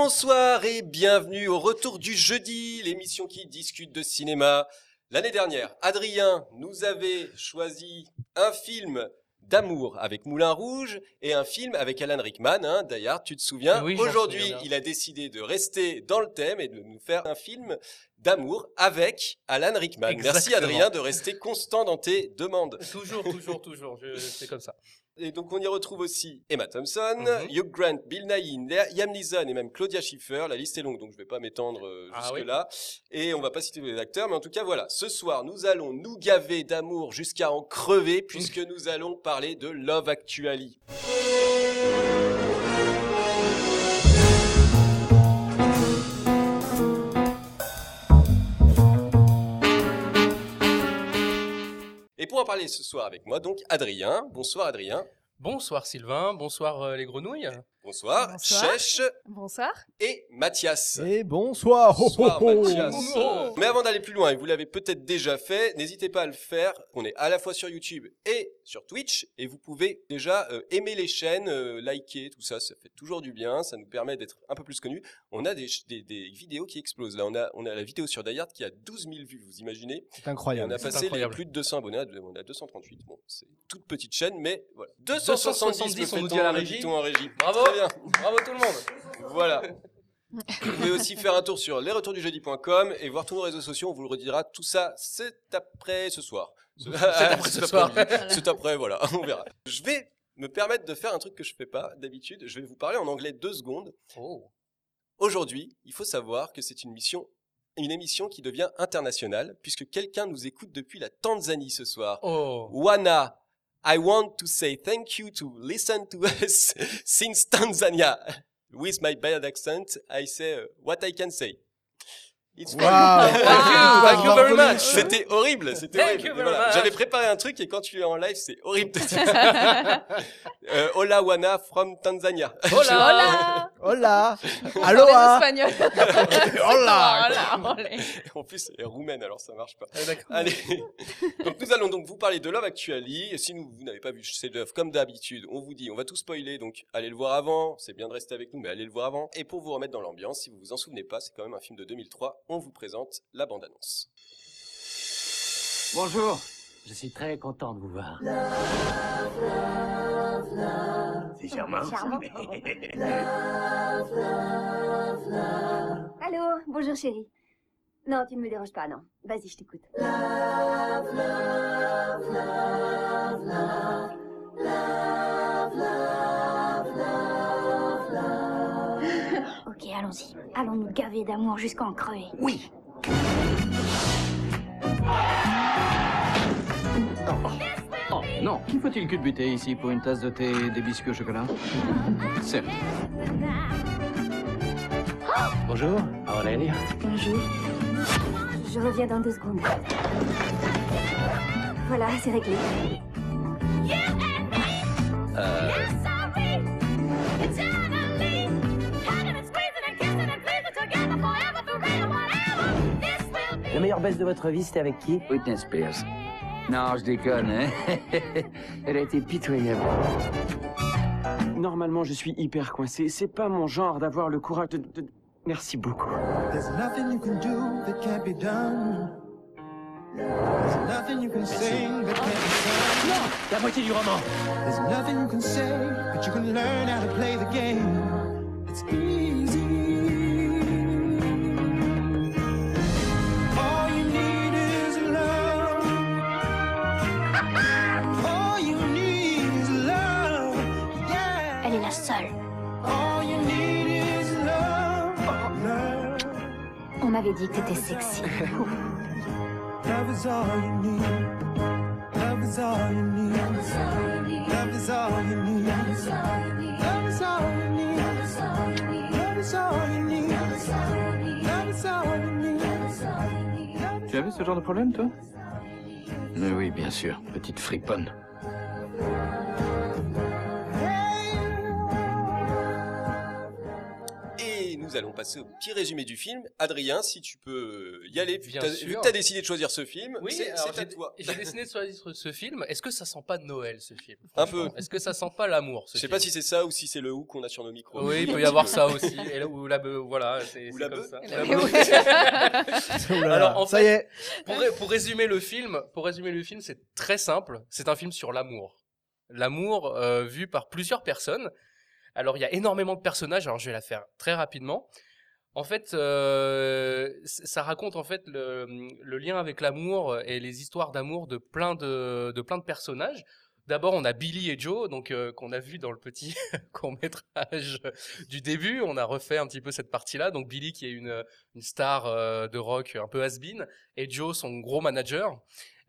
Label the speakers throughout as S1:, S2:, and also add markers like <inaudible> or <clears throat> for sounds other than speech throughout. S1: Bonsoir et bienvenue au retour du jeudi, l'émission qui discute de cinéma. L'année dernière, Adrien nous avait choisi un film d'amour avec Moulin Rouge et un film avec Alan Rickman. hein. D'ailleurs, tu te souviens,
S2: Eh Oui, je m'en
S1: aujourd'hui,
S2: souviens bien.
S1: il a décidé de rester dans le thème et de nous faire un film d'amour avec Alan Rickman. Merci
S2: Exactement.
S1: Adrien de rester constant dans tes demandes.
S2: Toujours, toujours, toujours. je- C'est comme ça.
S1: Et donc on y retrouve aussi Emma Thompson,
S2: Mhm.
S1: Hugh Grant, Bill Nighy, Lea- Liam Neeson et même Claudia Schiffer. La liste est longue, donc je ne vais pas m'étendre euh,
S2: Ah
S1: jusque-là. Et on va pas citer tous les acteurs, mais en tout cas voilà. Ce soir, nous allons nous gaver d'amour jusqu'à en crever, puisque nous allons parler de Love Actually. Et pour en parler ce soir avec moi, donc Adrien. Bonsoir Adrien.
S2: Bonsoir Sylvain, bonsoir euh, les grenouilles.
S1: Bonsoir,
S3: Bonsoir.
S1: Chèche
S3: Bonsoir.
S1: et Mathias.
S4: Et bonsoir. Oh,
S1: Bonsoir,
S4: oh, oh.
S1: Mathias.
S2: Oh.
S1: Mais avant d'aller plus loin, et vous l'avez peut-être déjà fait, n'hésitez pas à le faire. On est à la fois sur YouTube et sur Twitch, et vous pouvez déjà euh, aimer les chaînes, euh, liker, tout ça, ça fait toujours du bien, ça nous permet d'être un peu plus connus. On a des, ch- des- des vidéos qui explosent. Là, on a, on a la vidéo sur Dayard qui a 12 000 vues, vous imaginez
S4: C'est
S1: Et on
S4: incroyable.
S1: a
S2: c'est
S1: passé les
S2: incroyable.
S1: plus de 200 abonnés, à- on a 238. Bon, c'est une toute petite chaîne, mais voilà.
S2: 270,
S1: me
S2: on nous dit
S1: fait-on,
S2: à la
S1: me
S2: régie.
S1: dit-on en régie.
S2: Bravo.
S1: Très bien.
S2: Bravo tout le monde.
S1: Voilà. Vous pouvez aussi faire un tour sur lesretourdujeudi.com et voir tous nos réseaux sociaux. On vous le redira tout ça cet après ce soir.
S2: <laughs> Cet après ce soir.
S1: après-midi. Cet après, voilà, <laughs> on verra. Je vais me permettre de faire un truc que je fais pas d'habitude. Je vais vous parler en anglais deux secondes.
S2: Oh.
S1: Aujourd'hui, il faut savoir que c'est une mission, une émission qui devient internationale puisque quelqu'un nous écoute depuis la Tanzanie ce soir.
S2: Oh.
S1: Wana, I want to say thank you to listen to <laughs> us since Tanzania. With my bad accent, I say uh, what I can say. It's
S4: Wow.
S1: fun. <laughs>
S2: you, thank you very much.
S1: C'était horrible, c'était
S2: Thank
S1: horrible.
S2: you
S1: Mais
S2: very
S1: voilà,
S2: much.
S1: J'avais préparé un truc et quand tu es en live, c'est horrible.
S2: <laughs>
S1: Euh, hola Wana from Tanzania. <laughs>
S3: Hola.
S4: Hola.
S3: En
S4: Aloha.
S3: espagnol.
S4: <laughs> Hola.
S3: Hola. olé.
S1: en plus, elle est roumaine, alors ça marche pas.
S2: Ah, d'accord.
S1: Allez, <laughs> donc nous allons donc vous parler de Love Actually. Et Si nous, vous n'avez pas vu ces œuvres, comme d'habitude, on vous dit, on va tout spoiler, donc allez le voir avant. C'est bien de rester avec nous, mais allez le voir avant. Et pour vous remettre dans l'ambiance, si vous vous en souvenez pas, c'est quand même un film de 2003. On vous présente la bande-annonce.
S5: Bonjour. Je suis très content de vous voir. C'est charmant.
S6: Charmant. Allô, bonjour chérie. Non, tu ne me déranges pas, non. Vas-y, je t'écoute. <laughs> Ok, allons-y. Allons nous gaver d'amour jusqu'en crever.
S5: Oui. Oh, oh. Oh, non. Qui faut-il culbuter ici pour une tasse de thé et des biscuits au <laughs> chocolat Sir. Oh Bonjour, Aurélie.
S6: Bonjour. Je reviens dans deux secondes. Voilà, c'est réglé.
S5: La meilleure baisse de votre vie, c'était avec qui Whitney Spears. Non, je déconne, hein <laughs> Elle a été pitoyable. Normalement, je suis hyper coincé. C'est pas mon genre d'avoir le courage de... de- Merci beaucoup.
S7: There's nothing you can do that can't be done. There's nothing you can sing that can't be sung.
S5: La moitié du roman
S7: There's nothing you can say, but you can learn how to play the game. It's easy. All you need is love. All you need is love. Yeah.
S6: Elle est la seule.
S7: All you need is love. Love.
S6: On m'avait dit que t'étais sexy.
S7: Love is all you need. Love is all you need. Love is all you need. Love is all you need. Love is all you need. Love is all you need. Love is all you need. Love is
S5: Tu avais ce genre de problème, toi Mais Euh, oui, bien sûr. Petite friponne.
S1: Et Et nous allons passer au petit résumé du film. Adrien, si tu peux euh, y aller, vu que
S2: Bien
S1: t'as-
S2: sûr.
S1: vu que tu as décidé de choisir ce film,
S2: Oui,
S1: c'est
S2: alors
S1: c'est à
S2: j'ai-
S1: toi.
S2: <laughs> J'ai décidé de choisir ce- ce film. Est-ce que ça sent pas Noël, ce film
S1: Un
S2: franchement
S1: peu.
S2: Est-ce que ça sent pas l'amour
S1: Euh, Je sais pas si c'est ça ou si c'est le ou qu'on a sur nos micros. <laughs>
S2: Oui, il peut y avoir ça aussi. Et là, ou la beuh, voilà, c'est
S1: Ou
S2: c'est
S1: la
S2: comme
S1: beuh.
S2: ça.
S1: Et
S2: La
S1: la
S4: <laughs>
S2: beuh.
S4: Oulala,
S2: Alors, en
S4: ça
S2: fait-
S4: y est.
S2: pour, ré- pour résumer le film, pour résumer le film, c'est très simple. C'est un film sur l'amour. L'amour euh, vu par plusieurs personnes. Alors il y a énormément de personnages. Alors je vais la faire très rapidement. En fait, euh, c- ça raconte en fait le, le lien avec l'amour et les histoires d'amour de plein de, de plein de personnages. D'abord, on a Billy et Joe, donc euh, qu'on a vu dans le petit <laughs> court métrage du début. On a refait un petit peu cette partie-là. Donc Billy qui est une, une star euh, de rock un peu has-been et Joe son gros manager.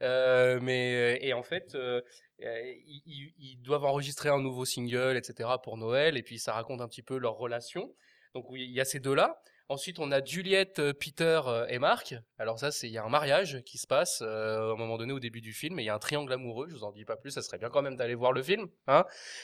S2: Euh, mais et en fait, euh, euh, ils- ils, ils doivent enregistrer un nouveau single, etc. pour Noël, et puis ça raconte un petit peu leur relation. Donc oui, il y a ces deux-là. Ensuite, on a Juliette, euh, Peter euh, et Marc. Alors ça, c'est il y a un mariage qui se passe euh, à un moment donné au début du film, et il y a un triangle amoureux. Je vous en dis pas plus. Ça serait bien quand même d'aller voir le film, hein.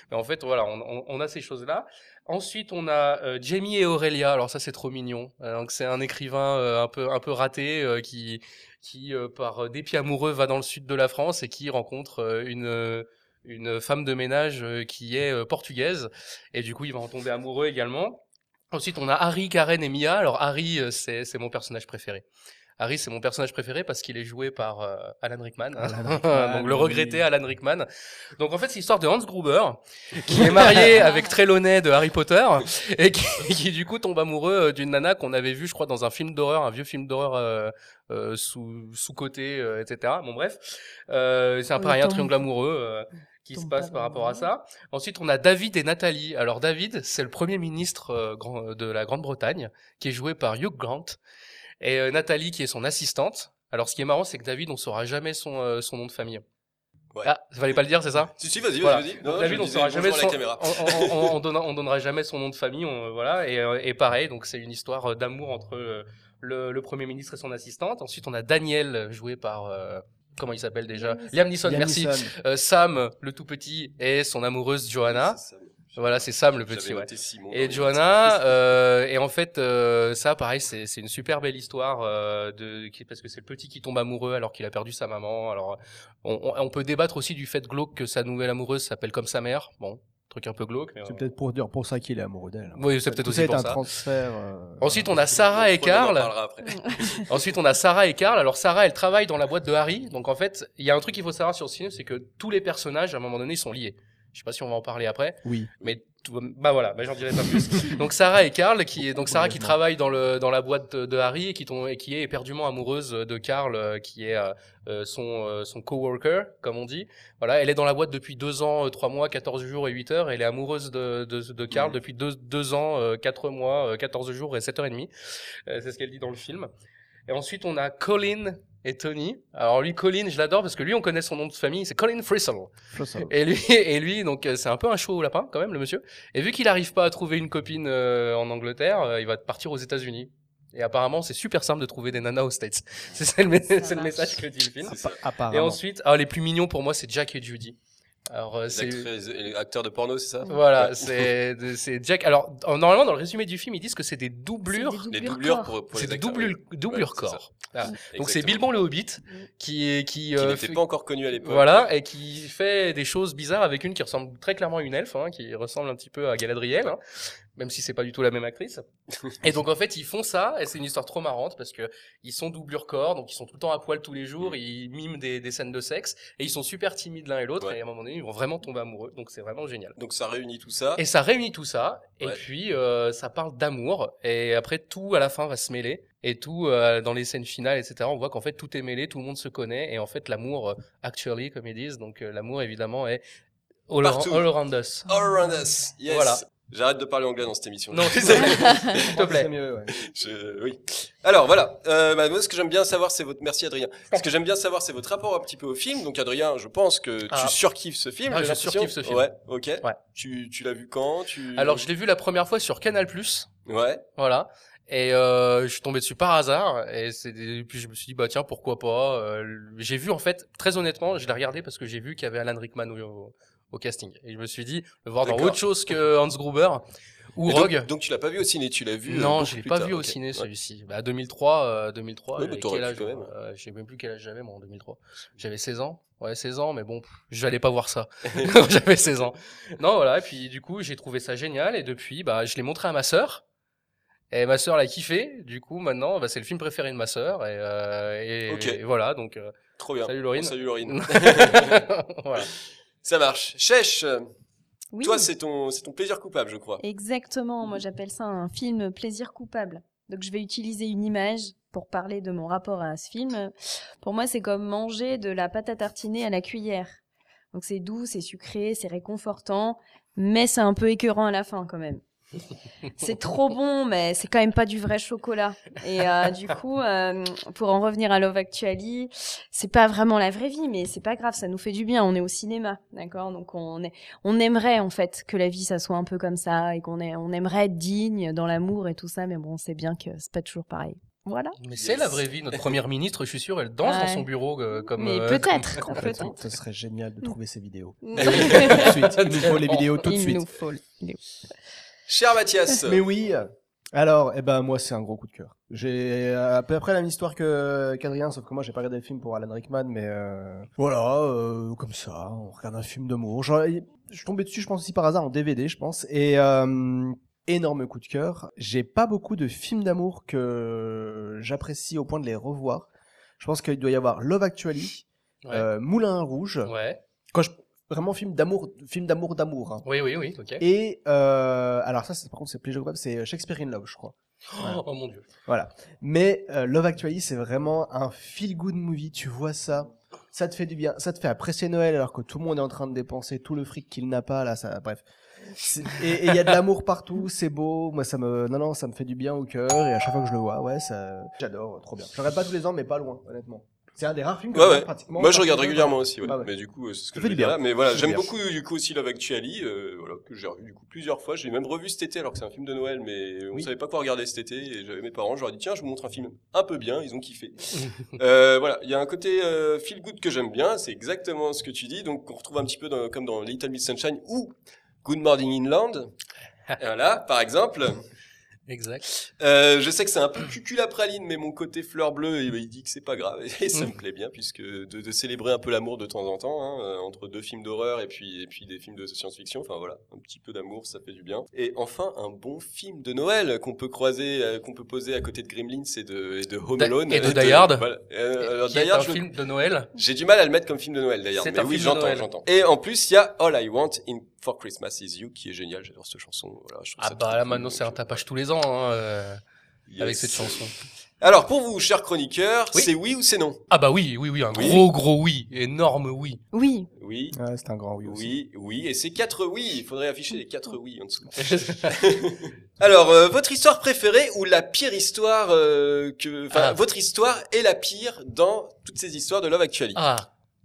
S2: Mais en fait, voilà, on, on- on a ces choses-là. Ensuite, on a euh, Jamie et Aurélia. Alors ça, c'est trop mignon. Euh, donc c'est un écrivain euh, un peu un peu raté euh, qui qui, euh, par dépit amoureux, va dans le sud de la France et qui rencontre euh, une, euh, une femme de ménage euh, qui est euh, portugaise. Et du coup, il va en tomber amoureux également. Ensuite, on a Harry, Karen et Mia. Alors, Harry, euh, c'est c'est mon personnage préféré. Harry, c'est mon personnage préféré parce qu'il est joué par euh, Alan Rickman. <laughs> Donc, le regretté Alan Rickman. Donc, en fait, c'est l'histoire de Hans <laughs> Gruber, qui est marié avec Trelawney de Harry Potter et qui, <laughs> qui, du coup, tombe amoureux euh, d'une nana qu'on avait vue, je crois, dans un film d'horreur, un vieux film d'horreur euh, euh, sous sous côté euh, etc bon bref euh, c'est un
S8: On
S2: pareil un
S8: tombe-
S2: triangle amoureux euh, qui se
S8: tombe
S2: passe
S8: pas
S2: par rapport à
S8: vraiment.
S2: ça ensuite on a David et Nathalie alors David c'est le premier ministre euh, grand- de la Grande-Bretagne qui est joué par Hugh Grant et euh, Nathalie qui est son assistante alors ce qui est marrant c'est que David on saura jamais son euh, son nom de famille
S1: Ouais.
S2: ah ça fallait pas le dire c'est ça
S1: Si, si, vas-y,
S2: Voilà.
S1: vas-y, vas-y.
S2: Donc,
S1: Non,
S2: David,
S1: je
S2: on
S1: disais
S2: saura jamais
S1: bonjour à
S2: son-
S1: la caméra.
S2: <laughs> on- on- on- on donnera, on donnera jamais son nom de famille, on- voilà. Et, euh, et pareil, donc c'est une histoire euh, d'amour entre euh, le, le premier ministre et son assistante. Ensuite, on a Daniel, euh, joué par euh, comment il s'appelle déjà Liam Neeson.
S4: Liam
S2: merci.
S4: Neeson.
S2: Euh, Sam, le tout petit, et son amoureuse Johanna.
S1: C'est Sam.
S2: Voilà, c'est Sam le petit,
S1: J'avais
S2: ouais.
S1: noté Simon dans
S2: Et
S1: les-
S2: Johanna, euh, et en fait, euh, ça, pareil, c'est c'est une super belle histoire euh, de qui- parce que c'est le petit qui tombe amoureux alors qu'il a perdu sa maman. Alors, on, on- on peut débattre aussi du fait glauque que sa nouvelle amoureuse s'appelle comme sa mère. Bon, truc un peu glauque. mais, euh,
S4: C'est peut-être pour dire pour ça qu'il est amoureux d'elle. hein.
S2: Oui, c'est peut-être
S4: Tout
S2: aussi
S4: ça est
S2: pour
S4: un
S2: ça.
S4: transfert. euh,
S2: Ensuite, on a Sarah et
S1: Bon, on en
S2: Karl.
S1: parlera après.
S2: Ensuite, on a Sarah et Karl. Alors, Sarah, elle travaille dans la boîte de Harry. Donc, en fait, il y a un truc qu'il faut savoir sur ce film, c'est que tous les personnages, à un moment donné, ils sont liés. Je sais pas si on va en parler après,
S4: Oui.
S2: mais tout- bah voilà, bah j'en dirai pas plus. donc Sarah et Karl, qui est donc Sarah qui travaille dans le dans la boîte de Harry et qui tombe- et qui est éperdument amoureuse de Karl, euh, qui est euh, euh, son euh, son coworker, comme on dit. Voilà, elle est dans la boîte depuis deux ans, euh, trois mois, 14 jours et 8 heures. Elle est amoureuse de de, de Karl depuis deux deux ans, euh, quatre mois, euh, 14 jours et 7 heures et demie. Euh, C'est ce qu'elle dit dans le film. Et ensuite, on a Colin et Tony. Alors lui, Colin, je l'adore parce que lui, on connaît son nom de famille, c'est Colin Frissell.
S4: je sais pas.
S2: Et lui, <laughs> et lui, donc euh, c'est un peu un chaud au lapin quand même le monsieur. Et vu qu'il n'arrive pas à trouver une copine euh, en Angleterre, euh, il va partir aux États-Unis. Et apparemment, c'est super simple de trouver des nanas aux States. <laughs> C'est ça le, me-
S8: Ça
S2: c'est le
S8: marche.
S2: message que dit le film.
S1: C'est ça.
S2: Et
S4: Apparemment.
S2: ensuite, ah, les plus mignons pour moi, c'est Jack et Judy. Alors euh,
S1: Les
S2: c'est
S1: actrices- les acteurs de porno, c'est ça <laughs>
S2: voilà,
S1: Ouais.
S2: c'est c'est Jack. Alors en- normalement, dans le résumé du film, ils disent que c'est des doublures,
S1: Les doublures
S8: corps.
S1: pour, pour
S2: c'est
S1: les
S2: des
S1: acteurs.
S2: doublures, doublures
S1: Ouais, c'est ça.
S2: corps. Voilà. Ah. Donc c'est
S1: Exactement.
S2: Bilbon le Hobbit qui est- qui,
S1: Qui
S2: euh,
S1: n'était
S2: fait-
S1: pas encore connu à l'époque.
S2: Voilà, et qui fait des choses bizarres avec une qui ressemble très clairement à une elfe, hein, qui ressemble un petit peu à Galadriel, hein, même si c'est pas du tout la
S1: <laughs>
S2: même actrice. et donc en fait, ils font ça, et c'est une histoire trop marrante parce que ils sont doublure corps, donc ils sont tout le temps à poil tous les
S1: Mm.
S2: jours, ils miment des, des scènes de sexe, et ils sont super timides l'un et l'autre,
S1: Ouais.
S2: et à un moment donné, ils vont vraiment tomber amoureux, donc c'est vraiment génial.
S1: Donc ça réunit tout ça.
S2: Et ça réunit tout ça, et
S1: Ah. Ouais.
S2: puis euh, ça parle d'amour, et après tout à la fin va se mêler, et tout euh, dans les scènes finales, etc. On voit qu'en fait tout est mêlé, tout le monde se connaît, et en fait l'amour, euh, actually, comme ils disent, donc euh, l'amour évidemment est all,
S1: Partout. Oh,
S2: all around us.
S1: All around us. Yes.
S2: Voilà.
S1: J'arrête de parler anglais dans cette émission. <laughs>
S2: Non,
S1: Je-
S2: S'il te
S1: oh,
S2: plaît.
S1: je- oui. Alors voilà. Euh, bah, moi, ce que j'aime bien savoir, c'est votre. Merci Adrien. Ce que j'aime bien savoir, c'est votre rapport un petit peu au film. Donc Adrien, je pense que tu
S2: Ah.
S1: surkiffes ce film.
S2: Ah,
S1: j'ai
S2: je
S1: l'impression.
S2: surkiffe ce film.
S1: Ouais. Ok.
S2: Ouais.
S1: Tu, tu l'as vu quand Tu.
S2: Alors je l'ai vu la première fois sur Canal+,
S1: Ouais.
S2: voilà, et euh, je suis tombé dessus par hasard, et, c'est des- et puis je me suis dit, bah tiens, pourquoi pas. euh, j'ai vu en fait, très honnêtement, je l'ai regardé parce que j'ai vu qu'il y avait Alan Rickman au, au casting, et je me suis dit, le voir dans
S1: D'accord.
S2: autre chose que Hans Gruber... Ou
S1: Et donc-
S2: Rogue.
S1: Donc, tu l'as pas vu au ciné, tu l'as vu euh,
S2: non,
S1: beaucoup
S2: je l'ai
S1: plus
S2: pas
S1: tard,
S2: vu au
S1: ok.
S2: ciné
S1: Ouais.
S2: celui-ci. Bah 2003, euh, 2003.
S1: Oui, mais
S2: j'avais
S1: t'aurais
S2: quel
S1: pu
S2: âge
S1: quand
S2: moi
S1: même. hein.
S2: Euh, Je sais même plus quel âge j'avais moi en 2003. J'avais 16 ans. Ouais, 16 ans, mais bon, pff, j'allais pas
S1: <laughs>
S2: voir ça. <laughs> j'avais 16 ans. Non, voilà. Et puis du coup, j'ai trouvé ça génial. Et depuis, bah, je l'ai montré à ma sœur. Et ma sœur l'a kiffé. Du coup, maintenant, bah, c'est le film préféré de ma sœur. Et, euh, et-
S1: Ok.
S2: et <laughs> voilà. Donc,
S1: <laughs>
S2: euh,
S1: Trop bien.
S2: Salut, Laurine.
S1: Oh, salut
S2: <laughs>
S1: Laurine.
S2: voilà.
S1: Ça marche. Chèche, euh,
S3: Oui.
S1: toi c'est ton c'est ton plaisir coupable, je crois.
S3: Exactement, moi j'appelle ça un film plaisir coupable. Donc je vais utiliser une image pour parler de mon rapport à ce film. Pour moi, c'est comme manger de la pâte à tartiner à la cuillère. Donc c'est doux, c'est sucré, c'est réconfortant, mais c'est un peu écœurant à la fin quand même. C'est trop bon, mais c'est quand même pas du vrai chocolat. Et euh, du coup, euh, pour en revenir à Love Actually, c'est pas vraiment la vraie vie, mais c'est pas grave, ça nous fait du bien. On est au cinéma, d'accord Donc on est on aimerait en fait que la vie ça soit un peu comme ça et qu'on est on aimerait être digne dans l'amour et tout ça mais bon on sait bien que c'est pas toujours pareil voilà
S2: Mais c'est la vraie vie. Notre première ministre, je suis sûr, elle danse dans
S3: Ouais.
S2: son bureau euh, comme.
S3: mais
S2: euh,
S3: peut-être
S4: <laughs>
S3: hein.
S4: En fait,
S3: peut-être
S4: ce serait génial de trouver
S2: <laughs>
S4: ces vidéos.
S3: il
S4: Tout de suite. Il nous faut les vidéos tout
S3: <laughs>
S4: de suite.
S3: nous faut le-
S1: Cher Mathias,
S4: Mais oui. Alors, eh ben moi, c'est un gros coup de cœur. J'ai euh, à peu près la même histoire que qu'Adrien, sauf que moi, j'ai pas regardé le film pour Alan Rickman, mais euh, voilà, euh, comme ça, on regarde un film d'amour. Genre, Je suis tombé dessus, je pense aussi par hasard en DVD, je pense, et euh, énorme coup de cœur. J'ai pas beaucoup de films d'amour que j'apprécie au point de les revoir. Je pense qu'il doit y avoir Love Actually,
S2: Ouais.
S4: euh, Moulin Rouge,
S2: Ouais.
S4: quand je vraiment film d'amour, film d'amour d'amour. hein.
S2: Oui, oui, oui. Ok.
S4: Et euh, alors ça, c'est- par contre, c'est plaisir coupable, c'est euh, Shakespeare in Love, je crois.
S2: Oh, oh mon dieu.
S4: Voilà. Mais euh, Love Actually, c'est vraiment un feel-good movie. Tu vois ça, ça te fait du bien, ça te fait apprécier Noël alors que tout le monde est en train de dépenser tout le fric qu'il n'a pas là. Ça, bref. C'est- Et il y a de l'amour partout, c'est beau. Moi, ça me, non, non, ça me fait du bien au cœur. Et à chaque fois que je le vois, ouais, ça, j'adore, euh, trop bien. Je regarde pas tous les ans, mais pas loin, honnêtement. C'est un des rares films que
S1: Ouais,
S4: je
S1: ouais.
S4: regarde pratiquement.
S1: moi je regarde
S4: pratiquement-
S1: régulièrement aussi, ouais.
S4: Ah ouais.
S1: mais du coup euh, c'est ce que je
S4: Ça fait
S1: veux
S4: du
S1: dire
S4: bien.
S1: là. Mais voilà,
S4: Ça fait
S1: j'aime
S4: du bien.
S1: beaucoup euh, du coup aussi Love Actually, euh, voilà que j'ai revu du coup plusieurs fois. Je l'ai même revu cet été alors que c'est un film de Noël, mais on
S4: Oui.
S1: savait pas quoi regarder cet été. Et j'avais mes parents, je leur ai dit tiens je vous montre un film un peu bien, ils ont
S4: <laughs>
S1: kiffé. Euh, voilà, il y a un côté euh, feel good que j'aime bien, c'est exactement ce que tu dis. Donc on retrouve un petit peu dans- comme dans Little Miss Sunshine ou Good Morning
S4: <laughs>
S1: Inland. voilà, par exemple.
S2: Exact.
S1: Euh, je sais que c'est un peu cucul à praline, mais mon côté fleur bleue, eh ben, il dit que c'est pas grave. Et
S2: Mm.
S1: ça me plaît bien, puisque de, de célébrer un peu l'amour de temps en temps, hein, euh, entre deux films d'horreur et puis, et puis des films de science-fiction, enfin voilà, un petit peu d'amour, ça fait du bien. Et enfin, un bon film de Noël qu'on peut croiser, euh, qu'on peut poser à côté de Gremlins et de, et de Home
S2: Da-
S1: Alone.
S2: et de Die Hard.
S1: voilà. Euh, alors,
S2: Qui est
S1: Die Hard,
S2: un
S1: je-
S2: film de Noël.
S1: j'ai du mal à le mettre comme film de Noël d'ailleurs,
S2: C'est
S1: mais
S2: un
S1: oui,
S2: film de
S1: j'entends,
S2: Noël.
S1: j'entends. Et en plus, il y a All I Want in for Christmas is You, qui est génial, j'adore cette chanson. Voilà, je trouve
S2: Ah
S1: ça
S2: bah
S1: trop
S2: là
S1: cool,
S2: maintenant
S1: donc,
S2: c'est un
S1: euh,
S2: tapage tous les ans hein, euh, avec
S1: yes.
S2: cette chanson.
S1: Alors pour vous, chers chroniqueurs,
S2: Oui.
S1: c'est oui ou c'est non
S2: Ah bah oui, oui, oui, un
S1: Oui.
S2: gros gros oui,
S1: <laughs>
S2: énorme oui.
S3: oui
S1: Oui,
S4: Ouais, c'est un grand oui. aussi.
S1: oui, oui, et c'est quatre oui. Il faudrait afficher les quatre oui en dessous. Alors euh, votre histoire préférée ou la pire histoire euh, que, enfin
S2: Ah.
S1: votre histoire est la pire dans toutes ces histoires de Love Actually.
S2: ah.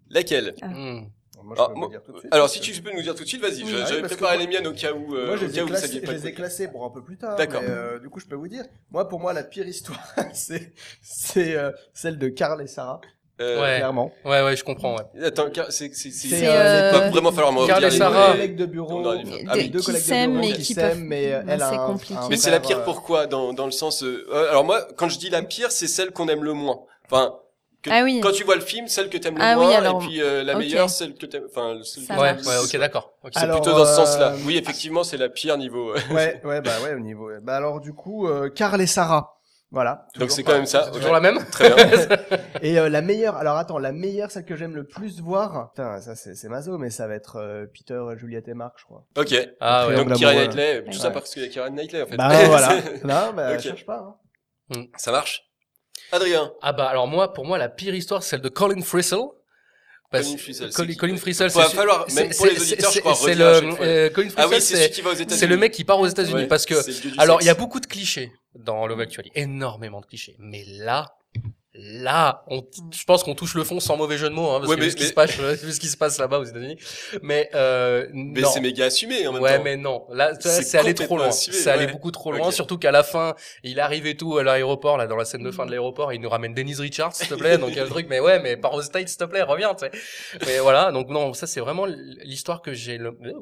S1: Laquelle
S2: hmm.
S4: Moi,
S1: Ah,
S4: peux
S1: moi-
S4: le dire tout de suite,
S1: Alors
S4: parce
S1: si
S4: que-
S1: tu peux nous dire tout de suite, vas-y.
S4: Oui,
S1: j'a-
S4: oui,
S1: J'avais
S4: parce que
S1: préparé
S4: moi-
S1: les miennes au cas où, euh,
S4: Moi, je
S1: au
S4: les, ai
S1: cas où vous
S4: classés-
S1: saviez
S4: je
S1: pas.
S4: les ai
S1: quoi.
S4: classés pour un peu plus tard.
S1: D'accord.
S4: mais, euh, du coup, je peux vous dire. Moi, pour moi, la pire histoire, <laughs> c'est c'est euh, celle de Karl et Sarah.
S1: Euh,
S2: Ouais.
S4: Clairement.
S2: Ouais ouais, je comprends ouais.
S1: Attends, car- c'est c'est c'est.
S4: C'est,
S1: il va
S4: euh,
S1: pas vraiment falloir me
S2: Karl
S1: redire
S2: et
S1: les noms,
S2: Sarah.
S1: mais-
S4: collègues de
S1: On
S4: bureau.
S1: aurait dû- Ah oui,
S4: deux
S3: qui
S4: collègues
S3: s'aiment,
S4: de bureau
S3: mais
S4: qui
S3: qui
S4: s'aiment,
S3: peuvent-
S4: mais euh,
S3: Non,
S4: elle a
S3: c'est
S4: un-
S3: compliqué.
S4: un
S1: Mais c'est la
S4: frère,
S1: pire
S4: euh,
S1: pourquoi dans, dans le sens. euh, euh, alors moi, quand je dis la pire, c'est celle qu'on aime le moins. Enfin, que-
S3: Ah oui.
S1: quand tu vois le film, celle que t'aimes le
S3: Ah oui,
S1: moins,
S3: alors,
S1: et puis euh, la
S3: ok.
S1: meilleure, celle que t'aimes. Enfin, celle
S3: Ça
S1: que-
S2: Ouais,
S3: marche.
S2: ouais, OK, d'accord. ok.
S1: C'est
S4: Alors,
S1: plutôt dans ce
S4: euh,
S1: sens-là. Oui, effectivement, c'est la pire niveau. euh.
S4: Ouais, ouais, bah ouais, au niveau. Bah alors, du coup, euh, Karl et Sarah. Voilà.
S1: Donc
S4: Toujours
S1: c'est
S4: pas-
S1: quand même ça.
S2: C'est
S1: ok.
S2: toujours la même
S1: <laughs> Très bien.
S4: <laughs> Et euh, la meilleure, alors attends, la meilleure, celle que j'aime le plus voir. Putain, ça c'est c'est maso, mais ça va être euh, Peter, Juliette et Marc, je crois.
S1: Ok.
S2: <laughs> Ah ouais.
S4: Triangle
S1: Donc Kira
S4: amoureux.
S1: Knightley, tout
S3: Ouais.
S1: ça parce qu'il y a Kira Knightley en fait. <laughs>
S4: Bah voilà. Non, bah
S1: Ok.
S4: cherche pas. hein.
S1: ça marche. Adrien.
S2: Ah bah alors moi pour moi la pire histoire c'est celle de Colin Frisell. Parce-
S1: Colin Frisell, c'est
S2: Colin,
S1: qui
S2: Colin Frisell,
S1: Il va
S2: c'est-
S1: falloir,
S2: c'est-
S1: même pour les
S2: c'est-
S1: auditeurs, je
S2: c'est-
S1: crois,
S2: c'est
S1: redire à chaque
S2: le
S1: fois.
S2: euh, Colin
S1: Ah oui,
S2: Frisell,
S1: c'est
S2: c'est
S1: celui qui va aux États-Unis.
S2: c'est le mec qui part aux États-Unis
S1: Ouais,
S2: parce que
S1: c'est le dieu du
S2: Alors, il
S1: sexe.
S2: y a beaucoup de clichés dans Love Actually, énormément de clichés. Mais là, Là, on t- je pense qu'on touche le fond sans mauvais jeu de mots, hein, parce
S1: Ouais,
S2: que
S1: mais-
S2: vu ce qui
S1: mais-
S2: se passe, vu ce qui se passe là-bas aux États-Unis. Mais, euh,
S1: Mais
S2: non.
S1: c'est méga assumé en même
S2: ouais,
S1: temps.
S2: mais non. Là, ça,
S1: C'est
S2: c'est allé trop
S1: complètement
S2: loin.
S1: assumé,
S2: C'est allé
S1: ouais.
S2: beaucoup trop loin.
S1: Ok.
S2: Surtout qu'à la fin, il arrive et tout à l'aéroport, là, dans la scène de fin de l'aéroport, il nous ramène Denise Richards, s'il te plaît. donc, il y a le truc, mais ouais, mais pars aux States, s'il te plaît, reviens, tu sais. Mais voilà. Donc, non, ça, c'est vraiment l'histoire que j'ai le, euh,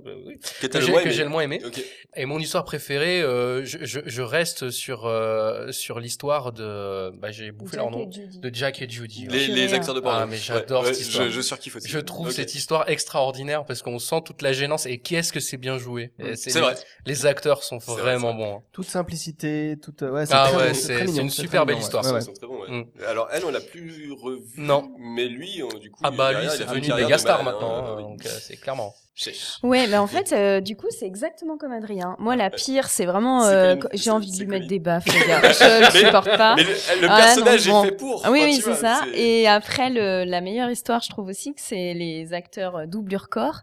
S1: Que t'as
S2: que
S1: le
S2: j'ai
S1: moins
S2: que
S1: aimé.
S2: j'ai le moins aimé.
S1: Ok.
S2: Et mon histoire préférée, euh, je, je, je reste sur, euh, sur l'histoire de, bah, j'ai bouffé leur nom, de Jack et Judy. ouais.
S1: Les, les
S3: Purée.
S1: acteurs de porno.
S2: Ah, mais j'adore cette histoire.
S1: Je, je surkiffe aussi.
S2: Je trouve
S1: Ok.
S2: cette histoire extraordinaire parce qu'on sent toute la gênance et qui est-ce que c'est bien joué. Et
S1: Mm. C'est vrai.
S2: Les acteurs sont
S1: C'est vrai,
S2: vraiment
S1: c'est
S2: bons. hein.
S4: Toute simplicité, toute. Ouais, c'est
S2: Ah
S4: très
S2: ouais,
S4: mignon,
S2: c'est-
S4: très
S2: c'est
S4: mignon,
S2: une
S4: c'est
S2: super belle
S4: très mignon, ouais.
S2: histoire,
S4: Ouais,
S1: Ils
S4: ouais.
S1: sont très bons, ouais.
S2: Mm.
S1: Alors, elle, on l'a plus revu.
S2: Non.
S1: Mais lui, on- du coup.
S2: Ah bah lui,
S1: derrière,
S2: c'est
S1: il a fait
S2: devenu
S1: une
S2: une
S1: carrière
S2: méga
S1: de
S2: star
S1: malade, hein,
S2: maintenant.
S1: euh,
S2: hein,
S1: oui.
S2: donc euh, c'est clairement.
S1: C'est-
S3: Ouais, mais en fait, euh, du coup, c'est exactement comme Adrien. Moi, la pire, c'est vraiment,
S1: C'est
S3: euh,
S1: Colin.
S3: quand- j'ai
S1: C'est-
S3: envie de
S1: c'est
S3: lui mettre
S1: Colin.
S3: des baffes, les gars. Je le
S4: <laughs>
S1: Mais-
S3: supporte pas.
S1: Mais le, le
S3: Ah,
S1: personnage
S3: non, bon.
S1: est fait pour.
S3: Ah oui,
S1: enfin,
S3: oui,
S1: tu vois,
S3: c'est ça.
S1: c'est-
S3: Et après, le, la meilleure histoire, je trouve aussi que c'est les acteurs euh, doublure corps.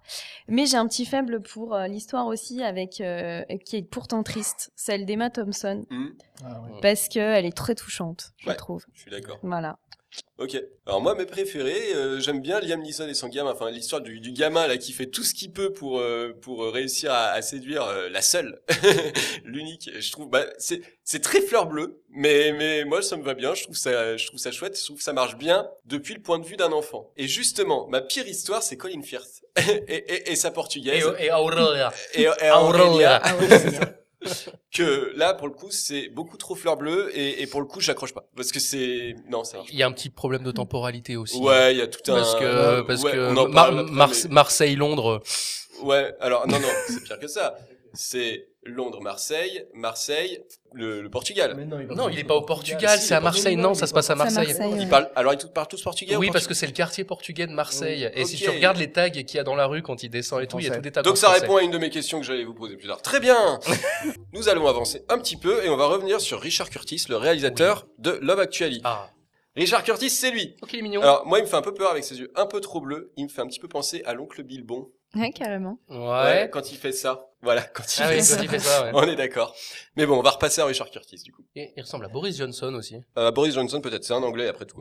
S3: Mais j'ai un petit faible pour euh, l'histoire aussi avec euh, qui est pourtant triste, celle d'Emma Thompson,
S1: Mm.
S4: Ah ouais.
S3: parce que elle est très touchante, je
S1: Ouais.
S3: trouve.
S1: Je suis d'accord.
S3: Voilà.
S1: Ok. Alors moi, mes préférés, euh, j'aime bien Liam Neeson et son gamin. Enfin, l'histoire du, du gamin là qui fait tout ce qu'il peut pour euh, pour euh, réussir à, à séduire euh, la seule, <laughs> l'unique. Je trouve, bah, c'est c'est très fleur bleue, mais mais moi ça me va bien. Je trouve ça je trouve ça chouette. Je trouve que ça marche bien depuis le point de vue d'un enfant. Et justement, ma pire histoire, c'est Colin Firth <laughs> et, et, et sa
S2: Et,
S1: portugaise
S2: et Aurora.
S1: et, et
S3: <laughs>
S2: Aurelia.
S1: Aurelia.
S3: Ah ouais, c'est bien.
S1: <laughs> Que là, pour le coup, c'est beaucoup trop fleur bleue et, et pour le coup, j'accroche pas parce que c'est non, ça marche.
S2: Il y a un petit problème de temporalité aussi. hein,
S1: Ouais, il y a tout un
S2: Parce que, parce
S1: ouais,
S2: que
S1: on en
S2: Mar-
S1: parle après,
S2: Mar-
S1: mais-
S2: Marseille-Londres,
S1: Ouais, alors non, non, c'est pire que ça. C'est Londres-Marseille, Marseille, le, le Portugal.
S4: Mais non, il,
S2: Non, il est pas au Portugal,
S1: Si,
S2: c'est à
S1: il est pas-
S2: Marseille. Non, ça se passe à
S3: C'est à
S2: Marseille.
S3: Marseille, ouais.
S1: Ils parlent, alors ils parlent tous portugais au
S2: Oui, parce que
S1: Portugal
S2: c'est le quartier portugais de Marseille. Et si
S1: Ok.
S2: tu regardes les tags qu'il y a dans la rue quand il descend et tout, il y a
S4: Français.
S2: tous des tags. en
S1: Donc ça
S2: français.
S1: répond à une de mes questions que j'allais vous poser plus tard. Très
S2: <laughs>
S1: bien Nous allons avancer un petit peu et on va revenir sur Richard Curtis, le réalisateur de Love Actually.
S2: Ah,
S1: Richard Curtis, c'est lui
S2: ok, il est mignon.
S1: Alors moi, il me fait un peu peur avec ses yeux un peu trop bleus. Il me fait un petit peu penser à l'oncle Bilbon.
S3: Ouais, carrément.
S2: ouais.
S1: Quand il fait ça. Voilà, quand il
S2: Ah
S1: fait
S2: oui,
S1: ça.
S2: quand il fait ça, ouais.
S1: On est d'accord. Mais bon, on va repasser à Richard Curtis du coup.
S2: Et il ressemble à Boris Johnson aussi.
S1: Euh, Boris Johnson peut-être, c'est un anglais après tout.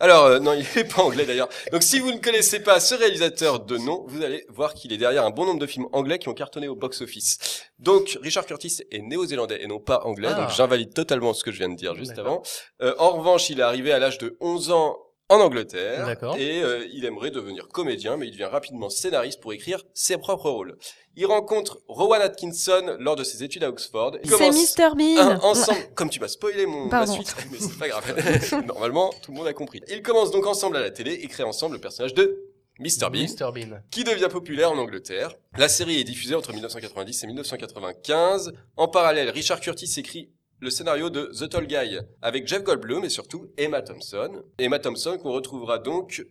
S1: Alors euh, non, <laughs> il n'est pas anglais d'ailleurs. Donc si vous ne connaissez pas ce réalisateur de nom, vous allez voir qu'il est derrière un bon nombre de films anglais qui ont cartonné au box-office. Donc Richard Curtis est néo-zélandais et non pas anglais,
S2: Ah.
S1: donc j'invalide totalement ce que je viens de dire juste avant.
S2: D'accord.
S1: Euh, en revanche, il est arrivé à l'âge de 11 ans en Angleterre
S2: D'accord.
S1: et euh, il aimerait devenir comédien, mais il devient rapidement scénariste pour écrire ses propres rôles. Il rencontre Rowan Atkinson lors de ses études à Oxford. Il
S3: C'est
S1: commence-
S3: Mr Bean.
S1: un- ensemble, comme tu m'as spoilé mon, ma
S3: Pardon.
S1: suite, mais c'est pas grave. <laughs> Normalement, tout le monde a compris. Ils commencent donc ensemble à la télé et créent ensemble le personnage de Mr. Bean,
S2: Mr. Bean.
S1: qui devient populaire en Angleterre. La série est diffusée entre 1990 et 1995. En parallèle, Richard Curtis écrit le scénario de The Tall Guy avec Jeff Goldblum et surtout Emma Thompson. Emma Thompson qu'on retrouvera donc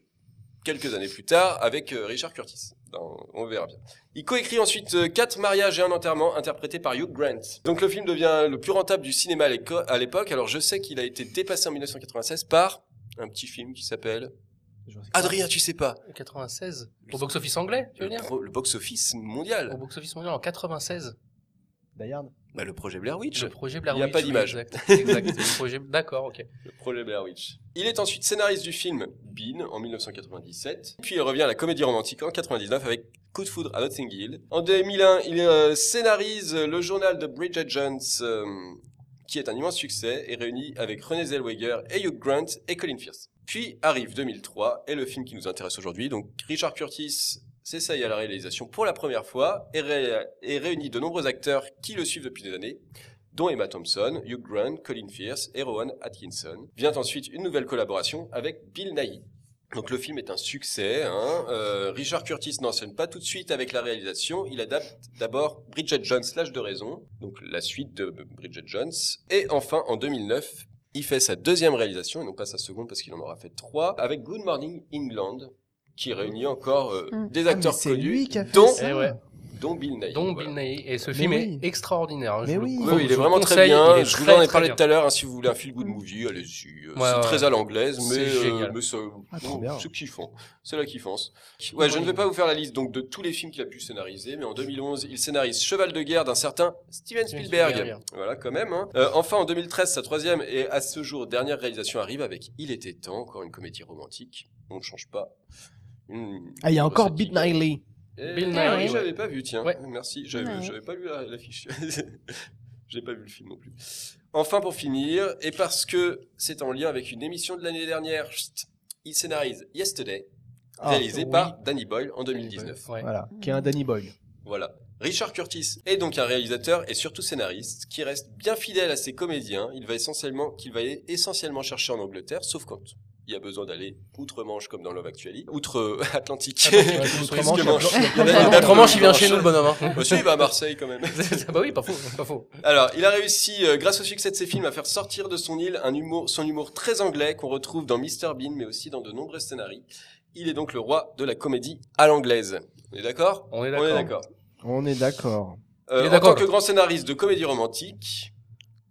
S1: quelques années plus tard avec euh, Richard Curtis. Dans- on verra bien. Il coécrit ensuite euh, quatre mariages et un enterrement interprétés par Hugh Grant. Donc le film devient le plus rentable du cinéma à l'éco- à l'époque. Alors je sais qu'il a été dépassé en 1996 par un petit film qui s'appelle Adrien, tu sais pas
S2: 96. Au box-office anglais, tu veux
S1: le,
S2: dire
S1: pro- le box-office mondial.
S2: Au box-office mondial en 96.
S4: Dayard.
S1: Bah, le projet Blair Witch.
S2: Le projet Blair
S1: Il y a
S2: Witch,
S1: pas
S2: oui,
S1: d'image. <laughs>
S2: Exact. exact. Le projet- D'accord, ok.
S1: Le projet Blair Witch. Il est ensuite scénariste du film Bean en 1997. Puis il revient à la comédie romantique en 99 avec Coup de foudre à Notting Hill. En 2001, il euh, scénarise le journal de Bridget Jones, euh, qui est un immense succès et réunit avec René Zellweger et Hugh Grant et Colin Firth. Puis arrive 2003 et le film qui nous intéresse aujourd'hui, donc Richard Curtis s'essaye à la réalisation pour la première fois et, ré- et réunit de nombreux acteurs qui le suivent depuis des années, dont Emma Thompson, Hugh Grant, Colin Firth et Rowan Atkinson. Vient ensuite une nouvelle collaboration avec Bill Nighy. Donc le film est un succès. hein. Euh, Richard Curtis n'enchaîne pas tout de suite avec la réalisation. Il adapte d'abord Bridget Jones, l'âge de raison, donc la suite de Bridget Jones. Et enfin, en 2009, il fait sa deuxième réalisation, et non pas sa seconde parce qu'il en aura fait trois, avec Good Morning England, qui réunit encore euh,
S3: Mm.
S1: des
S4: Ah,
S1: acteurs
S4: mais c'est
S1: connus,
S4: lui qui a fait
S1: dont
S4: ça.
S2: Eh ouais.
S1: dont Bill Nighy.
S2: dont
S1: voilà.
S2: Bill Nighy. Et ce
S4: Mais
S2: film
S4: oui.
S2: est extraordinaire. hein, je
S4: Mais
S2: vous le
S4: oui.
S2: con-
S4: Oui,
S1: Oui, oui,
S2: je
S1: il est
S2: vous
S1: vraiment
S2: le
S1: très
S2: conseille,
S1: bien.
S2: il est
S1: je vous en
S2: très,
S1: ai
S2: très
S1: parlé
S2: bien.
S1: tout à l'heure. hein, si vous voulez un feel good movie, allez-y. euh,
S2: Ouais,
S1: c'est
S2: ouais,
S1: très à l'anglaise,
S2: C'est
S1: mais, euh,
S2: génial.
S1: mais ça-
S4: Ah, trop
S1: bon,
S4: bien.
S1: c'est kiffant. C'est la kiffance. Ouais, je ne vais pas vous faire la liste donc de tous les films qu'il a pu scénariser, mais en 2011, il scénarise Cheval de guerre d'un certain Steven
S2: Steven
S1: Spielberg.
S2: Spielberg.
S1: Voilà, quand même. hein. Euh, enfin, en 2013, sa troisième et à ce jour dernière réalisation arrive avec Il était temps, encore une comédie romantique. On ne change pas. Une-
S4: Ah, il y a
S1: une
S4: encore
S1: recette qui
S4: Beat
S1: gagne.
S4: Nightly.
S1: Eh,
S2: Bill
S1: ah
S3: Nighy,
S1: oui,
S3: ouais.
S1: j'avais pas vu, tiens.
S2: Ouais.
S1: Merci, j'avais
S3: Ouais.
S1: j'avais pas lu la, la fiche. <laughs> J'ai pas vu le film non plus. Enfin, pour finir, et parce que c'est en lien avec une émission de l'année dernière, chut, il scénarise Yesterday,
S4: Ah,
S1: réalisé
S4: oui.
S1: par Danny Boyle en 2019.
S2: Ouais.
S4: Voilà, qui est un Danny Boyle.
S1: Voilà. Richard Curtis est donc un réalisateur et surtout scénariste qui reste bien fidèle à ses comédiens. Il va essentiellement, qu'il va essentiellement chercher en Angleterre, sauf quand il y a besoin d'aller outre-Manche comme dans Love Actually,
S2: Ah
S1: outre-Atlantique.
S4: <laughs>
S1: <laughs>
S4: Ouais,
S1: Parce
S4: autrement,
S1: que
S4: je-
S1: Manche, il y en a, il va
S2: Autrement, il vient
S1: outre-Manche.
S2: chez nous, le bonhomme. hein. <laughs>
S1: Bah si, il va à Marseille quand même.
S2: bah oui, pas faux, pas faux.
S1: Alors, il a réussi, euh, grâce au succès de ses films, à faire sortir de son île un humour, son humour très anglais qu'on retrouve dans Mr Bean, mais aussi dans de nombreux scénarios. Il est donc le roi de la comédie à l'anglaise. On est d'accord
S2: On est
S1: On est
S2: d'accord.
S1: d'accord.
S4: On est d'accord.
S1: Euh,
S2: Il est
S1: en
S2: d'accord.
S1: tant que grand scénariste de comédie romantique,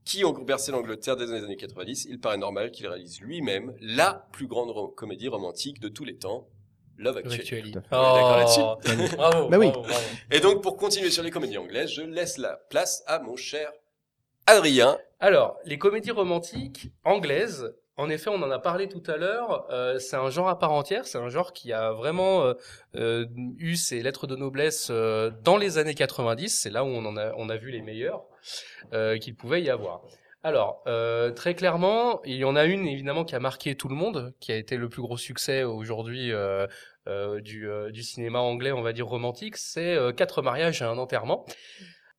S1: qui ont bercé l'Angleterre dès les années 90, il paraît normal qu'il réalise lui-même la plus grande ro- comédie romantique de tous les temps, Love
S2: Love
S1: Actually.
S2: Actually.
S4: Tout à fait.
S2: Oh,
S1: On
S2: bravo.
S4: Bah oui.
S2: bravo, bravo.
S1: Et donc, pour continuer sur les comédies anglaises, je laisse la place à mon cher Adrien.
S2: Alors, les comédies romantiques anglaises, en effet, on en a parlé tout à l'heure, euh, c'est un genre à part entière, c'est un genre qui a vraiment euh, euh, eu ses lettres de noblesse euh, dans les années 90, c'est là où on, en a, on a vu les meilleurs euh, qu'il pouvait y avoir. Alors, euh, très clairement, il y en a une évidemment qui a marqué tout le monde, qui a été le plus gros succès aujourd'hui euh, euh, du, euh, du cinéma anglais, on va dire romantique, c'est euh, Quatre mariages et un enterrement,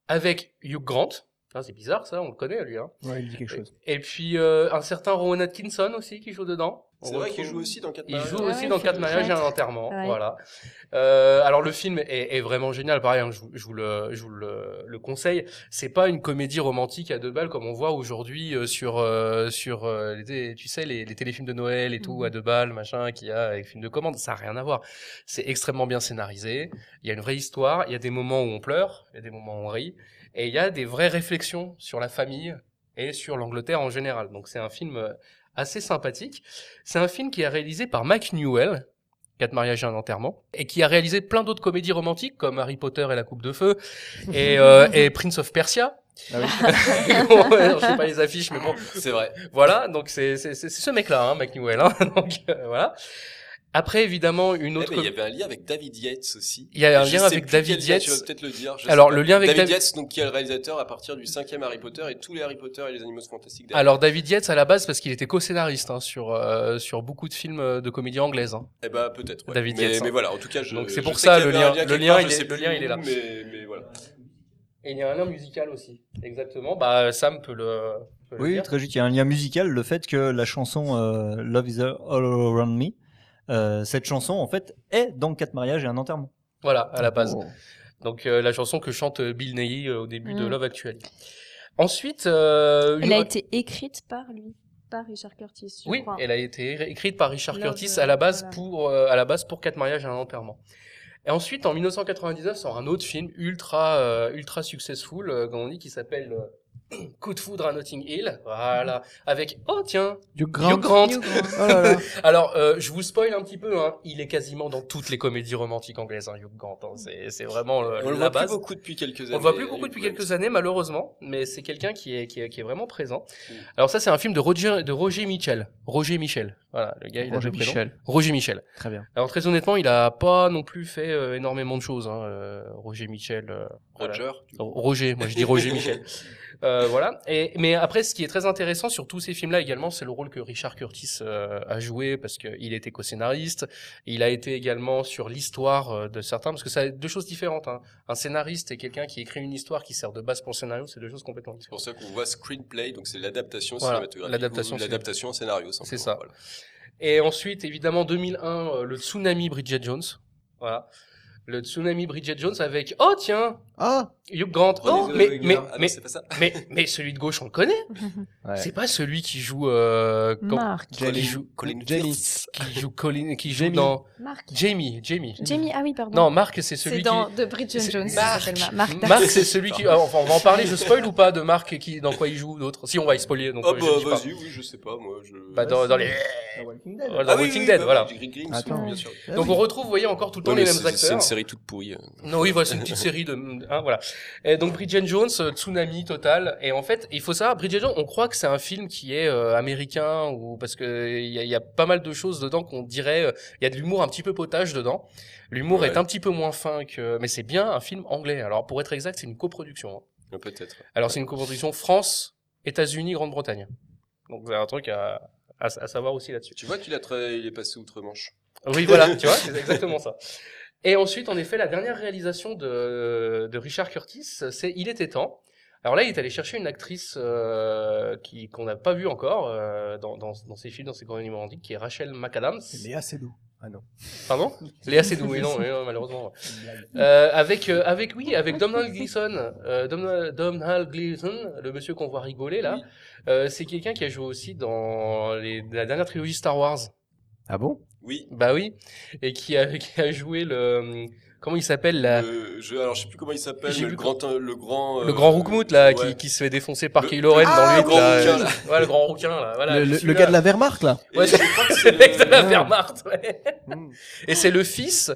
S2: avec Hugh Grant. Ah, c'est bizarre ça, on le connaît lui. Hein.
S4: Ouais, il dit quelque chose.
S2: Et puis euh, un certain Rowan Atkinson aussi qui joue dedans.
S1: C'est
S2: On
S1: vrai qu'il
S2: retrouve-
S1: joue aussi dans 4
S2: Il joue
S3: Ah
S2: aussi
S3: ouais,
S2: dans
S3: il fait
S2: Quatre
S3: le
S2: mariages et un
S3: prêtre.
S2: enterrement.
S3: Ouais.
S2: Voilà. Euh, alors le film est, est vraiment génial. Pareil, hein, je, vous, je vous le, je vous le, le conseille. C'est pas une comédie romantique à deux balles comme on voit aujourd'hui euh, sur euh, sur euh, les, tu sais les, les téléfilms de Noël et tout
S3: Mhm.
S2: à deux balles machin qu'il y a avec film de commande. Ça a rien à voir. C'est extrêmement bien scénarisé. Il y a une vraie histoire. Il y a des moments où on pleure. Il y a des moments où on rit. Et il y a des vraies réflexions sur la famille et sur l'Angleterre en général. Donc c'est un film euh, assez sympathique. C'est un film qui est réalisé par Mike Newell, Quatre mariages et un enterrement, et qui a réalisé plein d'autres comédies romantiques comme Harry Potter et la Coupe de Feu et, euh, et Prince of Persia.
S4: Ah
S2: <laughs> je sais pas les affiches, mais bon,
S1: C'est vrai.
S2: voilà. Donc c'est c'est- c'est ce mec-là, hein, Mike Newell. hein. <laughs> donc euh, voilà. Après évidemment une
S1: Eh,
S2: autre.
S1: mais il y avait un lien avec David Yates aussi.
S2: Il y a un
S1: Je
S2: lien
S1: sais
S2: avec
S1: plus
S2: David
S1: quel lien,
S2: Yates.
S1: Tu vas peut-être le dire. je
S2: Alors
S1: sais pas.
S2: le lien avec
S1: David
S2: Davi-
S1: Yates, donc qui est le réalisateur à partir du cinquième Harry Potter et tous les Harry Potter et les Animaux Fantastiques. derrière.
S2: Alors David Yates à la base parce qu'il était co-scénariste hein, sur euh, sur beaucoup de films euh, de comédie anglaise. hein.
S1: eh ben peut-être. ouais.
S2: David
S1: mais,
S2: Yates, hein.
S1: Mais voilà, en tout cas, je,
S2: Donc, c'est
S1: je
S2: pour
S1: sais
S2: ça,
S1: qu'il y
S2: le
S1: avait
S2: lien-
S1: un
S2: le
S1: quelque
S2: lien,
S1: part,
S2: il
S1: je
S2: est-
S1: sais
S2: le
S1: plus
S2: lien,
S1: où,
S2: il est là.
S1: Mais, mais voilà.
S2: Et il y a un lien musical aussi. Exactement. Bah Sam peut le. peut le
S8: Oui,
S2: dire.
S8: très juste. Il y a un lien musical, le fait que la chanson euh, Love is all around me, euh, cette chanson en fait est dans Quatre mariages et un enterrement.
S2: Voilà à la base.
S4: Oh.
S2: Donc euh, la chanson que chante euh, Bill Nighy euh, au début de
S3: Mm.
S2: Love Actually. Ensuite, euh, une
S3: Elle a
S2: autre-
S3: été écrite par lui, par Richard Curtis, je
S2: oui,
S3: crois. <laughs>
S2: elle a été ré- écrite par Richard
S3: Love,
S2: Curtis
S3: euh,
S2: à la base
S3: voilà.
S2: pour euh, à la base pour quatre mariages et un enterrement. Et ensuite, en 1999, sort un autre film ultra euh, ultra successful, euh, comme on dit, qui s'appelle euh, <clears throat> Coup de foudre à Notting Hill. Voilà, avec oh tiens,
S4: Hugh Grant.
S2: Hugh Grant.
S3: Hugh Grant.
S4: Oh là
S2: <laughs>
S4: là.
S2: Alors, euh, je vous spoil un petit peu. Hein, il est quasiment dans toutes les comédies romantiques anglaises. Hein, Hugh Grant, hein. c'est c'est vraiment euh,
S1: On le voit
S2: la
S1: plus
S2: base.
S1: beaucoup depuis quelques années.
S2: On le voit plus beaucoup depuis
S1: Hugh
S2: quelques années, malheureusement, mais c'est quelqu'un qui est, qui, est, qui est vraiment présent.
S1: Mm.
S2: Alors ça, c'est un film de Roger, de Roger Michel. Roger Michel. Voilà, le gars, il a
S4: Roger
S2: deux prénoms.
S4: Michel.
S2: Roger Michel.
S4: Très bien.
S2: Alors très honnêtement, il a pas non plus fait euh, énormément de choses, hein, euh, Roger Michel. euh, voilà.
S1: Roger.
S2: Roger, moi je
S1: <laughs>
S2: dis Roger Michel. Euh, voilà. Et, mais après, ce qui est très intéressant sur tous ces films-là également, c'est le rôle que Richard Curtis euh, a joué parce qu'il était co-scénariste. Il a été également sur l'histoire euh, de certains, parce que ça a deux choses différentes. hein. Un scénariste et quelqu'un qui écrit une histoire qui sert de base pour le scénario, c'est deux choses complètement
S1: C'est
S2: différentes.
S1: pour ça qu'on voit screenplay, donc c'est l'adaptation
S2: Voilà,
S1: cinématographique.
S2: l'adaptation
S1: ou L'adaptation en scénario. simplement,
S2: C'est ça.
S1: voilà.
S2: Et ensuite, évidemment, 2001, euh, le tsunami Bridget Jones. Voilà. Le tsunami Bridget Jones avec, oh tiens,
S4: Ah
S2: Hugh Grant.
S1: Prenez-le
S2: mais,
S1: avec
S2: mais,
S1: Guillaume. Ah non,
S2: mais,
S1: c'est pas ça.
S2: mais, mais celui de gauche, on le connaît.
S4: Ouais.
S2: C'est pas celui qui joue, euh, quand-
S3: Marc.
S1: Colin-
S2: joue-
S1: Colin
S4: Jamie.
S1: Firth.
S2: qui joue Colin, qui joue
S4: Jamie.
S2: dans
S3: Marc.
S2: Jamie, Jamie.
S3: Jamie, ah oui, pardon.
S2: Non, Marc, c'est
S3: c'est
S2: celui qui.
S3: dans The Bridget
S2: c'est-
S3: Jones. ça
S2: Marc.
S3: s'appelle Marc. Marc
S2: Marc,
S3: Darcy.
S2: c'est celui qui. ah, enfin, on va en parler. Je spoil ou pas de Marc qui dans quoi il joue d'autres Si on va y spoiler, donc
S1: Ah
S2: euh, je
S1: bah
S2: dis pas.
S1: vas-y, oui, je sais pas, moi. Je...
S2: Bah, dans, dans les dans
S1: ah, oui,
S2: Walking
S1: oui,
S2: Dead,
S1: bah,
S2: voilà.
S1: oui, Green Grim,
S4: Attends.
S1: bien sûr.
S2: Donc on retrouve, vous voyez, encore tout le temps
S1: Ouais,
S2: les
S1: mais
S2: mêmes
S1: c'est- C'est
S2: acteurs.
S1: une série toute pourrie. euh.
S2: Non, oui, voilà, c'est une petite série de, hein, voilà. Et donc Bridget Jones, euh, tsunami total. Et en fait, il faut savoir, Bridget Jones, on croit que c'est un film qui est euh, américain ou parce que il y, a- il y a pas mal de choses dedans qu'on dirait. euh, Il y a de l'humour un petit peu potage dedans. L'humour
S1: Ouais.
S2: est un petit peu moins fin que, mais c'est bien un film anglais. Alors pour être exact, c'est une coproduction. hein.
S1: Ouais, Peut-être.
S2: Alors c'est une coproduction France, États-Unis, Grande-Bretagne. Donc c'est un truc à, à, à savoir aussi là-dessus.
S1: Tu vois qu'il a tra- il est passé outre-Manche.
S2: Oui, voilà, tu vois, c'est exactement ça. Et ensuite, en effet, la dernière réalisation de, de Richard Curtis, c'est Il était temps. Alors là, il est allé chercher une actrice euh, qui qu'on n'a pas vue encore euh, dans, dans, dans ses films, dans ses grands romantiques, qui est Rachel McAdams.
S4: Léa Seydoux. Ah non.
S2: Pardon Léa Seydoux, oui, non, mais, euh, malheureusement. Euh, avec, euh, avec, oui, avec Domhnall Gleeson, euh, Domhnall, Domhnall Gleeson, le monsieur qu'on voit rigoler là, euh, c'est quelqu'un qui a joué aussi dans les, la dernière trilogie Star Wars.
S4: Ah bon
S1: Oui.
S2: Bah oui, et qui a, <laughs> qui a joué le euh, comment il s'appelle là, le,
S1: Le- Euh, je, alors je sais plus comment il s'appelle,
S2: Euh, J'ai
S1: le
S2: vu
S1: grand, le grand, euh,
S2: grand Roukmout là qui-
S1: ouais.
S2: qui, se fait défoncer par
S1: Le-
S2: Kylo Ren
S1: Ah,
S2: dans
S1: le
S2: le
S1: grand
S2: là,
S1: rouquin, là.
S2: Ouais, le grand rouquin là, voilà.
S4: le, le- le
S2: celui-là.
S4: gars de la Wehrmacht, là
S1: Et
S2: Ouais,
S1: je crois que
S2: <laughs> C'est <laughs> le mec de la
S4: Ah.
S2: Wehrmacht, ouais.
S5: Hmm.
S2: Et c'est le fils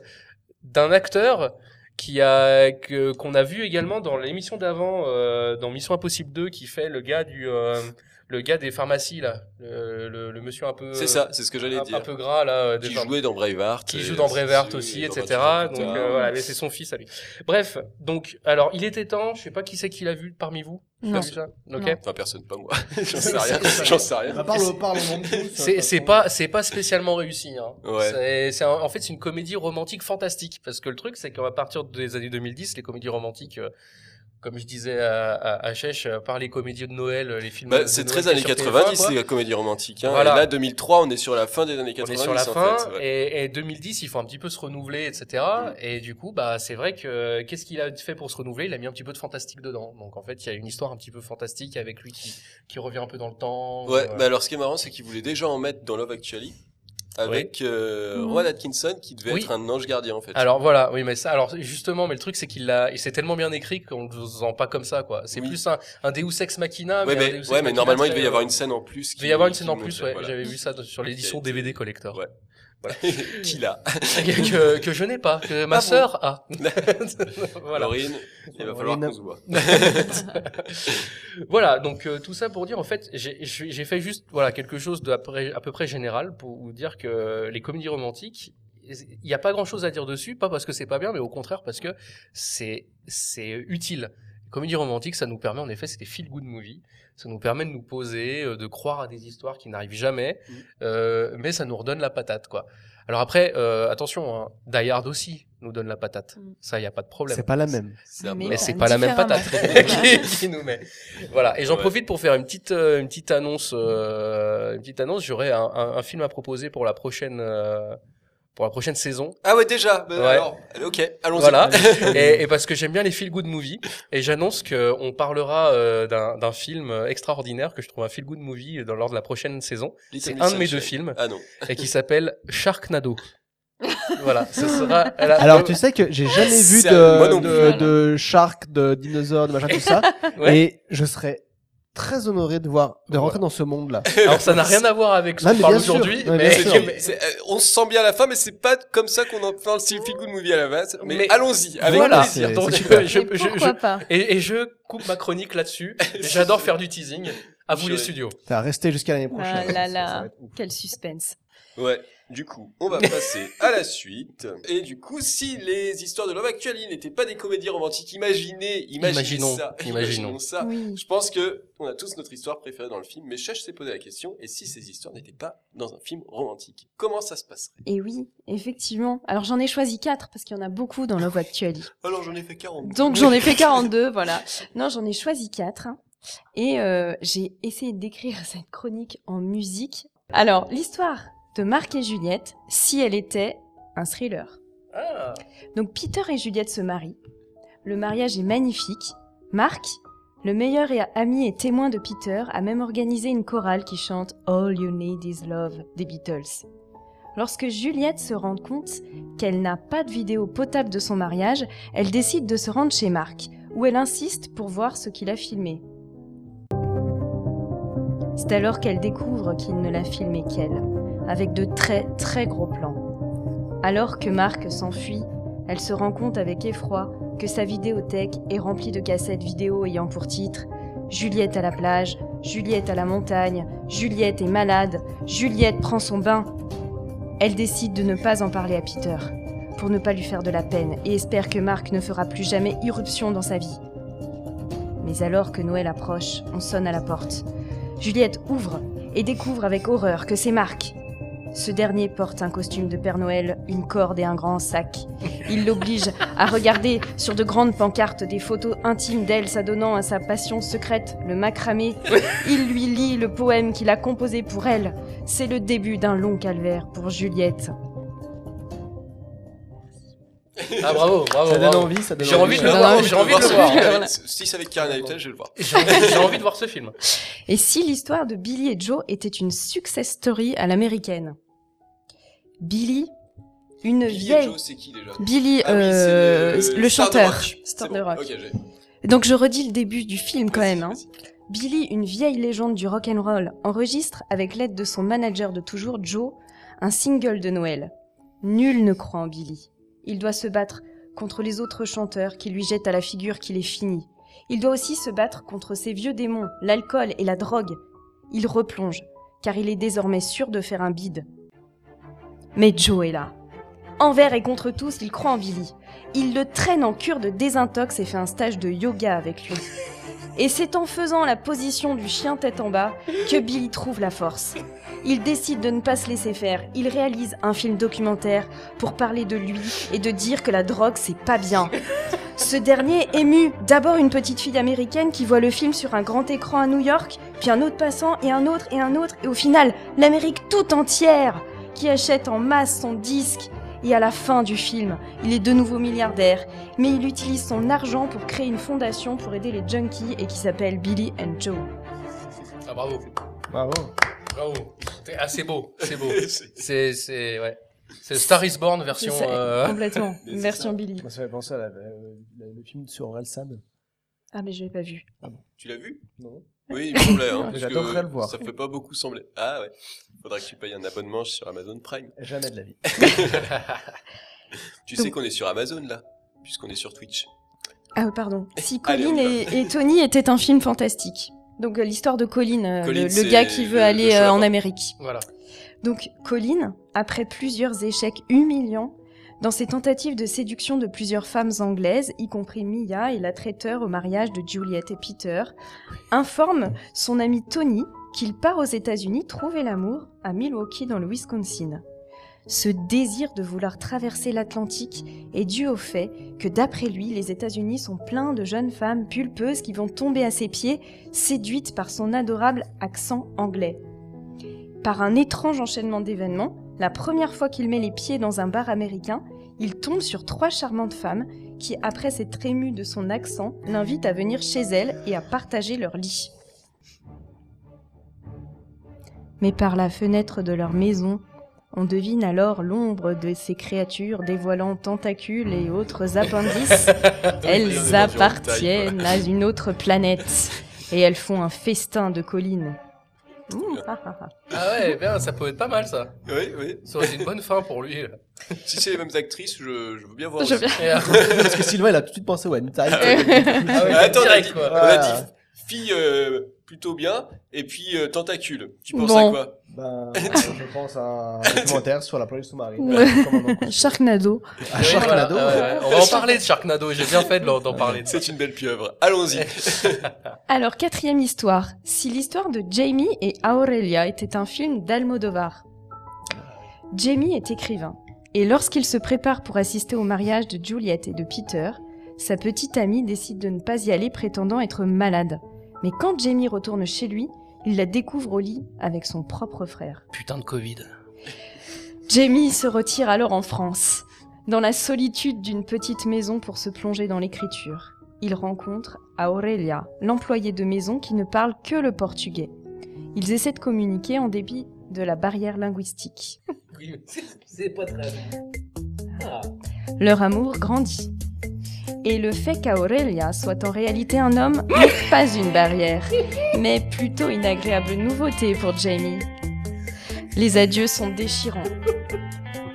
S2: d'un acteur qui a que- qu'on a vu également dans l'émission d'avant euh, dans Mission Impossible 2 qui fait le gars du euh, le gars des pharmacies là, le, le- le monsieur un peu
S1: C'est ça, c'est ce que
S2: un,
S1: j'allais
S2: un
S1: dire.
S2: peu gras là euh, des
S1: qui
S2: pharmacies.
S1: jouait dans Braveheart.
S2: qui
S1: et-
S2: joue dans Braveheart
S1: et
S2: aussi,
S1: dans
S2: etc.
S1: Braveheart,
S2: Donc
S1: etc.
S2: euh, voilà, mais c'est son fils à lui. Bref, donc alors il était temps. Je sais pas qui c'est qui l'a vu parmi vous. T'as
S3: Non.
S2: vu ça Ok.
S3: Non.
S1: Enfin, personne, pas
S2: <laughs>
S1: moi. J'en sais rien. J'en sais rien.
S4: parle, parle au nom de tous,
S2: C'est c'est pas c'est pas spécialement réussi. Hein.
S1: Ouais.
S2: C'est- c'est un- en fait c'est une comédie romantique fantastique parce que le truc c'est qu'à partir des années 2010 les comédies romantiques euh, comme je disais à, à, à Chèche, euh, par les comédies de Noël, euh, les films.
S1: Bah,
S2: de
S1: c'est
S2: Noël
S1: très
S2: qui
S1: années
S2: sont sur TF1,
S1: 90,
S2: quoi.
S1: c'est la comédie romantique. Hein.
S2: Voilà.
S1: Et là, 2003, on est sur la fin des années
S2: On
S1: 90.
S2: est sur la
S1: en
S2: fin
S1: fait, ouais. Mm.
S2: et, et 2010 il faut un petit peu se renouveler etc et du coup bah c'est vrai que euh, qu'est-ce qu'il a fait pour se renouveler il a mis un petit peu de fantastique dedans donc en fait il y a une histoire un petit peu fantastique avec lui qui, qui revient un peu dans le temps
S1: Ouais,
S2: Euh,
S1: bah alors ce qui est marrant, c'est qu'ils voulaient déjà en mettre dans Love Actually avec euh,
S3: Mhm.
S1: Rowan Atkinson qui devait
S2: Mmh. Oui.
S1: être un ange gardien en fait.
S2: alors voilà oui mais ça alors justement mais le truc c'est qu'il l'a et c'est tellement bien écrit qu'on ne sent pas comme ça quoi c'est
S1: Oui.
S2: plus un, un Deus Ex Machina
S1: ouais,
S2: un
S1: mais,
S2: Deus Ex
S1: ouais, mais
S2: Machina
S1: normalement, il
S2: très,
S1: devait y avoir
S2: euh,
S1: une scène en plus.
S2: il devait y avoir une
S1: qui
S2: scène en
S1: nous
S2: plus
S1: montrait,
S2: ouais
S1: voilà.
S2: j'avais vu ça dans- sur l'édition
S1: Qui a été-
S2: DVD collector
S1: Ouais. <laughs> qui l'a
S2: que, que je n'ai pas que ma
S1: Ah bon <laughs>
S2: sœur a <laughs> voilà
S1: Laurine, il va falloir
S4: Laurine.
S1: qu'on se voit.
S2: <laughs> voilà, donc euh, tout ça pour dire, en fait, j'ai- j'ai j'ai fait juste voilà quelque chose de à peu près- à peu près général pour vous dire que les comédies romantiques, il n'y a pas grand-chose à dire dessus, pas parce que c'est pas bien, mais au contraire parce que c'est c'est utile. Les comédies romantiques, ça nous permet, en effet, c'est des feel-good movies, ça nous permet de nous poser, euh, de croire à des histoires qui n'arrivent jamais,
S4: Mm.
S1: Mhm.
S2: euh, mais ça nous redonne la patate, quoi. Alors après, euh, attention, hein, Die Hard aussi nous donne la patate,
S3: Mhm.
S2: ça, il n'y a pas de problème.
S4: C'est pas la même.
S1: un
S3: Mais
S1: peu-
S2: Mais
S3: euh,
S2: c'est pas la même patate
S3: différemment.
S2: <laughs> qui, qui nous met. Voilà. Et j'en
S1: Ouais.
S2: profite pour faire une petite, euh, une petite annonce. euh, une petite annonce. J'aurai un, un- un film à proposer pour la prochaine, euh, pour la prochaine saison.
S1: Ah ouais, déjà bah,
S2: Ouais.
S1: alors, Ok, allons-y.
S2: Voilà. <laughs> et, et parce que j'aime bien les feel good movies. Et j'annonce que on parlera euh, d'un d'un film extraordinaire que je trouve un feel good movie euh, dans, lors de la prochaine saison
S1: Little
S2: C'est
S1: Miss
S2: un de mes deux
S1: Sunshine.
S2: films.
S1: Ah non.
S2: et qui s'appelle Sharknado. voilà. Ce sera. elle a-
S4: Alors, tu sais que j'ai jamais vu
S1: C'est un- moi
S4: de,
S1: non
S4: de,
S3: plus.
S4: de shark, de dinosaure, de machin, tout ça.
S2: <laughs> Ouais.
S4: Et je serais très honoré de voir, de rentrer dans ce monde-là.
S2: Alors ça n'a rien à voir avec ce
S4: Non,
S2: qu'on
S4: mais
S2: parle
S4: bien sûr.
S2: aujourd'hui.
S4: Non, mais
S2: mais-
S4: bien sûr.
S1: <laughs>
S2: mais-
S1: C'est- euh, on se sent bien à la fin, mais c'est pas comme ça qu'on en parle style feel good movie à la base. Mais,
S2: Mais-
S1: allons-y. Avec
S2: voilà.
S1: plaisir.
S4: C'est-
S2: Donc,
S4: c'est super.
S2: euh, je-
S3: Mais
S2: je- je-
S3: pourquoi pas
S2: Et, et je coupe ma chronique <laughs> là-dessus. J'adore faire du teasing. À vous les
S1: Chérie.
S2: studios.
S4: T'as resté jusqu'à l'année prochaine.
S3: Ah là
S4: Ça, ça
S3: là.
S4: va être ouf.
S3: Quel suspense.
S1: Ouais. Du coup, on va passer à la suite. Et du coup, si les histoires de Love Actually n'étaient pas des comédies romantiques, imaginez, imaginez
S2: Imaginons,
S1: ça.
S2: imaginons.
S1: ça.
S3: Oui.
S1: Je pense que on a tous notre histoire préférée dans le film, mais Chach s'est posé la question, et si ces histoires n'étaient pas dans un film romantique, comment ça se passerait
S3: Et oui, effectivement. Alors j'en ai choisi quatre parce qu'il y en a beaucoup dans Love Actually.
S1: Alors j'en ai fait 40.
S3: Donc j'en ai fait 42, voilà. Non, j'en ai choisi quatre. hein. Et euh, j'ai essayé de d'écrire <laughs> cette chronique en musique. Alors, l'histoire de Marc et Juliette, si elle était un thriller.
S2: Ah,
S3: Donc Peter et Juliette se marient. Le mariage est magnifique. Marc, le meilleur et- ami et témoin de Peter, a même organisé une chorale qui chante All You Need Is Love des Beatles. Lorsque Juliette se rend compte qu'elle n'a pas de vidéo potable de son mariage, elle décide de se rendre chez Marc, où elle insiste pour voir ce qu'il a filmé. C'est alors qu'elle découvre qu'il ne l'a filmé qu'elle, avec de très très gros plans. Alors que Marc s'enfuit, elle se rend compte avec effroi que sa vidéothèque est remplie de cassettes vidéo ayant pour titre Juliette à la plage, Juliette à la montagne, Juliette est malade, Juliette prend son bain. Elle décide de ne pas en parler à Peter, pour ne pas lui faire de la peine, et espère que Marc ne fera plus jamais irruption dans sa vie. Mais alors que Noël approche, on sonne à la porte. Juliette ouvre et découvre avec horreur que c'est Marc. Ce dernier porte un costume de Père Noël, une corde et un grand sac. Il l'oblige à regarder sur de grandes pancartes des photos intimes d'elle s'adonnant à sa passion secrète, le macramé. Il lui lit le poème qu'il a composé pour elle. C'est le début d'un long calvaire pour Juliette.
S2: Ah bravo, bravo.
S4: Ça donne
S2: bravo.
S4: envie, ça donne
S2: J'ai envie de le
S3: Ça
S2: voir,
S3: donne
S2: j'ai envie de le
S1: Voir
S2: voir.
S1: ce- avec- Si c'est avec Karen Knightley, je vais le voir.
S2: J'ai envie- j'ai envie de voir ce film.
S3: Et si l'histoire de Billy et Joe était une success story à l'américaine Billy, une
S1: Billy et
S3: vieille.
S1: Joe, c'est qui déjà
S3: Billy,
S1: Ah oui, c'est
S3: euh,
S1: le-
S3: le
S1: Star de
S3: chanteur.
S1: rock. C'est
S3: Star
S1: bon,
S3: de rock.
S1: ok, j'ai-
S3: Donc je redis le début du film quand
S1: Vas-y,
S3: même. hein.
S1: vas-y.
S3: Billy, une vieille légende du rock and roll, enregistre avec l'aide de son manager de toujours, Joe, un single de Noël. Nul ne croit en Billy. Il doit se battre contre les autres chanteurs qui lui jettent à la figure qu'il est fini. Il doit aussi se battre contre ses vieux démons, l'alcool et la drogue. Il replonge, car il est désormais sûr de faire un bide. Mais Joe est là. Envers et contre tous, il croit en Billy. Il le traîne en cure de désintox et fait un stage de yoga avec lui. Et c'est en faisant la position du chien tête en bas que Billy trouve la force. Il décide de ne pas se laisser faire. Il réalise un film documentaire pour parler de lui et de dire que la drogue, c'est pas bien. Ce dernier ému d'abord une petite fille américaine qui voit le film sur un grand écran à New York, puis un autre passant et un autre et un autre, et au final, l'Amérique tout entière qui achète en masse son disque. Et à la fin du film, il est de nouveau milliardaire mais il utilise son argent pour créer une fondation pour aider les junkies et qui s'appelle Billy and Joe.
S2: Ah bravo,
S4: Bravo.
S2: bravo. C'est- Ah c'est beau, c'est beau.
S1: <laughs>
S2: C'est c'est ouais. C'est Star is Born version.
S3: C'est ça,
S2: euh,
S3: Complètement.
S1: Ah. <laughs> Mais c'est
S3: Version
S1: ça.
S3: Billy.
S4: Moi, ça fait penser à la- euh, le le film sur Orelsan.
S3: Ah, mais je l'ai pas vu.
S1: Tu l'as vu
S4: Non.
S1: Oui, il me semblait.
S4: <laughs>
S1: hein, parce
S4: J'adorerais
S1: que
S4: le voir.
S1: Ça fait pas beaucoup sembler. Ah ouais. Faudra que tu payes un abonnement sur Amazon Prime.
S4: Jamais de la <laughs> vie.
S1: Tu
S3: Donc-
S1: sais qu'on est sur Amazon là, puisqu'on est sur Twitch.
S3: Ah,
S1: <laughs>
S3: pardon. Si
S1: Allez,
S3: Colin
S1: on
S3: et, et Tony était un film fantastique. Donc, euh, l'histoire de Colin, euh,
S1: Colin,
S3: le- le,
S1: c'est
S3: gars qui veut
S1: le-
S3: aller
S1: le
S3: euh, en
S1: chalabin.
S3: Amérique.
S2: Voilà.
S3: Donc, Colin, après plusieurs échecs humiliants, dans ses tentatives de séduction de plusieurs femmes anglaises, y compris Mia et la traiteur au mariage de Juliette et Peter, informe son ami Tony qu'il part aux États-Unis trouver l'amour à Milwaukee dans le Wisconsin. Ce désir de vouloir traverser l'Atlantique est dû au fait que, d'après lui, les États-Unis sont pleins de jeunes femmes pulpeuses qui vont tomber à ses pieds, séduites par son adorable accent anglais. Par un étrange enchaînement d'événements, la première fois qu'il met les pieds dans un bar américain, il tombe sur trois charmantes femmes qui, après s'être émues de son accent, l'invitent à venir chez elles et à partager leur lit. Mais par la fenêtre de leur maison, on devine alors l'ombre de ces créatures dévoilant tentacules et autres appendices. Elles appartiennent à une autre planète et elles font un festin de collines. Mmh, ah, ah, ah.
S2: Ah ouais, bien, ça peut être pas mal ça.
S1: Oui, oui.
S2: Ça aurait été une bonne fin pour lui. là.
S1: Si c'est les mêmes actrices, je, je veux bien voir.
S3: Je
S1: aussi.
S3: viens-
S2: Et, euh,
S4: Parce que Sylvain, il a tout de suite pensé au hentai.
S2: <laughs> ah
S4: <laughs>
S2: ouais,
S1: Attends,
S2: direct,
S1: on a dit-
S2: quoi.
S1: On a
S4: Ouais.
S1: dit fille euh, plutôt bien et puis euh, tentacule. Tu penses
S3: Bon.
S1: à quoi
S4: Ben, je pense à un documentaire sur la police sous-marine.
S3: Ouais.
S4: Comme
S2: <laughs>
S4: un encours.
S3: Sharknado.
S4: À
S2: Oui,
S4: <laughs> Sharknado.
S2: voilà, Ah ouais, ouais. On va en parler de Sharknado. J'ai bien fait de l'en- d'en parler.
S1: C'est une belle pieuvre. Allons-y.
S3: Alors, quatrième histoire. Si l'histoire de Jamie et Aurelia était un film d'Almodovar. Jamie est écrivain, et lorsqu'il se prépare pour assister au mariage de Juliette et de Peter, sa petite amie décide de ne pas y aller prétendant être malade. Mais quand Jamie retourne chez lui, il la découvre au lit avec son propre frère.
S2: <laughs> Putain de Covid.
S3: Jamie se retire alors en France. Dans la solitude d'une petite maison pour se plonger dans l'écriture, il rencontre Aurelia, l'employée de maison qui ne parle que le portugais. Ils essaient de communiquer en dépit de la barrière linguistique.
S9: C'est pas
S2: <laughs>
S9: très. Ah.
S3: Leur amour grandit. Et le fait qu'Aurelia soit en réalité un homme n'est pas une barrière, mais plutôt une agréable nouveauté pour Jamie. Les adieux sont déchirants.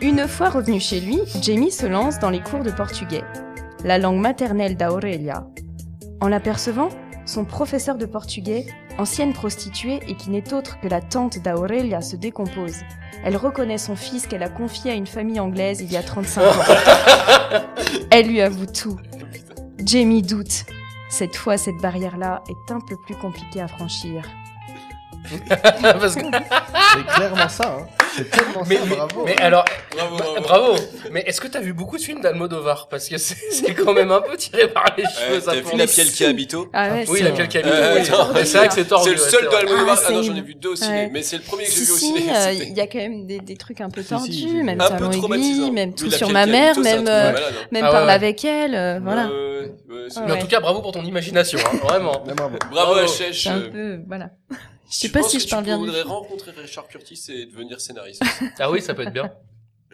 S3: Une fois revenu chez lui, Jamie se lance dans les cours de portugais, la langue maternelle d'Aurelia. En l'apercevant, son professeur de portugais, ancienne prostituée et qui n'est autre que la tante d'Aurelia, se décompose. Elle reconnaît son fils qu'elle a confié à une famille anglaise il y a 35 ans. Elle lui avoue tout. Jamie doute. Cette fois, cette barrière-là est un peu plus compliquée à franchir.
S2: Parce que-
S4: C'est clairement ça. Hein. C'est tellement <laughs>
S2: Mais,
S4: ça. bravo.
S2: mais alors,
S1: Bravo,
S2: bah,
S1: bravo.
S2: bravo. Mais est-ce que t'as vu beaucoup de films d'Almodovar Parce que c'est <laughs> c'est quand même un peu tiré par les cheveux.
S1: Ouais,
S2: ça,
S1: T'as
S2: pour
S1: vu
S2: le
S1: la piel
S2: coup.
S1: qui habito
S3: Ah ouais,
S2: Oui,
S3: c'est-
S2: la piel qui habite.
S1: Euh,
S2: oui.
S1: attends,
S2: Mais C'est vrai que c'est tordu.
S1: C'est le
S2: ouais,
S1: seul
S2: c'est
S1: de
S2: vrai.
S1: Almodovar.
S3: Ah,
S1: Ah non,
S3: c'est-
S1: j'en ai vu deux au ciné,
S3: ouais.
S1: mais c'est le premier que j'ai
S3: Si,
S1: vu au
S3: si,
S1: ciné.
S3: euh,
S1: c'était
S3: il y a quand même des, des trucs un peu
S4: Si, si,
S3: tordus,
S4: j'ai vu.
S3: même
S4: Un
S1: un peu
S3: Salon
S1: traumatisant.
S3: Aiguille, même
S1: Oui,
S3: tout
S1: la
S3: sur
S1: piel
S3: ma
S1: qui
S3: mère,
S1: habito, c'est un
S3: même,
S1: truc
S3: euh,
S1: de malade, hein.
S3: même
S2: Ah ouais,
S3: parle
S2: ouais.
S3: avec elle, euh, voilà.
S1: Ouais, ouais, c'est-
S2: Mais en
S3: Ouais.
S2: tout cas, bravo pour ton imagination, hein, vraiment.
S4: Mais bravo.
S1: Bravo,
S2: Bravo.
S1: HH.
S3: C'est un
S1: euh,
S3: peu, voilà. Je sais
S1: tu
S3: pas
S1: penses
S3: si
S1: que
S3: je parle
S1: tu
S3: bien. du
S1: voudrais
S3: film.
S1: rencontrer Richard Curtis et devenir scénariste.
S2: Ah oui, ça peut être bien.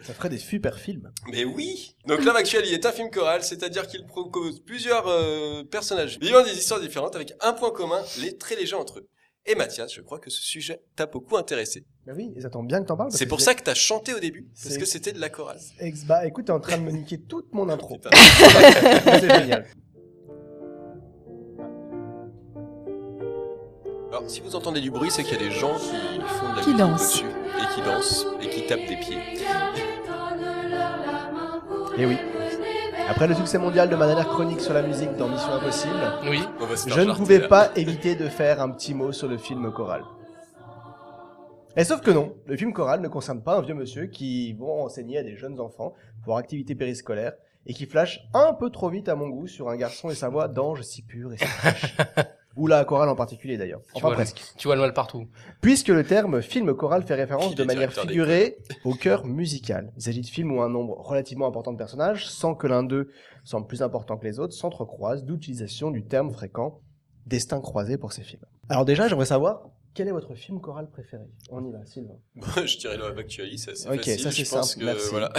S4: Ça ferait des super films.
S1: Mais oui Donc l'homme actuel, il est un film choral, c'est-à-dire qu'il propose plusieurs euh, personnages vivant des histoires différentes avec un point commun, les très légers entre eux. Et Mathias, je crois que ce sujet t'a beaucoup intéressé.
S4: Bah oui, ils attendent bien que t'en parles. parce
S1: C'est pour
S4: que-
S1: ça que t'as chanté au début, parce
S4: C'est-
S1: que c'était de la chorale.
S4: Ex- Bah écoute, t'es en train de me niquer toute mon intro.
S1: Putain.
S4: <laughs> C'est génial.
S1: Alors, si vous entendez du bruit, c'est qu'il y a des gens qui font de la
S3: Qui
S1: musique
S3: dansent.
S1: au-dessus, et qui dansent, et qui tapent des pieds.
S4: Et Eh oui. Après le succès mondial de ma dernière chronique sur la musique dans Mission Impossible,
S2: Oui.
S1: On va se faire
S4: je ne
S1: jarter,
S4: pouvais
S1: là.
S4: pas
S1: <laughs>
S4: éviter de faire un petit mot sur le film Choral. Et sauf que non, le film Choral ne concerne pas un vieux monsieur qui vont enseigner à des jeunes enfants pour activité périscolaire et qui flash un peu trop vite à mon goût sur un garçon et sa voix d'ange si pure et
S2: <laughs>
S4: si fraîche. Ou la chorale en particulier d'ailleurs. Enfin
S2: vois,
S4: presque.
S2: Tu vois le mal partout.
S4: Puisque le terme film choral fait référence
S1: Qui
S4: de
S1: est
S4: manière
S1: directeur des
S4: figurée au cœur musical. Il s'agit de films où un nombre relativement important de personnages, sans que l'un d'eux semble plus important que les autres, s'entrecroisent, d'où l'utilisation du terme fréquent destin croisé pour ces films. Alors déjà, j'aimerais savoir quel est votre film choral préféré. On y va, Sylvain.
S1: je dirais l'homme actuel, ça c'est
S4: Ok,
S1: facile.
S4: ça, c'est
S1: je pense que,
S4: simple, merci. <laughs>
S1: voilà.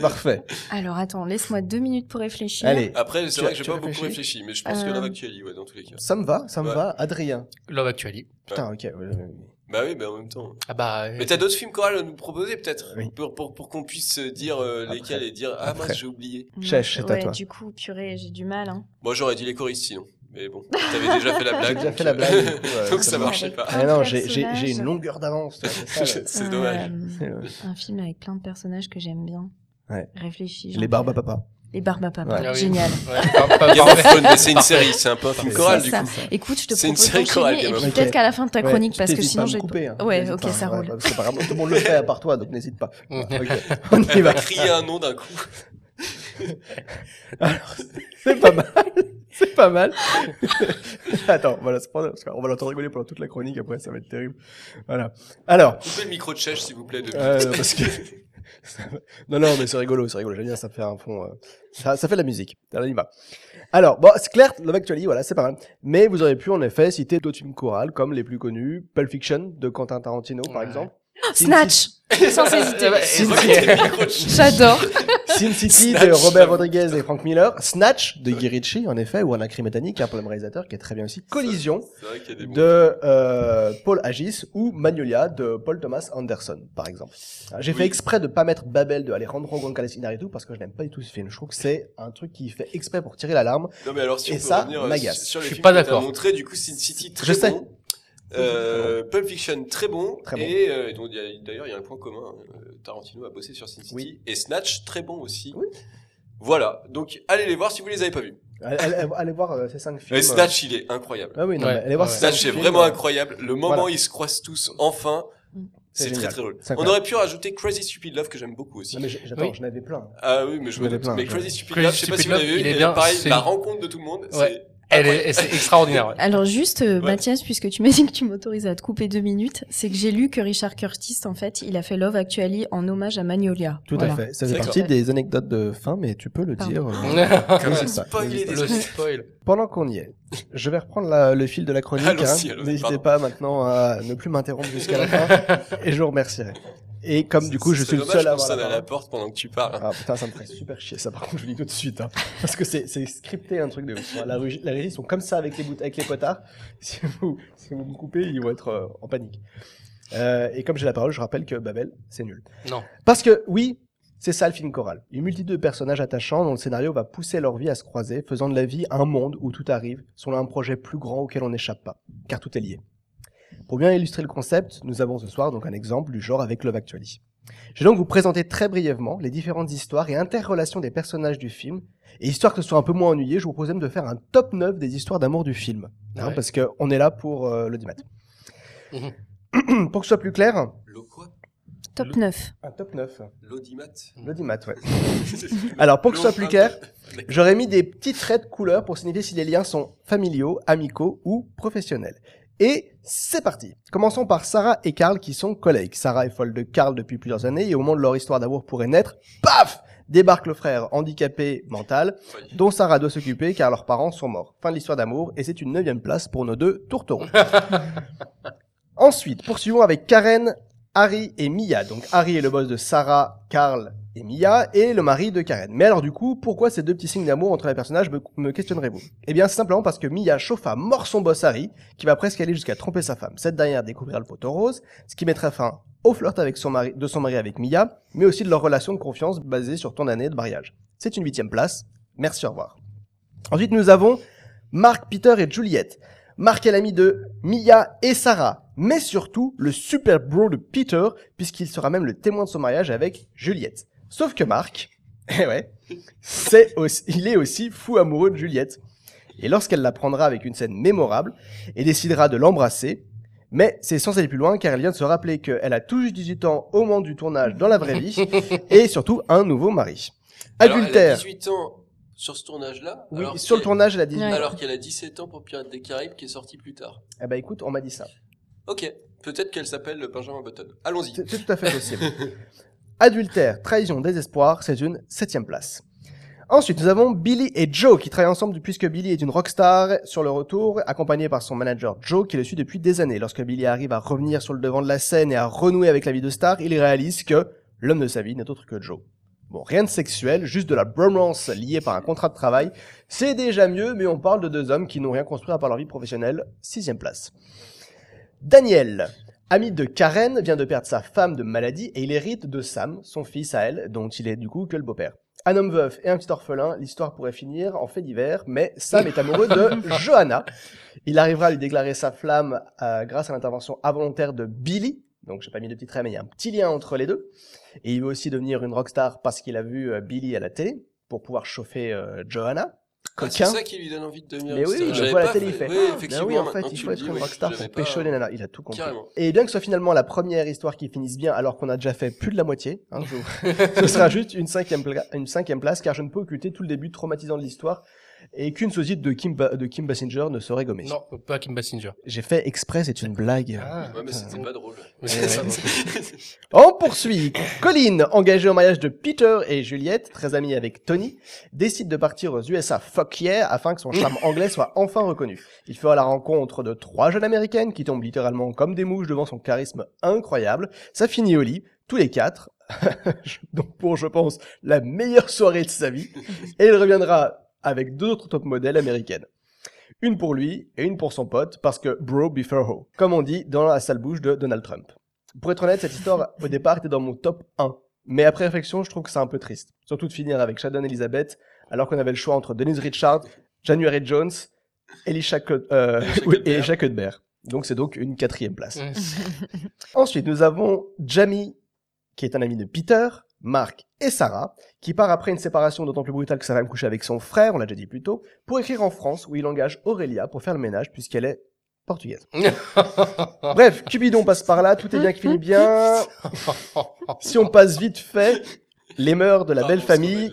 S3: <laughs>
S4: parfait.
S3: Alors attends, laisse-moi deux minutes pour réfléchir.
S4: Allez,
S1: Après,
S4: Tu-
S1: c'est vrai que j'ai
S4: tu
S1: pas beaucoup
S4: réfléchis
S1: réfléchi, mais je pense que
S3: Euh.
S1: l'homme actuel, ouais, dans tous les cas.
S4: ça me va, ça me
S1: Ouais.
S4: va. Adrien.
S2: Love Actually.
S4: Putain, ok. ouais, ouais, ouais.
S1: Bah oui, mais en même temps.
S2: Ah bah. euh,
S1: Mais t'as d'autres films chorales à nous proposer peut-être
S4: Oui.
S1: pour, pour, pour qu'on puisse dire euh,
S4: Après.
S1: lesquels et dire ah
S4: Après.
S1: mince j'ai oublié.
S3: Non,
S4: Chèche, c'est à
S3: Mmh. ouais,
S4: toi.
S3: Du coup, purée, j'ai du mal. Hein.
S1: Moi j'aurais dit les choristes sinon. Mais bon, t'avais déjà fait la blague.
S4: <laughs> J'ai déjà
S1: donc,
S3: hein.
S4: fait la blague. du coup,
S1: euh,
S4: euh,
S1: donc
S4: ça
S1: ça
S4: me va.
S1: marchait
S3: marche.
S1: pas.
S4: Mais non, j'ai- j'ai
S3: Personnages.
S4: j'ai une longueur d'avance. toi,
S1: <laughs>
S4: c'est ça,
S1: <laughs>
S4: là.
S1: C'est dommage.
S3: Euh, un film avec plein de personnages que j'aime bien.
S4: Ouais.
S3: Réfléchis.
S4: Les barbes à papa.
S3: Les barbes à papa.
S4: Ouais.
S2: Ah oui.
S3: Génial.
S2: Ah ouais, pas- pas-
S1: Il y a
S2: parfait.
S1: un fun, mais c'est une série, c'est un peu un film
S4: C'est
S1: choral du
S3: ça.
S1: coup.
S3: Écoute, je te
S1: C'est une
S3: propose
S1: série chorale,
S3: d'enchaîner
S1: Game
S3: et puis
S4: of
S3: peut-être
S4: Thrones.
S3: qu'à la fin de ta
S4: Ouais,
S3: chronique,
S4: tu
S3: parce que
S4: t'hésites
S3: sinon
S4: pas à me
S3: je vais.
S4: couper, hein.
S3: Ouais,
S4: N'hésite
S3: ok,
S4: pas,
S3: ça
S4: ouais,
S3: roule.
S4: bah, c'est pas grave, tout le monde le fait à part toi, donc
S3: <laughs>
S4: n'hésite pas. Ok, on y
S1: Elle
S4: va.
S1: va crier un nom d'un coup.
S4: Alors, c'est pas mal. C'est pas mal. <laughs> Attends, voilà, c'est pas- parce qu'on va l'entendre rigoler pendant toute la chronique, après ça va être terrible. Voilà. Alors,
S1: Coupez le micro de chèche s'il vous plaît. De...
S4: euh,
S1: <laughs>
S4: parce que... <laughs> Non, non, mais c'est rigolo, c'est rigolo. J'aime bien, ça fait un fond... euh, Ça, ça fait de la musique. Alors, on y va. Alors, bon, c'est clair, Love Actually, voilà, c'est pas mal. Mais vous auriez pu, en effet, citer d'autres films chorales, comme les plus connus, Pulp Fiction, de Quentin Tarantino, par
S2: Ouais.
S4: exemple. Sin
S3: Ah, Snatch Sans
S2: Ah
S4: <laughs>
S3: hésiter.
S1: Eh,
S2: bah,
S4: Sin
S2: ok.
S4: City.
S3: J'adore.
S4: Sin City
S1: Snatch.
S4: de Robert Rodriguez et Frank Miller, Snatch de Guy Ritchie en effet, ou un acrimatanik, un problème réalisateur qui est très bien aussi, Collision
S1: C'est vrai qu'il y a des bons.
S4: de euh, Paul Agis ou Magnolia de Paul Thomas Anderson par exemple. Alors, J'ai
S1: Oui.
S4: fait exprès de pas mettre Babel de Alejandro González Inarritu parce que je n'aime pas du tout ce film. Je trouve que c'est un truc qui fait exprès pour tirer l'alarme.
S1: Non mais alors si
S4: Et
S1: on peut
S4: ça
S1: revenir euh,
S4: m'agace.
S1: sur- sur les
S2: Je suis
S1: films
S2: pas
S1: que t'as
S2: d'accord.
S1: montré du coup Sin City très
S4: Je sais.
S1: bon. Euh, Pulp Fiction très bon,
S4: Très bon.
S1: et euh, et donc, il y a- d'ailleurs il y a un point commun euh, Tarantino a bossé sur Sin City
S4: Oui.
S1: et Snatch très bon aussi
S4: Oui.
S1: voilà donc allez les voir si vous les avez pas vus
S4: Allez, allez- allez voir euh, ces cinq films.
S1: et Snatch il est incroyable
S4: Ah oui, non,
S2: Ouais,
S4: mais allez voir
S2: ouais.
S4: ces cinq
S1: Snatch est
S4: films.
S1: vraiment incroyable le moment
S4: Voilà.
S1: où ils se croisent tous enfin
S3: Mm.
S4: C'est
S1: c'est très
S4: génial.
S1: très drôle
S4: C'est
S1: on
S4: incroyable.
S1: aurait pu rajouter Crazy Stupid Love que j'aime beaucoup aussi
S4: Non, mais j'- j'attends,
S2: Oui.
S4: j'en avais plein.
S1: ah oui mais je
S4: Il y
S1: me
S4: en avait
S1: doute
S4: plein,
S1: mais
S4: ouais.
S1: Crazy Stupid
S2: Crazy
S1: Love je sais pas
S2: Stupid
S1: si vous l'avez
S2: Love,
S1: vu
S2: il est
S1: et
S2: bien,
S1: pareil
S2: c'est-
S1: la rencontre de tout le monde
S2: Ouais.
S1: c'est
S2: Elle est, et c'est
S1: <laughs>
S2: extraordinaire. ouais.
S3: Alors juste, euh,
S1: Ouais.
S3: Mathias, puisque tu m'as dit que tu m'autorisais à te couper deux minutes, c'est que j'ai lu que Richard Curtis, en fait, il a fait Love Actually en hommage à Magnolia.
S4: Tout
S3: Voilà.
S4: à fait. Ça fait
S1: D'accord.
S4: partie des anecdotes de fin, mais tu peux le
S3: Pardon.
S4: dire. euh,
S1: Comme
S4: n'hésite
S1: ça,
S4: pas,
S1: spoil
S4: n'hésite
S1: les-
S4: pas.
S2: Le spoil.
S4: Pendant qu'on y est, je vais reprendre la- le fil de la chronique.
S1: Allons-y,
S4: hein.
S1: allons-y,
S4: N'hésitez
S1: pardon.
S4: pas maintenant à ne plus m'interrompre jusqu'à
S1: <laughs>
S4: la fin, et je vous remercierai. Et comme du coup, je
S1: C'est
S4: suis le
S1: dommage
S4: seul à
S1: qu'on
S4: avoir la
S1: sonne à la
S4: parole.
S1: porte pendant que tu parles.
S4: Ah putain, ça me ferait super chier, ça par contre, je vous le dis tout de suite. hein. Parce que c'est c'est scripté un truc de ouf. La régie, la régie sont comme ça avec les, bout- avec les potards. <laughs> Si vous, si vous me coupez, ils vont être euh, en panique. Euh, et comme j'ai la parole, je rappelle que Babel, c'est nul.
S2: Non.
S4: Parce que oui, c'est ça le film choral. Une multitude de personnages attachants dont le scénario va pousser leur vie à se croiser, faisant de la vie un monde où tout arrive, selon un projet plus grand auquel on n'échappe pas, car tout est lié. Pour bien illustrer le concept, nous avons ce soir donc un exemple du genre avec Love Actually. Je vais donc vous présenter très brièvement les différentes histoires et interrelations des personnages du film. Et histoire que ce soit un peu moins ennuyé, je vous propose même de faire un top 9 des histoires d'amour du film. hein,
S2: Ouais.
S4: Parce qu'on est là pour euh, l'audimat. <clears throat> pour que ce soit plus clair,
S1: L'eau quoi
S3: Top
S2: Le-
S3: 9.
S4: un top 9.
S1: L'audimat
S4: L'audimat, ouais. Alors, pour que ce soit plus clair, J'aurais mis des petits traits de couleur pour signifier si les liens sont familiaux, amicaux ou professionnels. Et c'est parti. Commençons par Sarah et Karl qui sont collègues. Sarah est folle de Karl depuis plusieurs années et au moment de leur histoire d'amour pourrait naître, paf Débarque le frère handicapé mental dont Sarah doit s'occuper car leurs parents sont morts. Fin de l'histoire d'amour et c'est une neuvième place pour nos deux tourterons. Ensuite, poursuivons avec Karen, Harry et Mia. Donc Harry est le boss de Sarah, Karl et Mia, et le mari de Karen. Mais alors du coup, pourquoi ces deux petits signes d'amour entre les personnages me, me questionnerez-vous Eh bien, c'est simplement parce que Mia chauffe à mort son boss Harry, qui va presque aller jusqu'à tromper sa femme. Cette dernière découvrira le poteau rose, ce qui mettra fin au flirt avec son mari, de son mari avec Mia, mais aussi de leur relation de confiance basée sur ton année de mariage. C'est une huitième place. Merci, au revoir. Ensuite, nous avons Marc, Peter et Juliette. Marc est l'ami de Mia et Sarah, mais surtout le super bro de Peter, puisqu'il sera même le témoin de son mariage avec Juliette. Sauf que Marc, <laughs> eh ouais, c'est aussi- il est aussi fou amoureux de Juliette. Et lorsqu'elle l'apprendra avec une scène mémorable, et décidera de l'embrasser, mais c'est sans aller plus loin car elle vient de se rappeler qu'elle a tout juste 18 ans au moment du tournage dans la vraie
S1: <laughs>
S4: vie, et surtout un nouveau mari.
S1: Elle a
S4: Adultère.
S1: 18 ans sur ce tournage-là.
S4: Oui,
S1: alors
S4: sur le
S1: qu'elle-
S4: tournage, elle a 18
S3: Ouais.
S1: Alors qu'elle a 17 ans pour Pirates des Caraïbes qui est sorti plus tard.
S4: Eh ben écoute, on m'a dit ça.
S1: Ok, peut-être qu'elle s'appelle Benjamin Button. Allons-y.
S4: C'est c'est tout à fait possible. <laughs> Adultère, trahison, désespoir, c'est une septième place. Ensuite, nous avons Billy et Joe qui travaillent ensemble depuis- puisque Billy est une rockstar sur le retour, accompagné par son manager Joe qui le suit depuis des années. Lorsque Billy arrive à revenir sur le devant de la scène et à renouer avec la vie de star, il réalise que l'homme de sa vie n'est autre que Joe. Bon, rien de sexuel, juste de la bromance liée par un contrat de travail. C'est déjà mieux, mais on parle de deux hommes qui n'ont rien construit à part leur vie professionnelle. Sixième place. Daniel, Ami de Karen vient de perdre sa femme de maladie et il hérite de Sam, son fils à elle, dont il est du coup que le beau-père. Un homme veuf et un petit orphelin, l'histoire pourrait finir en fait divers, mais Sam est amoureux de Johanna. Il arrivera à lui déclarer sa flamme euh, grâce à l'intervention involontaire de Billy. Donc j'ai pas mis de petit trait, mais il y a un petit lien entre les deux. Et il veut aussi devenir une rockstar parce qu'il a vu euh, Billy à la télé pour pouvoir chauffer euh, Johanna.
S1: Ah,
S4: Coquin.
S1: c'est ça qui lui donne envie de devenir
S4: Mais oui,
S1: rockstar.
S4: il le
S1: J'avais
S4: voit à la
S1: pas
S4: télé, il
S1: fait.
S4: fait,
S1: Oui, effectivement,
S4: Ben oui, en fait,
S1: maintenant que
S4: il
S1: tu
S4: faut
S1: le
S4: être
S1: dis,
S4: une
S1: oui,
S4: rockstar
S1: j'avais
S4: pour
S1: pas-
S4: pécho les nanas. Il a tout compris.
S1: Carrément.
S4: Et bien que ce soit finalement la première histoire qui finisse bien, alors qu'on a déjà fait plus de la moitié, hein, je vous-
S1: <laughs>
S4: ce sera juste une cinquième, pla- une cinquième place, car je ne peux occulter tout le début traumatisant de l'histoire et qu'une sosite de Kim, Ba- de Kim Basinger ne saurait gommer.
S2: non, pas Kim Basinger.
S4: J'ai fait exprès, c'est une blague.
S2: Ah.
S1: Ouais, mais c'était pas drôle.
S2: Mais c'est ça.
S4: On poursuit. Colin, engagé au mariage de Peter et Juliette, très ami avec Tony, décide de partir aux USA fuck yeah afin que son charme anglais soit enfin reconnu. Il fera la rencontre de trois jeunes américaines qui tombent littéralement comme des mouches devant son charisme incroyable. Ça finit au lit, tous les quatre. <laughs> Donc pour, je pense, la meilleure soirée de sa vie. Et il reviendra avec deux autres top modèles américaines. Une pour lui et une pour son pote, parce que bro before ho, comme on dit dans la sale bouche de Donald Trump. Pour être honnête, cette histoire, au départ, était dans mon top 1. Mais après réflexion, je trouve que c'est un peu triste. Surtout de finir avec Shadow Elizabeth, alors qu'on avait le choix entre Denise Richard, January Jones, Elisha Co- euh,
S1: Elisha
S4: <laughs> oui,
S1: Cuthbert.
S4: et Jacques Hudbert. Donc c'est donc une quatrième place. <laughs>
S2: Mm.
S4: Ensuite, nous avons Jamie, qui est un ami de Peter, Marc et Sarah, qui part après une séparation d'autant plus brutale que Sarah aime coucher avec son frère, on l'a déjà dit plus tôt, pour écrire en France où il engage Aurélia pour faire le ménage puisqu'elle est portugaise. Bref, Cubidon passe par là, tout est bien qui finit
S1: Ah,
S4: bien. Si on passe vite fait, les mœurs de la belle famille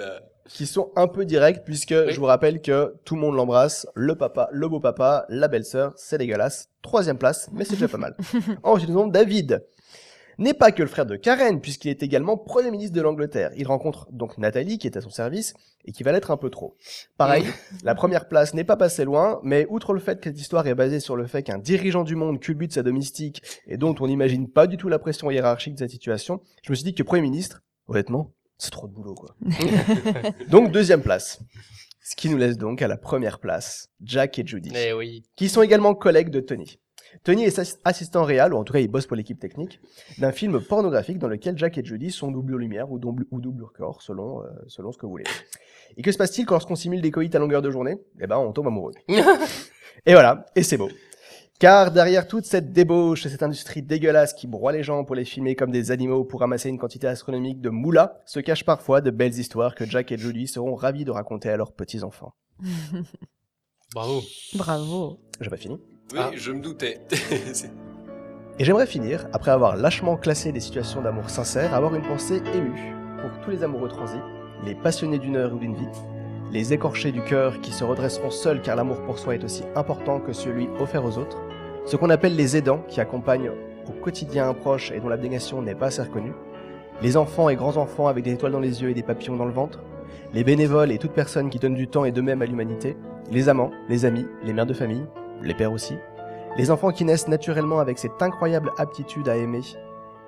S4: qui sont un peu directs, puisque je vous rappelle que tout le monde l'embrasse, le papa, le beau-papa, la belle-sœur, c'est dégueulasse. Troisième place, mais c'est déjà pas mal. Ensuite, nous avons David. N'est pas que le frère de Karen, puisqu'il est également Premier ministre de l'Angleterre. Il rencontre donc Nathalie, qui est à son service, et qui va l'être un peu trop. Pareil, <laughs> la première place n'est pas passée loin, mais outre le fait que cette histoire est basée sur le fait qu'un dirigeant du monde culbute sa domestique, et dont on n'imagine pas du tout la pression hiérarchique de cette situation, je me suis dit que Premier ministre, honnêtement, c'est trop de boulot, quoi. donc, deuxième place. Ce qui nous laisse donc à la première place, Jack et Judy,
S2: Mais Eh oui.
S4: qui sont également collègues de Tony. Tony est assi- assistant réel, ou en tout cas il bosse pour l'équipe technique, d'un film pornographique dans lequel Jack et Judy sont double lumière ou double, ou double corps, selon, euh, selon ce que vous voulez. Et que se passe-t-il quand on simule des coïts à longueur de journée Eh ben, on tombe amoureux. et voilà, et c'est beau. Car derrière toute cette débauche et cette industrie dégueulasse qui broie les gens pour les filmer comme des animaux pour ramasser une quantité astronomique de moula, se cachent parfois de belles histoires que Jack et Judy seront ravis de raconter à leurs petits-enfants.
S2: Bravo.
S3: Bravo.
S4: J'ai pas fini.
S1: Oui, je me doutais. <laughs> C'est-
S4: Et j'aimerais finir, après avoir lâchement classé les situations d'amour sincères, avoir une pensée émue pour tous les amoureux transis, les passionnés d'une heure ou d'une vie, les écorchés du cœur qui se redresseront seuls car l'amour pour soi est aussi important que celui offert aux autres, ce qu'on appelle les aidants qui accompagnent au quotidien un proche et dont l'abnégation n'est pas assez reconnue, les enfants et grands-enfants avec des étoiles dans les yeux et des papillons dans le ventre, les bénévoles et toute personne qui donne du temps et d'eux-mêmes à l'humanité, les amants, les amis, les mères de famille, les pères aussi, les enfants qui naissent naturellement avec cette incroyable aptitude à aimer,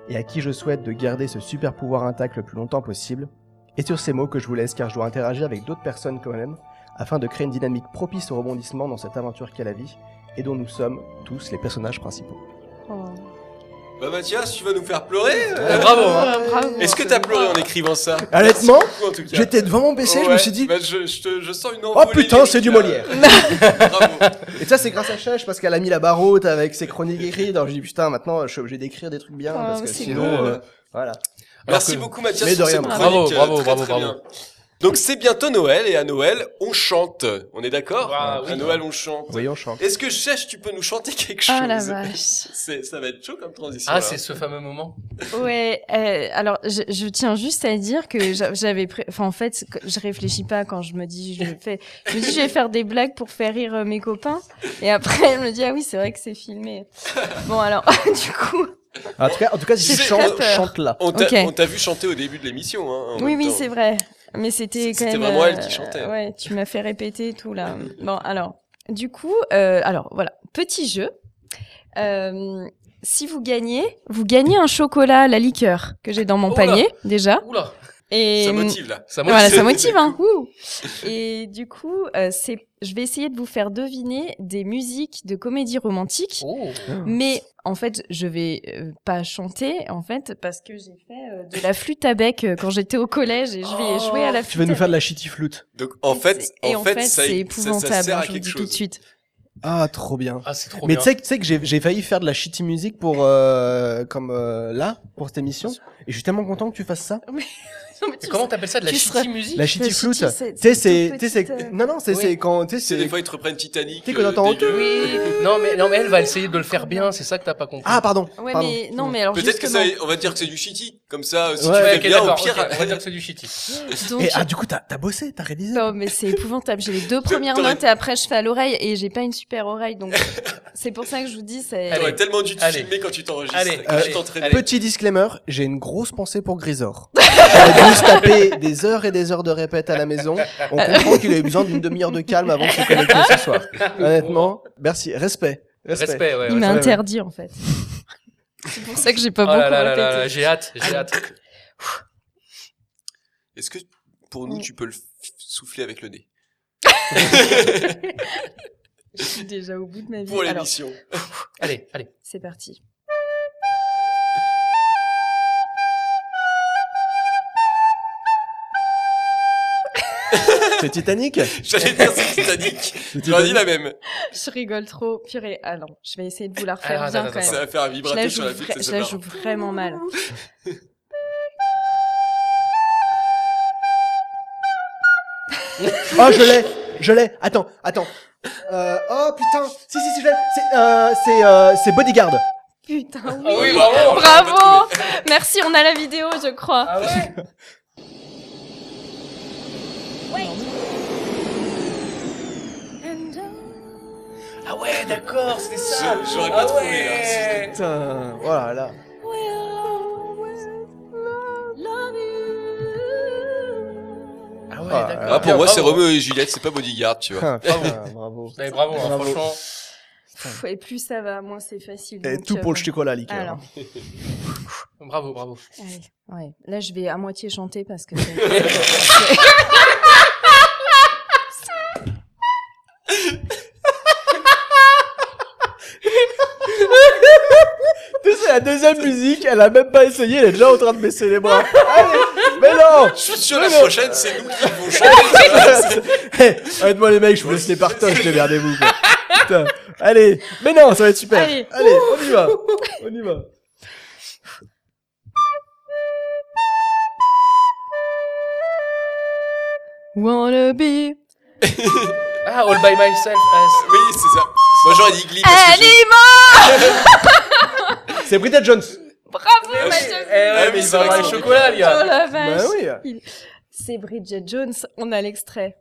S4: et à qui je souhaite de garder ce super pouvoir intact le plus longtemps possible, et sur ces mots que je vous laisse car je dois interagir avec d'autres personnes quand même, afin de créer une dynamique propice au rebondissement dans cette aventure qu'est la vie, et dont nous sommes tous les personnages principaux.
S3: Oh
S1: Bah Mathias, tu vas nous faire pleurer euh,
S2: Bravo. hein.
S1: Est-ce que t'as pleuré en écrivant ça
S4: Honnêtement,
S1: Ou en tout cas.
S4: j'étais devant mon PC, je me
S1: Ouais,
S4: suis dit,
S1: bah, je, je te- je sens une
S4: oh
S1: envolée
S4: putain, c'est du
S1: lyrique,
S4: Molière.
S1: là. Bravo.
S4: Et ça, c'est grâce à Chèche parce qu'elle a mis la barre haute avec ses chroniques écrites. Alors, je dis putain, maintenant, je suis obligé d'écrire des trucs bien
S3: Ah,
S4: parce que
S3: c'est
S4: sinon,
S1: cool.
S4: euh, voilà.
S2: Alors
S1: Merci
S2: que-
S1: beaucoup Mathias
S4: Mais de
S1: pour
S4: rien.
S1: cette
S3: Bravo,
S1: chronique, euh,
S2: bravo,
S1: très,
S2: bravo,
S1: très
S2: bravo.
S1: bien. Donc c'est bientôt Noël et à Noël on chante. On est d'accord
S2: Ah, oui.
S1: À Noël on chante.
S4: Voyons, chante.
S1: Est-ce que Chèche, tu peux nous chanter quelque chose
S3: Ah la vache.
S1: C'est- Ça va être chaud comme transition.
S2: Ah,
S1: là.
S2: c'est ce fameux moment.
S3: Ouais, euh, alors je, je tiens juste à dire que j'a- j'avais, pré- enfin en fait, que je réfléchis pas quand je me dis, je fais, je me dis, je vais faire des blagues pour faire rire euh, mes copains, et après je me dis ah oui c'est vrai que c'est filmé. Bon alors <laughs> du coup,
S4: En tout cas, en tout cas, si
S1: J'ai
S4: tu
S1: très
S4: chantes,
S3: peur.
S4: chante là.
S1: On t'a
S3: Ok.
S1: on t'a vu chanter au début de l'émission. Hein, en
S3: oui
S1: même
S3: oui
S1: temps.
S3: c'est vrai, mais c'était quand
S1: C'était
S3: même. euh,
S1: vraiment elle qui chantait.
S3: Ouais, tu m'as fait répéter
S1: <laughs>
S3: tout là. Bon alors, du coup, euh, alors voilà, petit jeu. Euh, si vous gagnez, vous gagnez un chocolat à la liqueur que j'ai dans mon
S2: Oh là.
S3: panier déjà.
S2: Oula.
S3: Et
S1: Ça motive là.
S2: Ça
S3: Voilà,
S2: motive.
S3: ça motive, hein. Ouh. <laughs> Et du coup, euh, c'est, je vais essayer de vous faire deviner des musiques de comédie romantique,
S2: Oh.
S3: mais en fait, je vais euh, pas chanter, en fait, parce que j'ai fait euh, de la flûte à bec euh, quand j'étais au collège et je vais jouer à la flûte.
S4: Tu vas nous
S3: à
S4: faire de la shitty flûte.
S1: Donc en
S3: bec.
S1: fait,
S3: et
S1: en fait, ça-
S3: c'est
S1: ça,
S3: épouvantable.
S1: ça sert
S3: hein,
S1: à
S3: je vous le
S1: quelque
S3: dis tout de
S1: chose.
S3: suite.
S4: Ah, trop bien.
S2: Ah, c'est trop
S4: Mais
S2: bien.
S4: tu sais que- tu sais que j'ai j'ai failli faire de la shitty musique pour euh, comme euh, là pour cette émission et je suis tellement content que tu fasses ça.
S2: Mais comment t'appelles ça de la
S3: tu
S2: shitty
S3: seras-
S2: musique
S4: La shitty
S3: shitty,
S4: flûte. Tu
S3: c'est-
S4: sais
S3: c'est
S4: c'est
S3: toute
S4: tu sais
S3: petite,
S4: c'est non non c'est
S2: Oui.
S4: c'est quand tu sais
S1: C'est des
S4: c'est
S1: fois ils te reprennent Titanic.
S4: Tu sais, quand
S1: euh,
S4: t'entends-
S1: dégueu.
S2: Oui. Non mais non mais elle va essayer de le faire bien. C'est ça que t'as pas compris.
S4: ah pardon.
S3: Ouais,
S4: pardon.
S3: mais non, mais alors
S1: Peut-être que ça,
S3: justement,
S1: on va dire que c'est du shitty. Comme ça, si
S4: Ouais,
S1: tu
S2: Ouais,
S1: fais
S2: ok,
S1: bien, au
S2: d'accord.
S1: pire.
S2: ok, on va dire que c'est du shitty.
S3: donc-
S1: Eh,
S4: Et ah du coup t'as t'as bossé t'as révisé.
S3: Non, mais c'est épouvantable. J'ai les deux premières
S1: T'aurais-
S3: notes et après je fais à l'oreille et j'ai pas une super oreille. Donc c'est pour ça que je vous dis, c'est.
S2: Allez.
S1: T'aurais tellement dû te
S2: Allez.
S1: filmer quand tu t'enregistres.
S2: Allez,
S1: quand
S2: allez,
S1: tu t'entraînes.
S2: allez.
S4: Petit disclaimer, j'ai une grosse pensée pour Grisor. <laughs> J'aurais dû se taper des heures et des heures de répète à la maison. On comprend qu'il a eu besoin d'une demi-heure de calme avant de se connecter ce soir. Honnêtement, merci, respect. Respect.
S2: Respect. Ouais.
S3: Il
S2: ouais.
S3: m'a
S4: ouais.
S3: interdit en fait. <laughs> c'est pour ça que j'ai pas
S2: Oh
S3: beaucoup
S2: là là là là,
S3: répété.
S2: j'ai hâte, j'ai hâte.
S1: Est-ce que pour nous, tu peux le f- souffler avec le nez
S3: Je suis déjà au bout de ma vie.
S1: Pour
S3: Alors,
S1: l'émission.
S2: Allez, allez.
S3: c'est parti.
S4: C'est Titanic.
S1: J'allais dire c'est Titanic.
S2: <laughs>
S4: C'est
S1: Tu aurais dit
S4: Titanic.
S1: la même.
S3: Je rigole trop. Purée. Ah non, je vais essayer de vous la
S2: Ah,
S3: refaire
S2: non,
S3: bien
S2: non,
S3: quand
S2: non,
S1: Ça
S3: même.
S1: va faire un
S3: Je la
S1: vibrato
S3: joue,
S1: sur la
S3: vra-
S1: flûte.
S3: je
S1: ça
S3: la
S1: marche.
S3: joue vraiment mal.
S4: Oh, je l'ai, je l'ai. Attends, attends. Euh, oh putain, si si si je l'ai. C'est euh, c'est euh, c'est Bodyguard.
S3: Putain, oui.
S2: Ah oui, bravo.
S3: Bravo Merci, on a la vidéo, je crois.
S2: Ah ouais. Ah ouais, d'accord, c'était ça.
S1: Je- j'aurais pas
S2: Ah
S1: trouvé,
S2: ouais.
S4: Putain, voilà, là.
S2: Ah ouais,
S4: Ah,
S2: d'accord.
S1: Ah, pour moi, c'est
S2: Bravo.
S1: Romeo et Juliette, c'est pas Bodyguard, tu
S2: <laughs>
S1: vois.
S4: Ah, putain, bravo.
S2: Ouais, bravo, hein,
S4: Bravo.
S2: franchement.
S3: Pff, et plus ça va, moins c'est facile.
S4: Et
S3: donc,
S4: tout pour le
S3: euh,
S4: chocolat, liqueur.
S3: Alors,
S2: Bravo, bravo.
S3: allez, ouais. Là, je vais à moitié chanter parce que.
S4: Tu sais, la deuxième musique, elle a même pas essayé, elle est déjà en train de baisser les bras. Allez, mais non
S1: Je suis sûr, la prochaine, c'est nous qui vont chanter.
S4: hey, Aide-moi les mecs, je vous laisse les partages, démerdez-vous. quoi. Putain. Allez, mais non, ça va être super.
S3: Allez.
S4: on y va. On y va.
S3: Wanna be
S2: Ah, all by myself. ah, c'est-
S1: Oui, c'est ça. Moi, j'aurais dit Glee parce que je-
S4: C'est Britta Jones.
S3: Bravo,
S1: Ah,
S3: Mathieu.
S1: c'est-
S2: Eh ouais,
S1: mais
S2: mais
S1: c'est
S2: ils ont
S1: vrai
S2: les
S1: que c'est-
S2: chocolats, les
S3: Oh
S2: gars.
S3: la vache.
S4: Bah oui.
S3: Il- C'est Bridget Jones, on a l'extrait.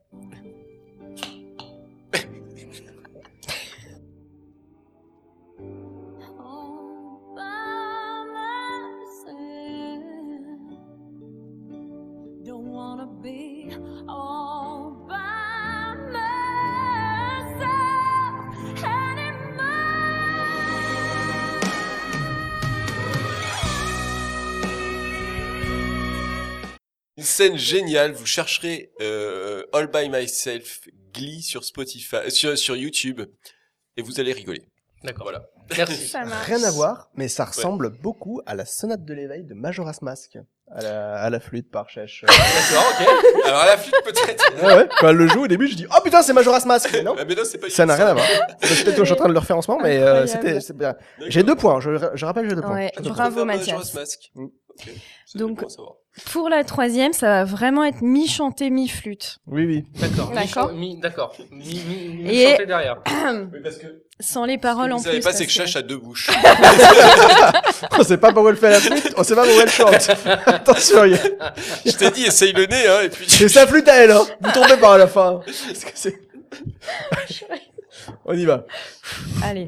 S1: Une scène géniale, vous chercherez euh, All by Myself Glee sur Spotify, euh, sur, sur YouTube, et vous allez rigoler.
S2: D'accord.
S1: Voilà.
S2: Merci.
S4: Rien à voir, mais ça ressemble beaucoup à la sonate de l'éveil de Majora's Mask. À la, à la flûte par Chèche.
S2: D'accord, ok.
S1: <laughs> Alors à la flûte peut-être.
S4: <laughs>
S1: <laughs>
S4: ah ouais, quand elle le joue au début, je dis Oh putain, c'est Majora's Mask Mais non
S1: Ah, mais non, c'est pas
S4: <laughs> Ça n'a rien à voir. C'est Peut-être que je suis en train de le refaire en ce moment, mais euh,
S3: Incroyable.
S4: c'était. c'est bien. J'ai deux points, je, je rappelle, j'ai deux points.
S3: Ouais,
S4: J'ai deux points.
S3: bravo
S1: Mathias.
S3: Mathias.
S4: Mm.
S3: Donc- Pour la troisième, ça va vraiment être mi-chanté, mi-flûte.
S4: Oui, oui. <laughs>
S2: D'accord.
S3: D'accord.
S2: Mi- mi- D'accord. Mi, mi, mi,
S3: Et-
S2: chanter <laughs> derrière.
S1: Oui, parce que
S3: Sans les paroles euh, en
S1: vous
S3: plus.
S1: savez pas, c'est que
S3: parce
S1: Chache a deux bouches.
S4: On sait pas pourquoi elle fait la flûte, on sait pas pourquoi elle <laughs> chante. Attention, il y a-
S1: Je t'ai dit, essaye le nez, hein, et puis
S3: <laughs>
S1: tu...
S4: c'est sa flûte à elle, hein. Vous tombez par la fin. Parce que c'est- on y va.
S3: Allez.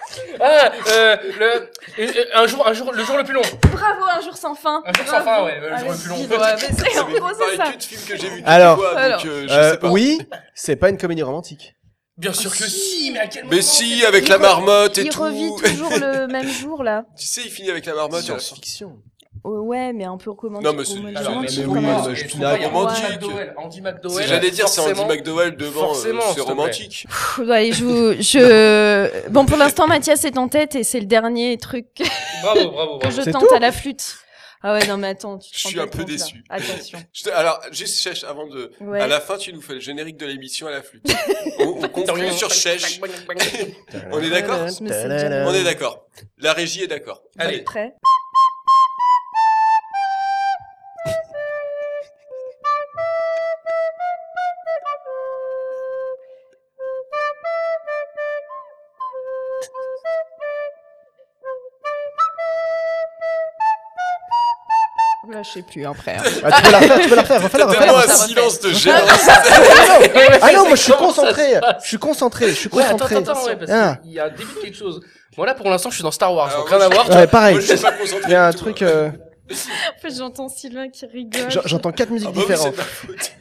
S2: Ah, euh, le, euh, un jour, un jour, le jour le plus long.
S3: Bravo, un jour sans fin.
S2: Un jour sans fin,
S3: Bravo.
S2: ouais, le jour
S3: Allez,
S2: le plus long.
S3: vivre,
S2: <laughs>
S3: ouais, mais c'est-
S1: Ça
S3: en
S1: m'est
S3: gros,
S1: pareil
S3: c'est ça.
S1: que de films que j'ai vu
S4: Alors.
S1: donc euh, je
S4: Euh,
S1: sais pas.
S4: oui, c'est pas une comédie romantique.
S2: Bien sûr que si, mais à quel moment
S1: Mais si, avec la marmotte et
S3: Il
S1: tout.
S3: revit toujours le même jour là.
S1: <laughs> Tu sais, il finit avec la marmotte. à la fin.
S4: Science-fiction.
S3: Oh, ouais, mais un peu romantique.
S1: Non, mais c'est-
S3: romantique,
S1: alors,
S2: mais
S3: romantique,
S4: oui,
S3: romantique.
S4: mais je
S2: trouve
S4: suis
S2: pas, il y a
S1: romantique.
S2: Andy McDowell, Andy
S1: Si
S2: McDowell.
S1: J'allais dire, c'est Andy
S2: forcément.
S1: McDowell devant. euh,
S2: Forcément,
S1: C'est
S2: s'il te plaît.
S1: romantique.
S3: Pff, allez, je, vous-
S1: <laughs>
S3: je. Bon, pour l'instant, Mathias est en tête et c'est le dernier truc que
S2: Bravo, bravo, bravo.
S3: je
S4: C'est
S3: tente
S4: tout
S3: à la flûte. Ah ouais, non, mais attends. Tu te
S1: Je suis
S3: rends
S1: un
S3: pas
S1: peu
S3: compte, là.
S1: déçu.
S3: Attention.
S1: Je te- Alors, juste Chèche, avant de.
S3: Ouais.
S1: À la fin, tu nous fais le générique de l'émission à la flûte. on on conclut sur Chèche. euh, On est d'accord
S3: Je me sais
S4: Euh,
S3: déjà.
S1: On est d'accord. La régie est d'accord. Allez.
S3: Prêt Là, je sais plus, après. <laughs> hein.
S4: Ah, tu peux la refaire, tu peux la refaire, refais la,
S1: T'as
S4: refais
S1: tellement
S4: la.
S1: un
S3: refais, refais.
S1: silence de
S4: <laughs>
S1: gênance.
S4: Ah non, moi je suis concentré, je suis concentré, je suis
S2: Ouais, attends,
S4: concentré.
S2: attends, attends, ouais,
S4: Ah.
S2: parce qu'il y a un début de quelque chose. Moi, là, pour l'instant, je suis dans Star Wars,
S1: Ah,
S2: donc
S1: ouais,
S2: rien à
S1: je-
S2: voir.
S4: Ouais, pareil.
S1: Moi, je suis pas concentré.
S4: Il y a un
S1: du tout,
S4: truc.
S1: hein.
S4: euh,
S3: En fait, j'entends Sylvain qui rigole.
S4: j'en- J'entends quatre musiques
S1: Ah bah oui, c'est
S4: différentes.
S1: de ma faute.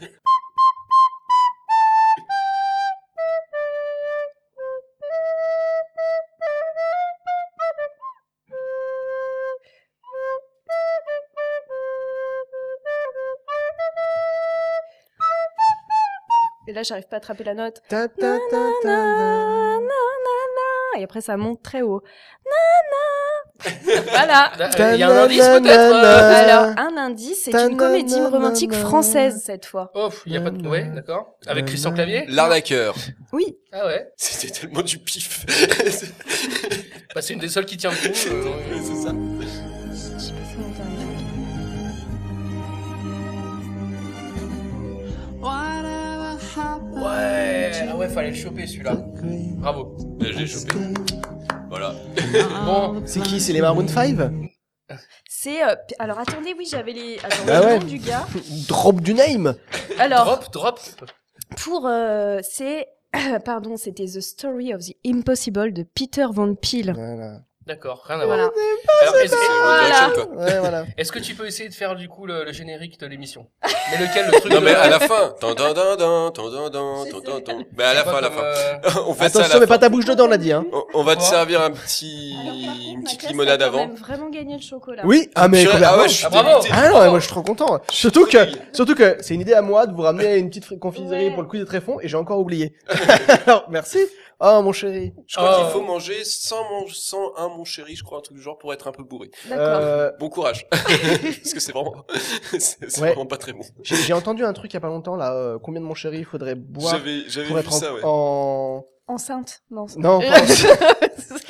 S3: Et là, j'arrive pas à attraper la note.
S4: Ta, ta, ta, ta,
S3: Na, na,
S4: ta.
S3: na, <laughs> na, na. Et après, ça monte très haut. Voilà.
S2: Ah, Il y a un indice peut-être euh,
S3: Alors, un indice, c'est une comédie romantique française cette fois.
S2: Oh, il y a pas
S1: Euh,
S2: de... Ouais, d'accord. Avec Christian Clavier
S1: L'arnaqueur.
S3: Oui,
S2: Ah ouais.
S1: C'était tellement du pif. <laughs>
S2: Bah, c'est une des seules qui tient le coup. euh,
S1: C'est ça.
S2: Ouais. Ah ouais, fallait le choper celui-là. Bravo.
S1: Ben, J'ai chopé. Voilà.
S2: Bon,
S4: C'est qui C'est les Maroon 5
S3: c'est. euh, p- Alors, attendez, oui, j'avais les. Attends,
S4: Bah
S3: le
S4: ouais.
S3: nom du gars.
S4: Drop du name
S3: Alors,
S2: drop, drop.
S3: pour. euh, c'est. <coughs> Pardon, c'était The Story of the Impossible de Peter Van Peel.
S4: Voilà.
S2: D'accord, rien à voir.
S3: Voilà.
S2: Ah Alors, est-ce
S1: Ah, C'est
S2: que-
S1: One Direction, quoi.
S4: Ouais,
S1: <laughs>
S4: voilà.
S2: Est-ce que tu peux essayer de faire du coup le, le générique de l'émission Mais lequel le truc
S1: Non
S2: de-
S1: mais à la fin. Tan, tan, tan, tan, tan, tan, tan, tan, tan, tan. Ben à la fin, à la
S2: Comme,
S1: fin.
S2: euh,
S1: <laughs> On fait ça à
S4: Attention,
S1: la
S4: mets
S1: fin.
S4: pas ta bouche dedans, on a dit. Hein.
S1: On- On va te
S2: Quoi
S1: servir un petit, une petite limonade
S3: a quand
S1: avant.
S3: même vraiment gagné le chocolat.
S4: Oui, ah mais
S1: Purée, ah
S4: complètement.
S1: ouais, je suis
S2: Ah, bravo.
S1: dégoûté.
S4: Ah non, moi je suis trop content. Surtout que, surtout que c'est une idée à moi de vous ramener une petite fri- confiserie
S3: Ouais.
S4: pour le quiz des tréfonds et j'ai encore oublié. <laughs> Alors merci. Oh mon chéri.
S1: Je crois
S2: Oh.
S1: qu'il faut manger 100, mon... 101, mon chéri, je crois, un truc du genre, pour être un peu bourré.
S3: D'accord.
S4: Euh, <laughs>
S1: Bon courage. <laughs> Parce que c'est vraiment... <laughs> c'est c'est
S4: Ouais.
S1: vraiment pas très bon.
S4: j'ai j'ai entendu un truc il y a pas longtemps là. euh, combien de mon chéri il faudrait boire
S1: J'avais j'avais
S4: pour
S1: vu
S4: être en,
S1: ça, ouais.
S4: en-
S3: Enceinte. Non.
S4: Non. pas en-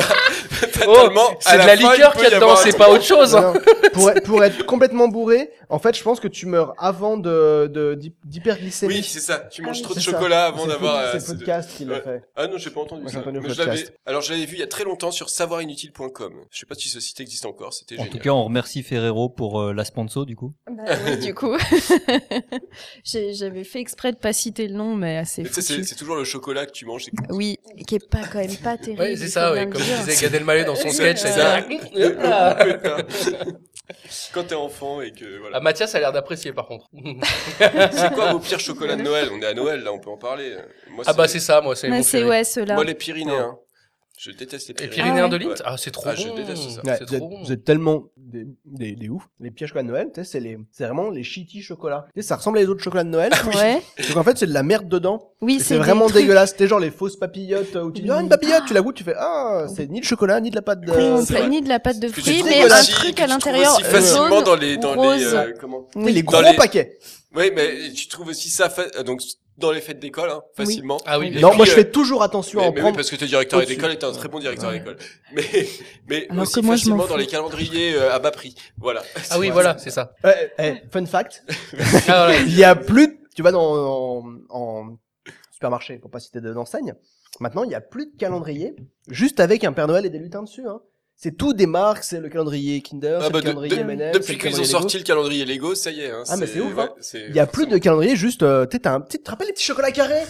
S1: Fatalement,
S2: Oh,
S1: à
S2: c'est de la
S1: fin,
S2: liqueur
S1: il
S2: qu'il
S1: peut
S2: y a dedans,
S1: avoir un
S2: c'est
S1: truc.
S2: pas autre chose. hein.
S4: <laughs> Non, non. pour, être, pour être complètement bourré, en fait, je pense que tu meurs avant de de- d'hy- d'hyperglycémie.
S1: Ah Oui, c'est ça. Tu manges
S3: Ah oui.
S1: trop de
S4: C'est ça.
S1: chocolat avant
S4: C'est
S1: d'avoir...
S4: Pod-
S1: euh,
S4: C'est
S1: c'est
S4: le
S1: de-
S4: podcast qui l'a
S1: Ouais.
S4: fait.
S1: Ah non, j'ai pas entendu
S4: Moi, j'ai
S1: ça.
S4: entendu au
S1: Mais je l'avais-
S4: podcast.
S1: Alors, je l'avais vu il y a très longtemps sur savoirinutile.com. Je sais pas si ce site existe encore, c'était
S8: En
S1: génial.
S8: tout cas, on remercie Ferrero pour euh, la sponsor du coup.
S3: Bah oui, du coup. <laughs> J'ai- J'avais fait exprès de pas citer le nom, mais assez
S1: Mais tu sais, c'est
S3: foutu.
S1: c'est toujours le chocolat que tu manges. c'est-
S3: Oui, et qui est pas quand même pas terrible.
S2: Ouais, c'est
S3: il
S2: ça,
S3: faut
S2: ouais,
S3: bien
S2: comme
S3: le dire.
S2: disait Gad Elmaleh dans
S3: <laughs>
S2: son sketch.
S1: C'est
S2: elle
S1: ça.
S2: disait, Hop là.
S1: Quand t'es enfant et que... Voilà.
S2: Ah, Mathias a l'air d'apprécier par contre.
S1: C'est quoi vos pires chocolats de Noël On est à Noël, là, on peut en parler. Moi,
S2: ah bah c'est ça, moi, c'est
S3: Mais
S2: mon
S3: c'est
S2: chéri.
S3: ouais ceux-là.
S1: Moi, les Pyrénéens. Je déteste les
S2: Et
S1: Pyrénées.
S2: Pyrénéen
S3: Ah
S2: de
S1: ouais.
S2: Lint Ah, c'est trop
S1: Ah,
S2: bon.
S1: je déteste ça.
S4: Ouais,
S2: C'est
S4: vous, êtes,
S2: trop bon.
S4: vous êtes tellement des, des, des ouf. Les pièges chocolats de Noël, tu sais, c'est les, c'est vraiment les shitty chocolats. Tu sais, ça ressemble à les autres chocolats de Noël.
S3: <laughs> Ouais.
S4: Donc en fait, c'est de la merde dedans.
S3: Oui,
S4: Et
S3: c'est
S4: c'est
S3: des
S4: vraiment
S3: trucs-
S4: dégueulasse. C'était genre les fausses papillotes euh, où tu dis,
S3: Oui.
S4: ah, une papillote, tu la goûtes, tu fais, ah, c'est ni le chocolat, ni de la pâte de.
S1: Oui,
S3: On
S1: c'est vrai.
S3: prend ni de la pâte de
S1: Que tu
S3: fruits,
S1: trouves
S3: mais un
S1: aussi- que
S3: truc
S1: tu
S3: à
S1: trouves
S3: l'intérieur euh,
S1: aussi facilement
S3: jaune
S1: dans les, dans
S3: ou
S1: les,
S3: rose.
S1: euh, comment
S4: Oui, les
S1: Dans
S4: gros
S1: les-
S4: paquets.
S1: Oui, mais tu trouves aussi ça fa- euh, donc dans les fêtes d'école, hein,
S3: Oui.
S1: facilement.
S2: Ah oui,
S1: Et
S4: non,
S1: puis,
S4: moi, je
S1: euh,
S4: fais toujours attention à
S1: Mais,
S4: en
S1: mais oui,
S4: prendre.
S1: parce que t'es directeur
S4: au-dessus.
S1: d'école et t'es un très bon directeur
S4: Ouais.
S1: d'école. Mais, mais
S3: Alors
S1: aussi
S3: que Ah, moi, je
S1: facilement
S3: m'en
S1: dans
S3: fous.
S1: les calendriers euh, à bas prix. Voilà.
S2: Ah oui, voilà, c'est ça.
S4: Ouais, eh, fun fact.
S2: Ah,
S3: <laughs>
S2: voilà.
S4: Il y a plus, de- tu vas dans, en, en supermarché, pour pas citer de- d'enseigne. Maintenant, il y a plus de calendrier, juste avec un Père Noël et des lutins dessus, hein. C'est tout des marques, c'est le calendrier Kinder,
S1: Ah
S4: c'est
S1: bah,
S4: le
S1: de-
S4: calendrier
S1: de-
S4: M&M's, c'est
S1: depuis
S4: le
S1: qu'ils
S4: calendrier
S1: ont
S4: Lego.
S1: sorti le calendrier Lego, ça y est. hein,
S4: Ah, mais c'est ouf, hein.
S1: c'est-
S4: Il y a plus de calendrier, juste, euh, tu sais, t'as un petit, tu te rappelles les petits chocolats carrés?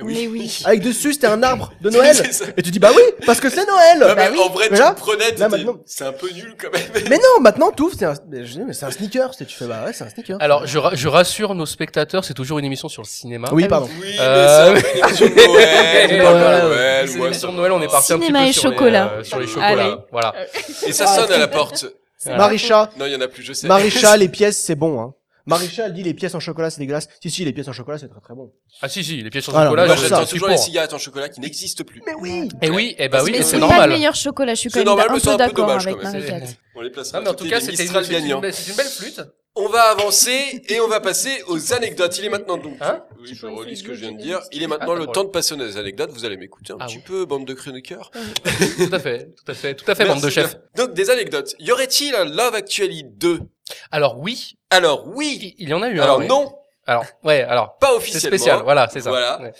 S3: Mais oui.
S4: Avec dessus, c'était un arbre
S1: <laughs>
S4: de Noël.
S1: C'est ça.
S4: Et tu dis, bah oui, parce que c'est Noël!
S1: Non,
S4: Bah
S1: Ah, mais oh.
S4: oui.
S1: en vrai,
S4: Mais
S1: tu
S4: là-
S1: le prenais,
S4: là,
S1: t'étais-
S4: maintenant-
S1: c'est un peu nul quand même.
S4: Mais non, maintenant, tout, c'est un, mais je dis, mais c'est un sneaker, c'est- tu fais, bah ouais, c'est un sneaker.
S2: Alors, je, ra- je rassure nos spectateurs, c'est toujours une émission sur le cinéma.
S4: oui, pardon.
S1: Oui,
S2: Euh,
S1: mais c'est un peu une émission de Noël, on parle de
S2: Voilà.
S1: Noël,
S2: C'est
S1: moi,
S2: l'émission
S1: ça
S2: de Noël, on est
S1: va.
S2: parti un petit
S3: Cinéma
S2: peu
S3: et
S2: sur les,
S3: chocolat.
S2: euh, sur les
S3: Allez. Euh,
S2: chocolats. Voilà.
S1: Et ça sonne à la porte.
S2: Voilà.
S4: Maricha,
S1: Non, il y en a plus, je sais. <laughs>
S4: Maricha, les pièces, c'est bon, hein. Maricha, elle dit les pièces en chocolat, c'est dégueulasse. Si, si, les pièces en chocolat, c'est très très bon.
S2: Ah si, si, les pièces au
S4: Voilà,
S2: chocolat,
S1: Moi,
S4: je-
S1: j'attends
S2: je suis
S1: toujours
S2: pour.
S1: les cigarettes en chocolat qui n'existent plus.
S4: Mais oui!
S2: Et oui, et bah oui,
S3: mais
S2: et c'est
S3: c'est pas le
S2: normal.
S3: meilleur chocolat, je suis
S1: C'est
S3: quand même
S1: normal,
S3: un
S1: mais c'est un
S3: peu
S1: peu
S3: d'accord
S1: dommage,
S3: avec
S1: quand même.
S3: Marie-Cat.
S1: On les placera.
S2: Non, mais en tout cas, c'était une, c'est une,
S1: gagnant.
S2: belle- c'est une belle flûte.
S1: On va avancer et on va passer aux anecdotes. Il est maintenant donc.
S2: Hein
S1: oui,
S3: Tu
S1: je
S3: pourrais
S1: relis
S3: essayer
S1: ce
S3: de
S1: que je viens de
S3: deviner
S1: dire.
S3: ce
S1: Il est
S2: Ah,
S1: maintenant
S2: pas
S1: le
S2: de
S1: temps de passer aux anecdotes. Vous allez m'écouter un
S2: Ah
S1: petit
S2: oui.
S1: peu, bande de chroniqueurs.
S2: tout à fait, tout à fait, tout à fait, bande de
S1: Merci
S2: chefs.
S1: bien. Donc, des anecdotes. Y aurait-il un Love Actually 2
S2: Alors oui,
S1: Alors, oui.
S2: il il y en a eu un.
S1: Alors,
S2: ouais.
S1: non,
S2: Alors, ouais, alors,
S1: pas
S2: c'est
S1: officiellement.
S2: spécial, voilà, c'est ça.
S1: Voilà.
S2: Ouais.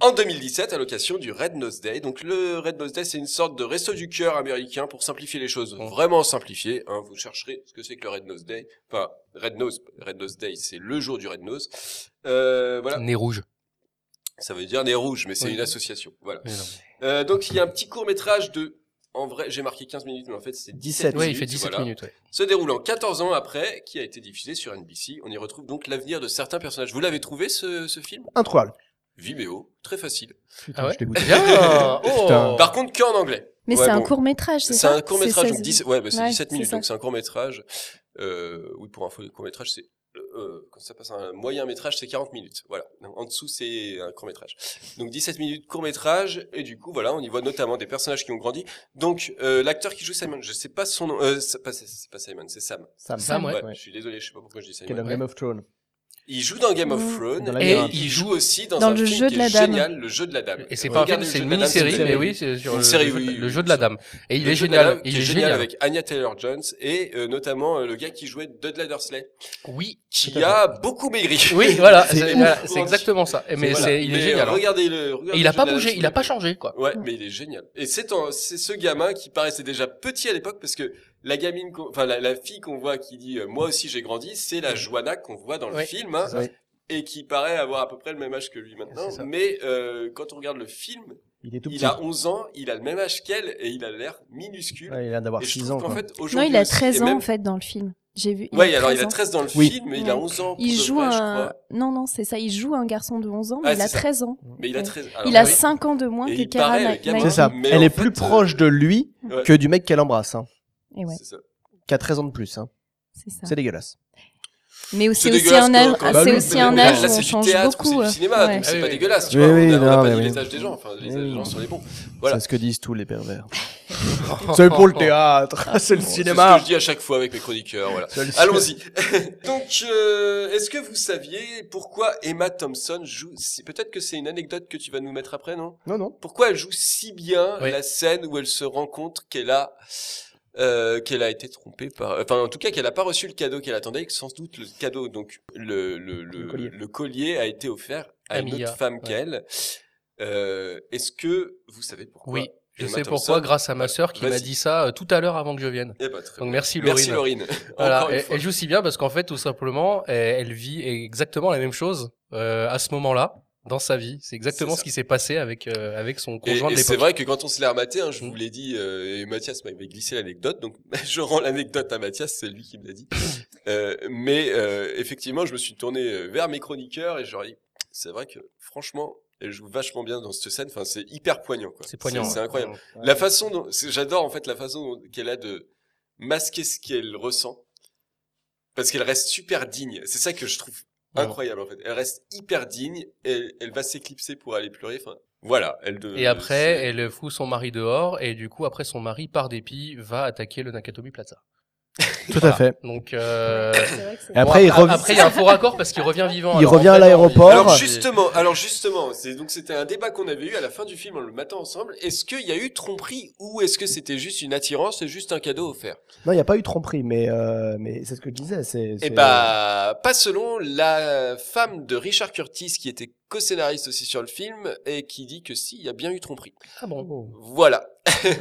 S1: En 2017, à l'occasion du Red Nose Day. Donc le Red Nose Day, c'est une sorte de resto du cœur américain pour simplifier les choses.
S2: Bon.
S1: Vraiment simplifier. Hein. Vous chercherez ce que c'est que le Red Nose Day. Enfin, Red Nose, Red Nose Day, c'est le jour du Red Nose. Euh, voilà.
S2: Nez rouge.
S1: Ça veut dire nez rouge, mais c'est
S2: Mm. Oui.
S1: une association. Voilà.
S2: Mais non.
S1: Euh, donc il y a un petit court métrage de... En vrai, j'ai marqué 15 minutes, mais en fait, c'est 17
S4: 17,
S2: Ouais,
S1: minutes.
S2: il fait 17
S1: voilà.
S2: minutes, ouais.
S1: Se déroulant 14 ans après, qui a été diffusé sur NBC. On y retrouve donc l'avenir de certains personnages. Vous l'avez trouvé, ce, ce film
S4: Introuvable.
S1: Vimeo. Très facile.
S4: Putain,
S2: Ah ouais
S4: je dégoûte.
S1: <laughs>
S2: Bien oh.
S4: Putain.
S1: Par contre, que en anglais.
S3: Mais
S1: Ouais,
S3: c'est un
S1: bon.
S3: court métrage, c'est
S1: C'est
S3: ça
S1: un court métrage, donc
S3: 16
S1: 10, ouais, bah, c'est
S3: Ouais,
S1: 17
S3: c'est
S1: minutes,
S3: ça.
S1: donc c'est un court métrage. Euh, oui, pour info, le court métrage, c'est euh, euh, quand ça passe un moyen métrage, c'est 40 minutes. Voilà. En dessous, c'est un court métrage. Donc 17 minutes court métrage, et du coup, voilà, on y voit notamment des personnages qui ont grandi. Donc euh, l'acteur qui joue Simon, je sais pas son nom, euh, c'est pas, c'est pas Simon, c'est Sam.
S4: Sam,
S2: Sam, ouais.
S1: Je suis désolé, je sais pas pourquoi je dis
S4: Qui est
S1: Simon.
S4: dans Game of Thrones.
S1: Il joue dans Game of
S3: Mmh.
S1: Thrones
S4: Dans la
S1: et
S4: Dame.
S1: il joue aussi dans,
S3: Dans
S1: un
S3: le
S1: film
S3: jeu
S1: qui
S3: de la
S1: est
S3: dame.
S1: génial, le jeu de la dame.
S2: Et c'est pas un film,
S1: Regardez
S2: c'est
S1: Euh, Le
S2: une
S1: Jeu de la Dame, c'est
S2: mini-série,
S1: une
S2: mais
S1: série.
S2: oui, c'est sur
S1: Une
S2: le,
S1: série,
S2: le-
S1: oui, oui,
S2: le
S1: oui,
S2: jeu de
S1: c'est
S2: la
S1: ça.
S2: dame. Et il
S1: Le
S2: est
S1: jeu de la
S2: génial,
S1: dame qui
S2: il
S1: est
S2: est
S1: génial
S2: génial.
S1: avec Anya Taylor-Jones et euh, notamment euh, le gars qui jouait Dudley Dursley,
S2: Oui,
S1: qui a beaucoup maigri. <laughs>
S2: oui, voilà,
S1: C'est
S2: c'est
S1: ouf.
S2: voilà, c'est exactement ça. Et Mais
S1: Voilà.
S2: c'est, il est
S1: Mais, euh,
S2: génial. hein.
S1: Regardez-le.
S2: Et
S1: regardez
S2: il a
S1: le
S2: pas
S1: jeu de la
S2: bougé,
S1: dame,
S2: il a
S1: s'il
S2: pas
S1: vous plaît. <laughs>
S2: changé, quoi.
S1: Ouais, mais il est génial. Et c'est en- c'est ce gamin qui paraissait déjà petit à l'époque parce que la gamine, qu'on- enfin la, la fille qu'on voit qui dit euh, moi aussi j'ai grandi, c'est la Joanna qu'on voit dans le
S2: Ouais,
S1: film hein,
S4: c'est ça.
S1: et qui paraît avoir à peu près le même âge que lui maintenant.
S2: C'est ça.
S1: Mais euh, quand on regarde le film,
S4: Il est tout petit.
S1: il a 11 ans, il a le même âge qu'elle et il a l'air minuscule.
S4: Ouais, il vient d'avoir
S1: et je
S4: 6
S1: trouve
S4: ans.
S1: qu'en
S4: quoi.
S1: fait
S3: Non,
S1: aujourd'hui
S3: il a
S1: aussi, et
S3: 13 ans
S1: même-
S3: en fait dans le film. J'ai vu.
S1: Ouais, alors il a
S3: 13 ans.
S1: 13 dans le
S4: Oui.
S1: film, mais il a
S3: Ouais.
S1: 11 ans. pour
S3: Il
S1: de
S3: joue
S1: vrai, je
S3: un.
S1: crois.
S3: Non, non, c'est ça. Il joue un garçon de 11 ans, mais
S1: Ah,
S3: il
S1: c'est
S3: a
S1: ça.
S3: 13 ans.
S1: Mais il a 13 alors,
S3: il a
S1: oui.
S3: 5 ans de moins
S1: Et
S3: que
S1: il
S3: Kara
S1: paraît, le
S3: Knight.
S1: gamin-
S4: C'est ça.
S1: Mais
S4: Elle
S1: en
S4: est
S1: fait,
S4: plus
S1: euh,
S4: proche de lui
S1: Ouais.
S4: que du mec qu'elle embrasse. Hein,
S3: Et ouais,
S1: C'est ça.
S4: qui a 13 ans de plus. Hein.
S3: c'est ça.
S4: C'est dégueulasse.
S3: Mais
S1: C'est
S3: aussi, aussi
S1: dégueulasse
S3: un âge,
S1: quand- quand-
S3: ah,
S4: Bah
S3: c'est
S4: oui,
S3: aussi
S4: mais
S3: un
S4: bon,
S1: Là,
S3: âge
S1: là,
S3: où on
S1: c'est du
S3: change
S1: théâtre,
S3: beaucoup.
S1: C'est
S3: euh,
S1: du cinéma,
S3: ouais.
S1: donc c'est
S2: Oui,
S1: pas
S2: oui.
S1: dégueulasse. Tu
S4: Oui,
S1: vois, on a-
S4: oui,
S1: on n'a
S4: non,
S1: pas
S4: mais
S1: dit
S4: oui.
S1: les âges des gens. Enfin, les
S4: Oui,
S1: âges des
S4: oui.
S1: gens sont les bons. Voilà.
S4: C'est ce que disent tous
S1: <laughs>
S4: les pervers. c'est pour le théâtre, c'est le
S1: Bon, Ah, C'est ce
S4: cinéma.
S1: que je dis à chaque fois avec mes chroniqueurs.
S4: <laughs>
S1: Voilà.
S4: C'est le cinéma.
S1: Allons-y. <laughs> Donc, euh, est-ce que vous saviez pourquoi Emma Thompson joue si... Peut-être que c'est une anecdote que tu vas nous mettre après, non
S4: Non, non.
S1: Pourquoi elle joue si bien
S2: Oui.
S1: la scène où elle se rend compte qu'elle a euh, qu'elle a été trompée par, enfin en tout cas qu'elle n'a pas reçu le cadeau qu'elle attendait, et que sans doute le cadeau donc le le le,
S4: Le collier.
S1: le collier a été offert à,
S2: À
S1: une
S2: Mia,
S1: autre femme
S2: ouais.
S1: qu'elle. Euh, Est-ce que vous savez pourquoi
S2: Oui, je
S1: Emma
S2: sais
S1: Thompson
S2: pourquoi, grâce à ma sœur qui m'a
S1: Vas-y.
S2: dit ça euh, tout à l'heure avant que je vienne.
S1: Eh ben, très
S2: Donc
S1: bien.
S2: merci Laurine.
S1: Merci Laurine.
S2: Voilà,
S1: Encore une
S2: elle,
S1: fois.
S2: elle joue si bien parce qu'en fait, tout simplement, elle, elle vit exactement la même chose euh, à ce moment-là dans sa vie. C'est exactement
S1: C'est ça.
S2: ce qui s'est passé avec euh, avec son
S1: Et,
S2: conjoint
S1: et
S2: de
S1: c'est
S2: l'époque.
S1: vrai que quand on se l'est rematé, hein, je vous
S2: Mm.
S1: l'ai dit, euh, et Mathias m'avait glissé l'anecdote, donc <laughs> je rends l'anecdote à Mathias, c'est lui qui me l'a
S2: <coughs>
S1: dit. Euh, mais euh, effectivement, je me suis tourné euh, vers mes chroniqueurs et je leur ai dit, c'est vrai que franchement, elle joue vachement bien dans cette scène, enfin c'est hyper poignant. quoi.
S2: C'est poignant. hein.
S1: C'est
S2: ouais.
S1: incroyable. La façon dont c'est- j'adore en fait la façon dont- qu'elle a de masquer ce qu'elle ressent parce qu'elle reste super digne. C'est ça que je trouve
S2: Ouais.
S1: incroyable en fait. Elle reste hyper digne. Elle, elle va s'éclipser pour aller pleurer. Enfin, voilà. Elle de,
S2: Et après,
S1: Euh, c'est-
S2: elle fout son mari dehors et du coup, après, son mari, par dépit, va attaquer le Nakatomi Plaza.
S4: Tout à
S2: Voilà.
S4: fait.
S2: Donc
S4: <coughs>
S2: euh,
S3: C'est vrai que c'est-
S4: Et après,
S2: bon,
S4: il rev-
S2: après, il y a un faux raccord parce qu'il revient vivant.
S4: Il
S2: Alors,
S4: revient à
S2: en fait,
S4: l'aéroport.
S2: il-
S1: Alors
S2: il-
S1: justement, alors justement, c'est donc c'était un débat qu'on avait eu à la fin du film en le matin ensemble. Est-ce qu'il y a eu tromperie ou est-ce que c'était juste une attirance et juste un cadeau offert
S4: Non, il n'y a pas eu de tromperie, mais, euh, mais c'est ce que je disais. C'est,
S1: Eh
S4: c'est-
S2: euh,
S1: bah, pas selon la femme de Richard Curtis qui était co-scénariste aussi sur le film et qui dit que si, il y a bien eu tromperie.
S2: Ah bon.
S1: Voilà.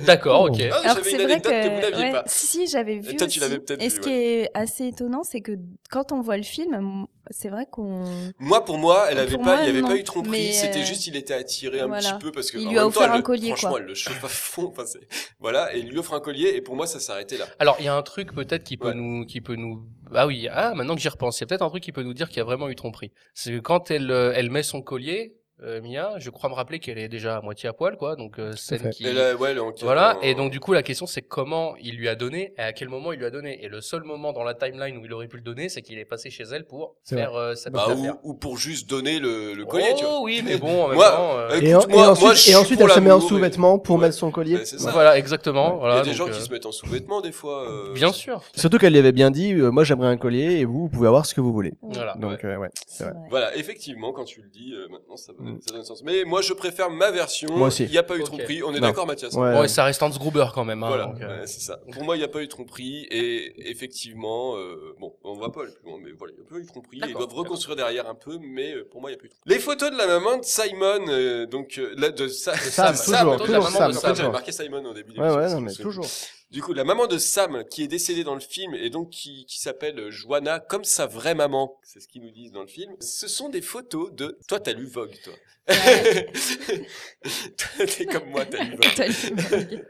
S2: D'accord, ok.
S1: Ah,
S3: Alors que
S1: j'avais
S3: c'est
S1: une
S3: vrai
S1: anecdote
S3: que,
S1: que, vous n'aviez
S3: ouais,
S1: pas.
S3: si si j'avais
S1: Toi,
S3: vu.
S1: tu
S3: aussi.
S1: l'avez peut-être
S3: Et
S1: vu,
S3: ce qui est assez étonnant, c'est que quand on voit le film, m- c'est vrai qu'on.
S1: Moi, pour moi, elle
S3: Pour
S1: avait
S3: moi,
S1: pas, il n'y avait
S3: non.
S1: pas eu tromperie.
S3: Mais, euh,
S1: C'était juste, il était attiré un
S3: voilà.
S1: petit peu parce que.
S3: Il
S1: en
S3: lui a
S1: même temps,
S3: offert
S1: elle
S3: un
S1: le-
S3: collier,
S1: Franchement,
S3: quoi.
S1: elle le chauffe à fond. Enfin, c'est- voilà, et il lui offre un collier. Et pour moi, ça s'arrêtait là.
S2: Alors, il y a un truc peut-être qui peut
S1: Ouais.
S2: nous, qui peut nous, ah oui, ah maintenant que j'y repense, il y a peut-être un truc qui peut nous dire qu'il y a vraiment eu tromperie. C'est que quand elle, euh, elle met son collier, euh, Mia, je crois me rappeler qu'elle est déjà à moitié à poil, quoi, donc euh,
S4: fait.
S2: scène qui,
S1: Et là, ouais, elle est en quête,
S2: voilà.
S1: hein.
S2: Et donc du coup, la question c'est comment il lui a donné et à quel moment il lui a donné. Et le seul moment dans la timeline où il aurait pu le donner, c'est qu'il est passé chez elle pour
S4: C'est
S2: faire euh, sa petite
S1: Bah, ou,
S2: affaire.
S1: ou pour juste donner le, le collier,
S2: oh,
S1: tu vois.
S2: oui,
S1: <laughs>
S2: mais bon, en même
S1: Moi,
S2: temps, euh,
S1: euh,
S4: Et,
S1: Écoute,
S4: en-
S1: moi-
S4: et ensuite,
S1: moi, je suis
S4: et ensuite,
S1: pour
S4: elle se met en
S1: l'amour, mais-
S4: sous-vêtements pour
S1: Ouais. Bah,
S4: mettre son collier.
S1: Ouais, c'est ça.
S2: voilà, exactement. Voilà,
S1: il y a des
S2: donc,
S1: gens
S2: euh,
S1: qui se mettent en sous-vêtements des fois. euh,
S2: Bien sûr.
S4: Surtout qu'elle lui avait bien dit euh, Moi, j'aimerais un collier et vous, vous pouvez avoir ce que vous voulez.
S2: Voilà.
S4: Donc, euh, ouais.
S3: C'est vrai.
S1: Voilà, effectivement, quand tu le dis, euh, maintenant ça, donne-
S4: Mm.
S1: ça donne sens. Mais moi, je préfère ma version.
S4: Moi aussi.
S1: Il n'y a pas eu
S2: Ok.
S1: tromperie. On est
S4: Non.
S1: d'accord, Mathias.
S4: Ouais.
S2: Bon, et ça reste Hans Gruber quand même. hein,
S1: Voilà,
S2: donc, euh,
S1: ouais, c'est ça. Pour moi, il n'y a pas eu tromperie. Et effectivement, euh, bon, on ne va pas aller plus loin, mais voilà, il n'y a pas eu tromperie. Ils
S2: D'accord,
S1: doivent
S2: d'accord.
S1: reconstruire derrière un peu, mais euh, pour moi, il n'y a pas eu tromperie. Les photos de la maman de Simon, euh, donc euh, la- de, Sa-
S2: Sam,
S4: toujours,
S1: pardon,
S4: toujours
S1: la maman
S4: Sam,
S1: de En fait, j'avais
S4: toujours.
S1: marqué Simon au début. de
S4: Ouais,
S1: l'émission,
S4: ouais,
S1: parce
S4: non,
S1: que
S4: mais
S1: c'est-
S4: toujours.
S1: Du coup, la maman de Sam, qui est décédée dans le film, et donc qui, qui s'appelle Joanna, comme sa vraie maman, c'est ce qu'ils nous disent dans le film, ce sont des photos de... Toi, t'as lu Vogue, toi. <laughs> T'es comme moi, t'as lu Vogue.
S3: <laughs> T'as le-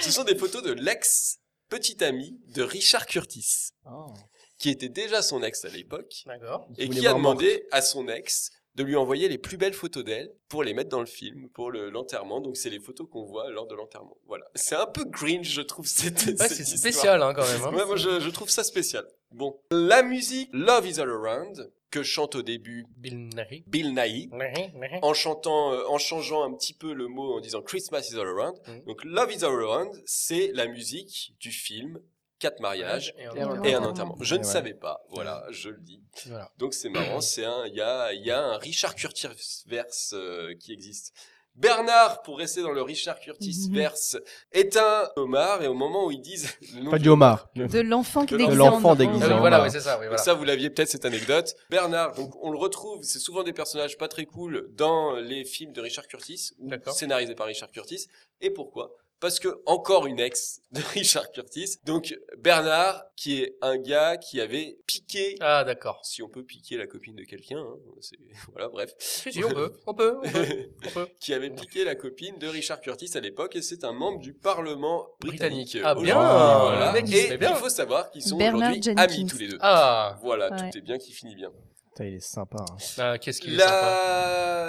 S1: Ce sont des photos de l'ex petite amie de Richard
S2: Oh.
S1: Curtis, qui était déjà son ex à l'époque
S2: D'accord.
S1: et
S4: voulait
S1: qui a
S4: voir
S1: demandé à son ex de lui envoyer les plus belles photos d'elle pour les mettre dans le film, pour le- l'enterrement. Donc, c'est les photos qu'on voit lors de l'enterrement. Voilà. C'est un peu cringe, je trouve, cette,
S2: Ouais,
S1: cette
S2: c'est
S1: histoire.
S2: spécial hein, quand même. hein.
S1: <laughs> Ouais, moi, je, je trouve ça spécial. Bon. La musique Love is All Around, que chante au début
S2: Bill Nighy.
S1: Bill Nighy,
S2: Nighy, Nighy.
S1: en chantant, euh, en changeant un petit peu le mot en disant Christmas is all around.
S4: Mm.
S2: Mhm.
S1: Donc Love is all around, c'est la musique du film Quatre mariages
S2: Et un
S3: Et un
S2: autre.
S1: et un
S3: Enterrement.
S1: enterrement. Je ne
S4: Et ouais.
S1: savais pas, voilà, je le dis.
S2: Voilà.
S1: Donc c'est marrant, c'est un, il y a, il y a un Richard Curtis verse euh, qui existe. Bernard, pour rester dans le Richard
S4: Mm-hmm.
S1: Curtis verse, est un homard et au moment où ils disent le nom
S4: Pas
S1: du
S4: du homard.
S10: De l'enfant
S1: De
S10: déguisé
S4: l'enfant
S10: en
S4: déguisé
S2: Ah oui,
S4: en
S2: voilà,
S4: homard.
S2: ouais, c'est ça. oui,
S1: Donc
S2: voilà.
S1: ça, vous l'aviez peut-être cette anecdote. Bernard, donc on le retrouve, c'est souvent des personnages pas très cool dans les films de Richard Curtis, ou
S2: D'accord.
S1: scénarisés par Richard Curtis. Et pourquoi Parce que encore une ex de <laughs> Richard Curtis. Donc Bernard, qui est un gars qui avait piqué.
S2: Ah d'accord.
S1: Si on peut piquer la copine de quelqu'un, hein, c'est- <laughs> voilà, bref,
S2: Si, si, on peut, on peut, on peut, on
S1: <laughs>
S2: peut.
S1: qui avait piqué la copine de Richard Curtis à l'époque, et c'est un membre du Parlement britannique.
S2: Britannique. Ah,
S1: aujourd'hui,
S2: bien.
S1: voilà.
S2: Le mec, il se
S1: Et
S2: fait bien.
S1: il faut savoir qu'ils sont
S3: Bernard
S1: aujourd'hui
S3: Jenkins.
S1: amis tous les deux.
S2: Ah,
S1: Voilà,
S3: Ouais.
S1: tout est bien qui finit bien.
S4: Putain, il est sympa. hein.
S2: ah, qu'est-ce qu'il est sympa.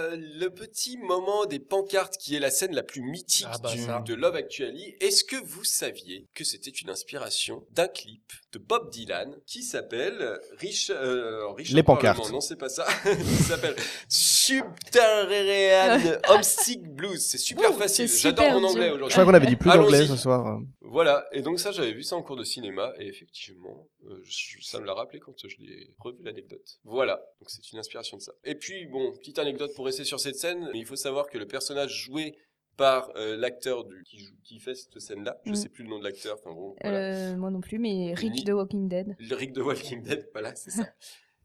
S1: La- Le petit moment des pancartes qui est la scène la plus mythique
S2: Ah bah
S1: du-
S2: ça.
S1: de Love Actually, est-ce que vous saviez que c'était une inspiration d'un clip de Bob Dylan qui s'appelle Rich, euh, alors Richard
S4: Les pancartes.
S1: Parlement, Non, c'est pas ça. <laughs> Il s'appelle Subterranean Homesick Blues. C'est super
S3: Ouh,
S1: facile.
S3: c'est
S1: J'adore
S3: super
S1: mon anglais
S3: dur.
S1: aujourd'hui.
S4: Je crois qu'on avait dit plus d'anglais
S1: Allons-y.
S4: ce soir. hein.
S1: Voilà, et donc ça, j'avais vu ça en cours de cinéma, et effectivement, euh, je- ça me l'a rappelé quand je l'ai revu l'anecdote. Voilà, donc c'est une inspiration de ça. Et puis, bon, petite anecdote pour rester sur cette scène, mais il faut savoir que le personnage joué par euh, l'acteur du qui, joue- qui fait cette scène-là, je
S3: Mm.
S1: sais plus le nom de l'acteur, enfin bon, voilà.
S3: Euh, moi non plus, mais
S1: Ni-
S3: Rick de Walking Dead.
S1: Le Rick de Walking Dead, <laughs> voilà, c'est ça.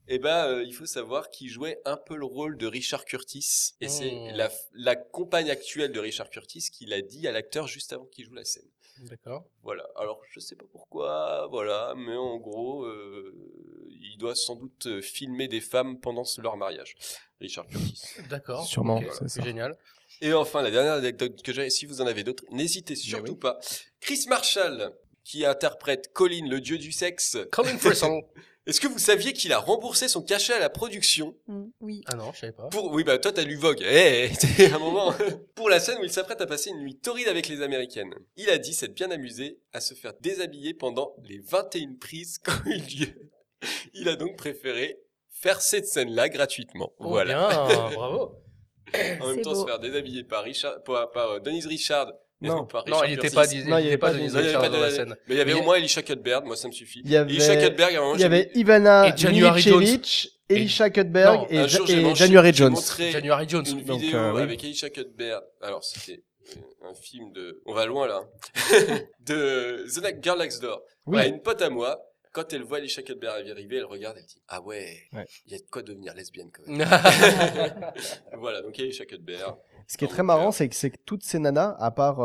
S1: Et ben, euh, il faut savoir qu'il jouait un peu le rôle de Richard Curtis, et c'est
S2: Mm.
S1: la, la compagne actuelle de Richard Curtis qui l'a dit à l'acteur juste avant qu'il joue la scène.
S2: D'accord.
S1: Voilà. Alors, je sais pas pourquoi, voilà, mais en gros, euh, il doit sans doute euh, filmer des femmes pendant ce- leur mariage. Richard Curtis.
S2: D'accord.
S4: Sûrement,
S2: Ok,
S4: c'est ça. <laughs>
S2: Génial.
S1: Et enfin, la dernière anecdote que j'ai, si vous en avez d'autres, n'hésitez surtout
S4: oui.
S1: pas. Chris Marshall, qui interprète Colin, le dieu du sexe.
S2: Colin Frisson.
S1: Est-ce que vous saviez qu'il a remboursé son cachet à la production
S3: Mm, oui.
S2: Ah non, je savais pas.
S1: pour... Oui, bah, toi, t'as lu Vogue. Eh, <laughs> t'es un moment. pour la scène où il s'apprête à passer une nuit torride avec les Américaines. Il a dit s'être bien amusé à se faire déshabiller pendant les 21 prises <laughs> qui ont eu lieu. Il a donc préféré faire cette scène-là gratuitement. <laughs>
S2: Oh,
S1: voilà.
S2: Bien, bravo.
S1: En même
S3: C'est
S1: temps, se
S3: beau.
S1: faire déshabiller par Richard, par, par, euh, Denise Richard. et
S4: Non.
S1: par
S2: Non,
S1: Richard
S2: il n'était
S1: Curtis.
S2: pas, il
S4: Non, il
S2: était
S4: y avait
S2: pas
S4: pas
S2: Denis
S1: Il y avait
S2: Richard
S1: pas
S2: dans
S1: de-
S2: la scène.
S1: Mais il y avait
S2: Mais-
S1: au moins Elisha Cuthbert, moi ça me suffit.
S4: Il y avait-
S1: Elisha Cuthbert, à un moment,
S4: Il y
S1: j'ai
S4: avait
S1: mis-
S4: Ivana
S2: Et January Jones.
S4: Milicevic, Elisha
S2: Non,
S4: Cuthberg
S1: un
S4: et,
S1: jour,
S4: Ja-
S1: j'ai
S4: et
S1: manché-
S4: January
S1: j'ai
S4: Jones.
S1: montré-
S2: January Jones. <laughs>
S1: une
S4: Donc,
S1: vidéo
S4: euh, oui.
S1: avec Elisha Cuthbert. Alors, c'était euh, un film de. On va loin là. hein.
S4: <laughs>
S1: de The Next Girl Next Door.
S4: Oui.
S1: Ouais, une pote à moi, quand elle voit Elisha Cuthbert arriver, elle regarde, elle dit Ah ouais, il
S4: Ouais.
S1: y a de quoi devenir lesbienne quand
S4: <laughs>
S1: même.
S2: Ah,
S1: voilà, donc Elisha Cuthbert.
S4: Ce qui est très marrant, c'est que, c'est que toutes ces nanas, à part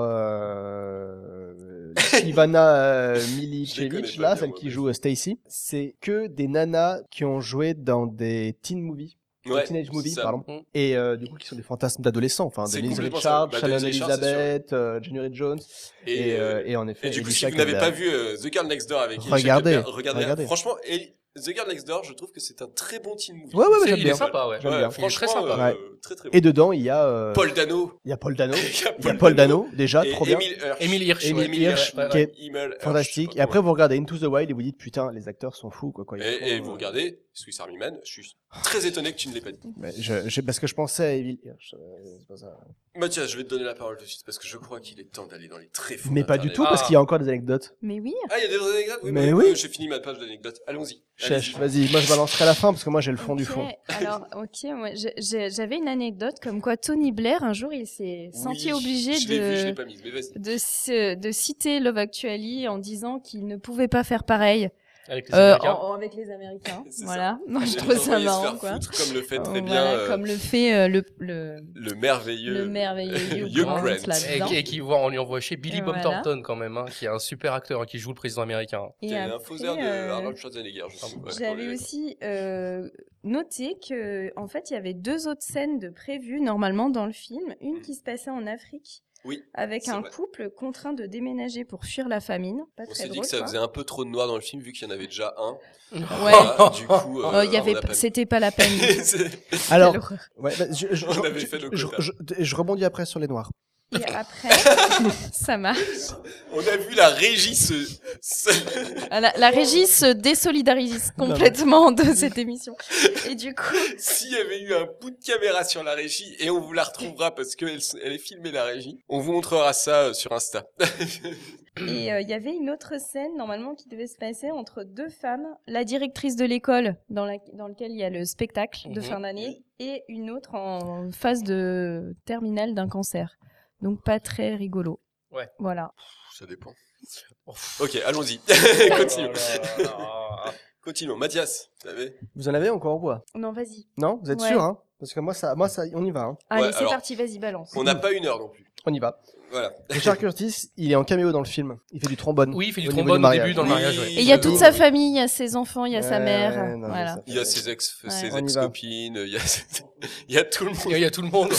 S4: euh, Ivana euh,
S1: Je les connais
S4: Milicevic,
S1: pas
S4: là,
S1: bien,
S4: celle
S1: moi,
S4: qui
S1: mais-
S4: joue euh, Stacy, c'est que des nanas qui ont joué dans des teen movies.
S1: Ouais,
S4: teenage movies,
S1: ça-
S4: pardon.
S2: Mm.
S4: Et euh, du coup, qui sont des fantasmes d'adolescents. Enfin,
S1: C'est
S4: Denise
S1: complètement
S4: Richard,
S1: ça. Bah,
S4: Shannon
S1: Denise Richard, c'est sûr.
S4: Elizabeth, euh, January Jones.
S1: Et,
S4: Et, euh,
S1: euh,
S4: et en effet,
S1: et du coup, si
S4: Elisha
S1: vous n'avez
S4: Cuthbert.
S1: pas vu euh, The Girl Next Door avec Elisha
S4: Regardez,
S1: Cuthbert, regardez.
S4: regardez.
S1: Franchement, El- The Girl Next Door, je trouve que c'est un très bon teen movie.
S4: Ouais, ouais, ouais,
S2: c'est-
S4: j'aime
S2: Il est
S4: bien.
S2: sympa, ouais.
S4: J'aime bien.
S2: Il est très
S1: franchement,
S2: sympa.
S1: euh, Très, très bon.
S4: Et dedans, il y a, euh,
S1: Paul Dano.
S4: il y a
S1: <laughs>
S4: Paul Dano.
S1: Il y a
S4: Il y a Paul Dano, déjà,
S1: Et
S4: Ah, trop bien.
S1: Emile Hirsch.
S2: Emile Hirsch.
S4: Emile
S2: ouais.
S1: Emile
S4: Hirsch,
S1: Hirsch, ouais,
S4: qui
S1: ouais.
S4: est
S1: Emile Hirsch,
S4: Fantastique.
S1: je sais
S4: Et
S1: pas
S4: après, vous regardez Into the Wild et vous dites, putain, les acteurs sont fous, quoi. quoi ils font,
S1: Et, et
S4: euh,
S1: vous regardez, je suis Army Man, je suis très étonné que tu ne l'aies pas dit.
S4: mais je- je- parce que je pensais à Evil Hirsch. euh, c'est pas ça.
S1: Mathias, je vais te donner la parole tout de suite parce que je crois qu'il est temps d'aller dans les très fonds.
S4: Mais pas du
S1: d'Internet.
S4: tout, parce
S2: Ah.
S4: qu'il y a encore des anecdotes.
S3: Mais oui.
S1: Ah, il y a des anecdotes Oui,
S4: Mais
S1: mais
S4: oui.
S1: euh, J'ai fini ma page d'anecdotes. Allons-y.
S4: Chèche,
S1: Allez-y.
S4: vas-y, moi je balancerai la fin, parce que moi j'ai le fond du
S3: Ok,
S4: fond.
S3: Alors, ok, moi, j'ai- j'ai- j'avais une anecdote comme quoi Tony Blair, un jour, il s'est senti
S1: Oui,
S3: obligé
S1: Je l'ai vu, je l'ai
S3: de,
S1: pas mise, mais
S3: <laughs>
S1: vas-y.
S3: de, se- de citer Love Actually en disant qu'il ne pouvait pas faire pareil
S2: Avec les
S3: euh,
S2: Américains.
S3: en- en- avec les Américains.
S1: <laughs> C'est ça.
S3: voilà, moi je
S1: J'ai
S3: trouve ça
S1: envoyé se
S3: marrant,
S1: faire
S3: quoi.
S1: foutre, comme le fait très
S3: Voilà,
S1: bien euh,
S3: Comme le fait euh, le, le,
S1: le merveilleux. <laughs>
S3: le merveilleux
S1: Hugh
S3: Hugh Grant
S1: Grant.
S2: Et,
S3: là-dedans.
S2: qui- et qui voit, on lui envoie chez Billy
S3: Et
S2: Bob
S3: voilà.
S2: Thornton quand même, hein, qui est un super acteur hein, qui joue le président américain.
S3: Et
S1: T'es un
S3: après,
S1: fauseur de
S3: euh,
S1: Arnold Schwarzenegger, je sais pas.
S3: J'avais aussi euh, noté que en fait il y avait deux autres scènes de prévues normalement dans le film, une qui se passait en Afrique
S1: Mm. Oui,
S3: avec
S1: c'est
S3: un
S1: vrai.
S3: couple contraint de déménager pour fuir la famine. Pas
S1: On
S3: très
S1: s'est dit
S3: drôle,
S1: que ça
S3: quoi.
S1: faisait un peu trop de noir dans le film vu qu'il y en avait déjà un.
S3: Ouais.
S1: Voilà,
S4: <laughs>
S1: du coup,
S3: Oh,
S1: euh, <laughs>
S3: il y avait,
S1: on a
S3: pas-
S1: pas-
S3: c'était pas la peine.
S1: <laughs> C'est-
S4: Alors,
S3: Quelle horreur.
S4: ouais, bah, je, je-
S1: On
S4: je-
S1: avait
S4: je-
S1: fait le
S4: je-
S1: quota.
S4: je- je rebondis après sur les noirs.
S3: Et après, <laughs>
S1: <laughs>
S3: ça marche.
S1: on a vu la régie se- se... <laughs>
S3: Ah, La, la régie se désolidarise
S4: Non, mais-
S3: complètement de cette émission. Et du
S4: <laughs>
S3: coup,
S1: S'il y avait eu un bout de caméra sur la régie, et on vous la retrouvera parce qu'elle elle est filmée la régie, on vous montrera ça euh, sur Insta.
S3: et euh, il y avait une autre scène normalement qui devait se passer entre deux femmes, la directrice de l'école dans, la, dans laquelle il y a le spectacle de
S2: Mhm.
S3: fin d'année et une autre en phase de terminale d'un cancer. Donc pas très rigolo.
S2: Ouais.
S3: Voilà.
S1: Ça dépend.
S2: Oh, pff.
S1: Ok, allons-y. <laughs> Continuons.
S2: Oh là là
S3: <laughs>
S2: là.
S1: Continuons. Mathias, vous savez
S4: Vous en avez encore au bois
S3: Non, vas-y.
S4: Non Vous êtes
S3: Ouais.
S4: sûr hein Parce que moi, ça, moi ça, on y va. hein.
S3: Allez,
S1: Ouais,
S3: c'est
S1: alors-
S3: parti, vas-y, balance.
S1: On n'a pas une heure non plus.
S4: On y va.
S1: Voilà.
S4: Richard Curtis, il est en caméo dans le film. Il fait du trombone.
S2: Oui, il fait du
S4: Au niveau
S2: trombone
S4: du
S2: au début
S4: mariage.
S2: dans le
S1: Oui,
S2: mariage. ouais.
S3: Et il y a toute sa
S1: oui.
S3: famille, il y a ses enfants, il y a sa
S4: Ouais,
S3: mère.
S4: non, mais
S3: voilà.
S4: ça fait-
S1: Il y a ses ex,
S3: Ouais.
S1: ses
S4: On y
S1: ex copines, il y a, <laughs> il y a tout le monde.
S2: Il y a tout le monde.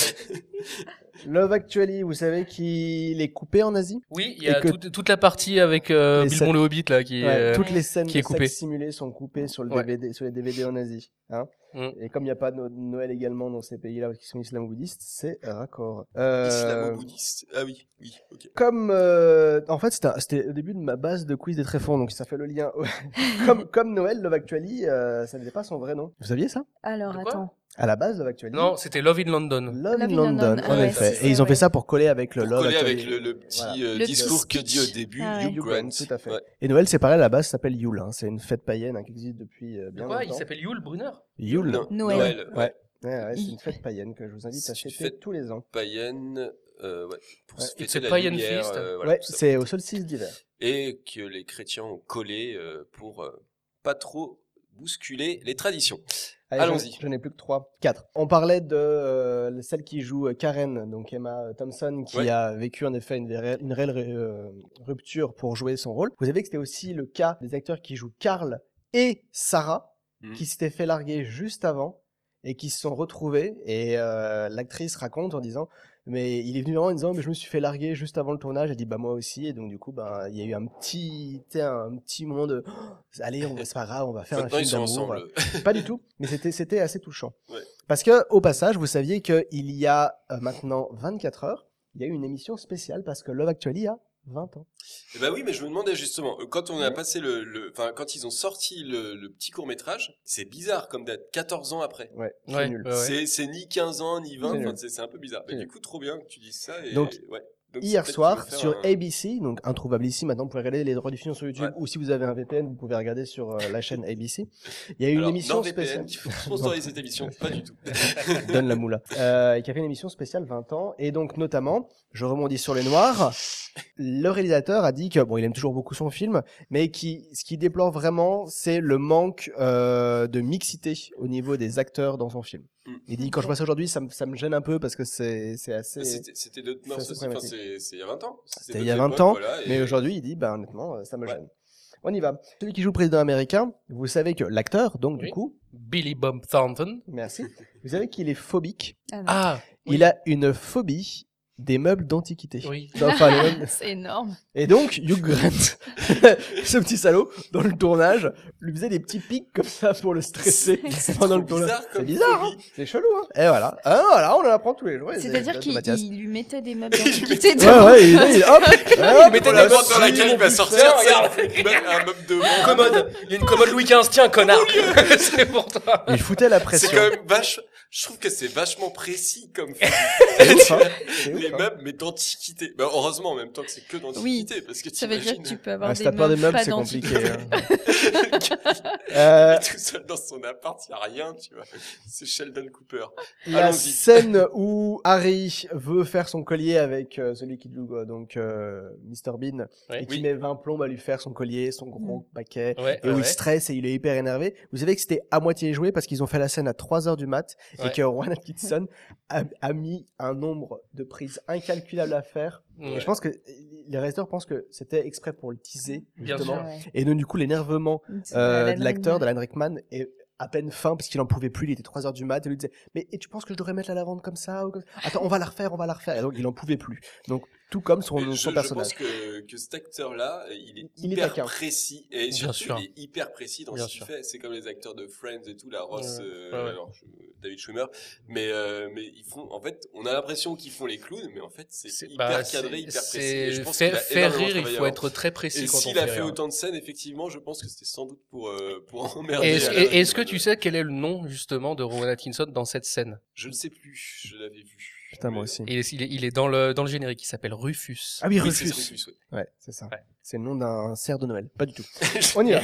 S4: Love Actually, vous savez qu'il est coupé en Asie
S2: Oui, il y a
S4: Et que-
S2: toute, toute la partie avec euh,
S4: Et
S2: Bilbon
S4: ça-
S2: le Hobbit là qui est.
S4: Ouais,
S2: euh,
S4: Toutes les scènes
S2: qui est
S4: de
S2: coupée.
S4: sexe simulé sont coupées sur, le
S2: Ouais.
S4: DVD, sur les DVD en Asie. hein.
S2: Mm.
S4: Et comme il n'y a pas de Noël également dans ces pays-là qui sont islamo-bouddhistes, c'est raccord. Euh,
S1: Islamo-bouddhiste. Ah oui, oui, ok.
S4: comme euh, en fait c'était un- c'était au début de ma base de quiz des tréfonds donc ça fait le lien
S3: <laughs>
S4: comme comme Noël Love Actually euh, ça n'était pas son vrai nom vous saviez ça
S3: Alors,
S2: De quoi
S3: attends.
S4: à la base Love Actually
S2: Non, c'était Love in London.
S4: Love in
S3: Love in
S4: London,
S3: London,
S4: en
S3: ouais,
S4: effet
S3: c'est
S4: et ils ont
S3: ça,
S4: fait
S3: ouais.
S4: ça pour coller avec le
S1: Pour
S4: Love
S1: coller avec le,
S4: Actually.
S1: le petit
S4: Voilà.
S1: euh,
S3: Le
S1: discours que
S3: petit
S1: dit au
S3: speech.
S1: début
S3: Ah,
S1: Hugh
S4: Hugh
S1: Grant.
S4: Grant, tout à fait.
S1: Ouais.
S4: et Noël c'est pareil à la base ça s'appelle Yule hein. c'est une fête païenne hein, qui existe depuis euh, bien
S2: Quoi, il
S4: longtemps
S2: s'appelle Yul Brunner
S4: Yule
S1: Non,
S3: Noël.
S1: ouais.
S4: Ouais, ouais, c'est
S3: Il-
S4: une fête païenne que je vous invite
S1: C'est
S4: à
S1: une
S4: fêter
S1: fête-
S4: tous les ans
S1: Païenne. euh, ouais, pour
S4: Ouais.
S1: se fêter
S2: It's a
S1: la
S2: païenne
S1: lumière,
S2: feast.
S1: euh, voilà,
S4: ouais
S1: tout ça.
S4: c'est au solstice d'hiver
S1: et que les chrétiens ont collé euh, pour euh, pas trop bousculer les traditions.
S4: Allez,
S1: Allons-y.
S4: Je, je n'ai plus que trois, quatre. On parlait de euh, celle qui joue euh, Karen, donc Emma euh, Thompson, qui
S1: Ouais.
S4: a vécu en effet une réelle, une réelle euh, rupture pour jouer son rôle. Vous savez que c'était aussi le cas des acteurs qui jouent Carl et Sarah,
S1: Mhm.
S4: qui s'étaient fait larguer juste avant et qui se sont retrouvés. Et euh, l'actrice raconte en disant. Mais il est venu vraiment en disant, mais je me suis fait larguer juste avant le tournage. Elle dit, bah moi aussi. Et donc, du coup, bah, il y a eu un petit, tu sais, un petit moment de, <gasps> Oh, allez, on va- c'est pas grave, on va faire un
S1: Maintenant,
S4: film
S1: ils sont
S4: d'amour.
S1: ensemble.
S4: Pas du tout, mais c'était c'était assez touchant.
S1: Ouais.
S4: Parce que au passage, vous saviez que il y a euh, maintenant 24 heures, il y a eu une émission spéciale parce que Love Actually a 20 ans.
S1: Eh ben oui, mais je me demandais justement, euh, quand on a
S4: Ouais.
S1: passé le, le- enfin, quand ils ont sorti le, le petit court métrage, c'est bizarre comme date, 14 ans après.
S4: Ouais, c'est
S2: Ouais,
S4: nul.
S2: ouais, ouais.
S1: C'est, c'est ni 15 ans, ni 20,
S4: C'est
S1: enfin,
S4: nul.
S1: c'est, c'est un peu bizarre. Mais
S4: C'est
S1: du
S4: nul.
S1: coup, trop bien que tu dises ça. Et,
S4: Donc,
S1: ouais. Donc,
S4: Hier
S1: peut-être
S4: soir
S1: qu'il faut faire
S4: sur
S1: un-
S4: ABC, donc introuvable ici. Maintenant, vous pouvez regarder les rediffusions sur YouTube ou si vous avez un VPN, vous pouvez regarder sur euh, la chaîne ABC. Il y a eu une
S1: Alors,
S4: émission
S1: NordVPN,
S4: spéciale.
S1: qui sponsorise cette émission,
S4: <laughs>
S1: pas du tout.
S4: Donne la moula. Euh, et qui a fait une émission spéciale 20 ans. Et donc, notamment, je rebondis sur les Noirs. Le réalisateur a dit que, bon, il aime toujours beaucoup son film, mais qui, ce qu'il déplore vraiment, c'est le manque euh, de mixité au niveau des acteurs dans son film.
S1: Mm.
S4: Il dit, quand je passe aujourd'hui, ça, me- ça me gêne un peu parce que c'est c'est assez.
S1: Ah, C'était, c'était d'autres
S4: c'est
S1: mœurs
S4: assez
S1: aussi, enfin,
S4: problématique.
S1: c'est, c'est il y a 20 ans.
S4: C'était il y a 20 ans, Mais aujourd'hui, il dit, bah, honnêtement, euh, ça me
S1: Ouais.
S4: gêne. On y va. Celui qui joue le président américain, vous savez que l'acteur, donc
S2: Oui.
S4: du coup,
S2: Billy Bob Thornton.
S4: merci, vous savez qu'il est phobique.
S2: Ah Oui.
S4: Il a une phobie des meubles d'antiquité.
S2: oui.
S1: <laughs>
S4: Enfin, les meubles-
S3: C'est énorme.
S4: Et donc, Hugh Grant, <laughs> ce petit salaud, dans le tournage, lui faisait des petits pics comme ça pour le stresser <laughs> pendant le tournage.
S1: bizarre
S4: C'est
S1: comme
S4: bizarre, hein c'est chelou. Hein et voilà. Ah, voilà, on en apprend tous les jours. et
S3: C'est-à-dire
S4: c'est-
S3: qu'il
S4: Mathias.
S3: il lui mettait des meubles d'antiquité
S4: <laughs> Ouais,
S3: dedans.
S4: ouais, il,
S1: <laughs>
S4: il- hop, hop,
S2: mettait
S1: Mettez
S2: de
S4: voilà,
S1: la boîte dans
S4: si,
S1: laquelle
S4: mon
S1: il va
S4: petit
S1: sortir,
S4: frère.
S1: regarde, un meuble de
S2: Commode Il y a une commode Louis XV, tiens, connard <laughs> C'est pour toi
S4: Il foutait la
S1: C'est
S4: pression.
S1: quand même vache. Je trouve que c'est vachement précis comme film.
S4: <laughs> C'est ouf, hein. C'est ouf,
S1: les
S4: hein.
S1: meubles, mais d'antiquité. Bah, heureusement en même temps que c'est que d'antiquité, parce que
S3: Ça veut dire que tu
S1: t'imagines
S3: peux avoir
S4: Ah,
S3: des
S4: si t'as peur des meubles,
S3: pas
S4: c'est compliqué.
S3: d'antiquité.
S4: hein. Euh,
S1: <laughs> tout seul dans son appart, y a rien, tu vois. C'est Sheldon Cooper.
S4: la
S1: Allons-y.
S4: scène où Harry veut faire son collier avec euh, celui qui joue euh, donc euh, Mr Bean
S2: Ouais.
S4: et qui
S1: Oui.
S4: met 20 plombes à lui faire son collier, son gros paquet.
S2: Ouais,
S4: Et
S2: ouais,
S4: où
S2: ouais.
S4: il stresse et il est hyper énervé. Vous savez que c'était à moitié joué parce qu'ils ont fait la scène à 3h du mat
S2: Ouais.
S4: et que Juan Atkinson a, a mis un nombre de prises incalculable à faire.
S2: Ouais.
S4: Et je pense que les réalisateurs pensent que c'était exprès pour le teaser,
S2: Bien
S4: justement.
S2: sûr.
S4: Et donc, du coup, l'énervement
S3: Ouais.
S4: euh, de l'acteur, d'Alan Rickman, est à peine faim parce qu'il en pouvait plus, il était 3 heures du mat, et lui disait "Mais et tu penses que je devrais mettre la lavande comme ça ou comme ça Attends, on va la refaire, on va la refaire." Et donc il en pouvait plus. Donc tout comme son,
S1: Mais je,
S4: son
S1: je
S4: personnage.
S1: pense que, que cet acteur-là, il est
S4: Il est
S1: hyper
S4: taquin.
S1: précis et
S2: Bien
S1: surtout,
S2: sûr.
S1: il est hyper précis dans
S2: Bien
S1: ce qu'il
S2: sûr.
S1: fait. C'est comme les acteurs de Friends et tout, la Ross,
S2: Ouais,
S1: euh,
S2: ouais, ouais.
S1: alors, je- David Schwimmer, mais euh, mais ils font. En fait, on a l'impression qu'ils font les clowns, mais en fait, c'est hyper
S2: bah,
S1: cadré,
S2: c'est-
S1: hyper précis. Et je
S2: c'est-
S1: pense
S2: Faire
S1: qu'il a
S2: faire
S1: énormément
S2: rire, il
S1: travaillé
S2: faut
S1: avant.
S2: être très précis
S1: Et
S2: quand on
S1: s'il
S2: fait
S1: a fait
S2: rire.
S1: autant de scènes, effectivement, je pense que c'était sans doute pour euh, <laughs> pour emmerder. euh,
S2: Et Est-ce
S1: Alan
S2: et- est-ce que
S1: Rickman.
S2: tu sais quel est le nom justement de Rowan Atkinson dans cette scène
S1: Je ne sais plus. Je l'avais vu.
S4: Putain, moi
S1: Mais-
S4: aussi.
S2: il est, il est- il est dans le dans le générique, il s'appelle Rufus.
S4: Ah oui,
S1: Oui, c'est
S4: Rufus.
S1: Rufus, ouais.
S4: Ouais, c'est ça.
S2: Ouais.
S4: C'est le nom d'un cerf de Noël, pas du tout. On y va.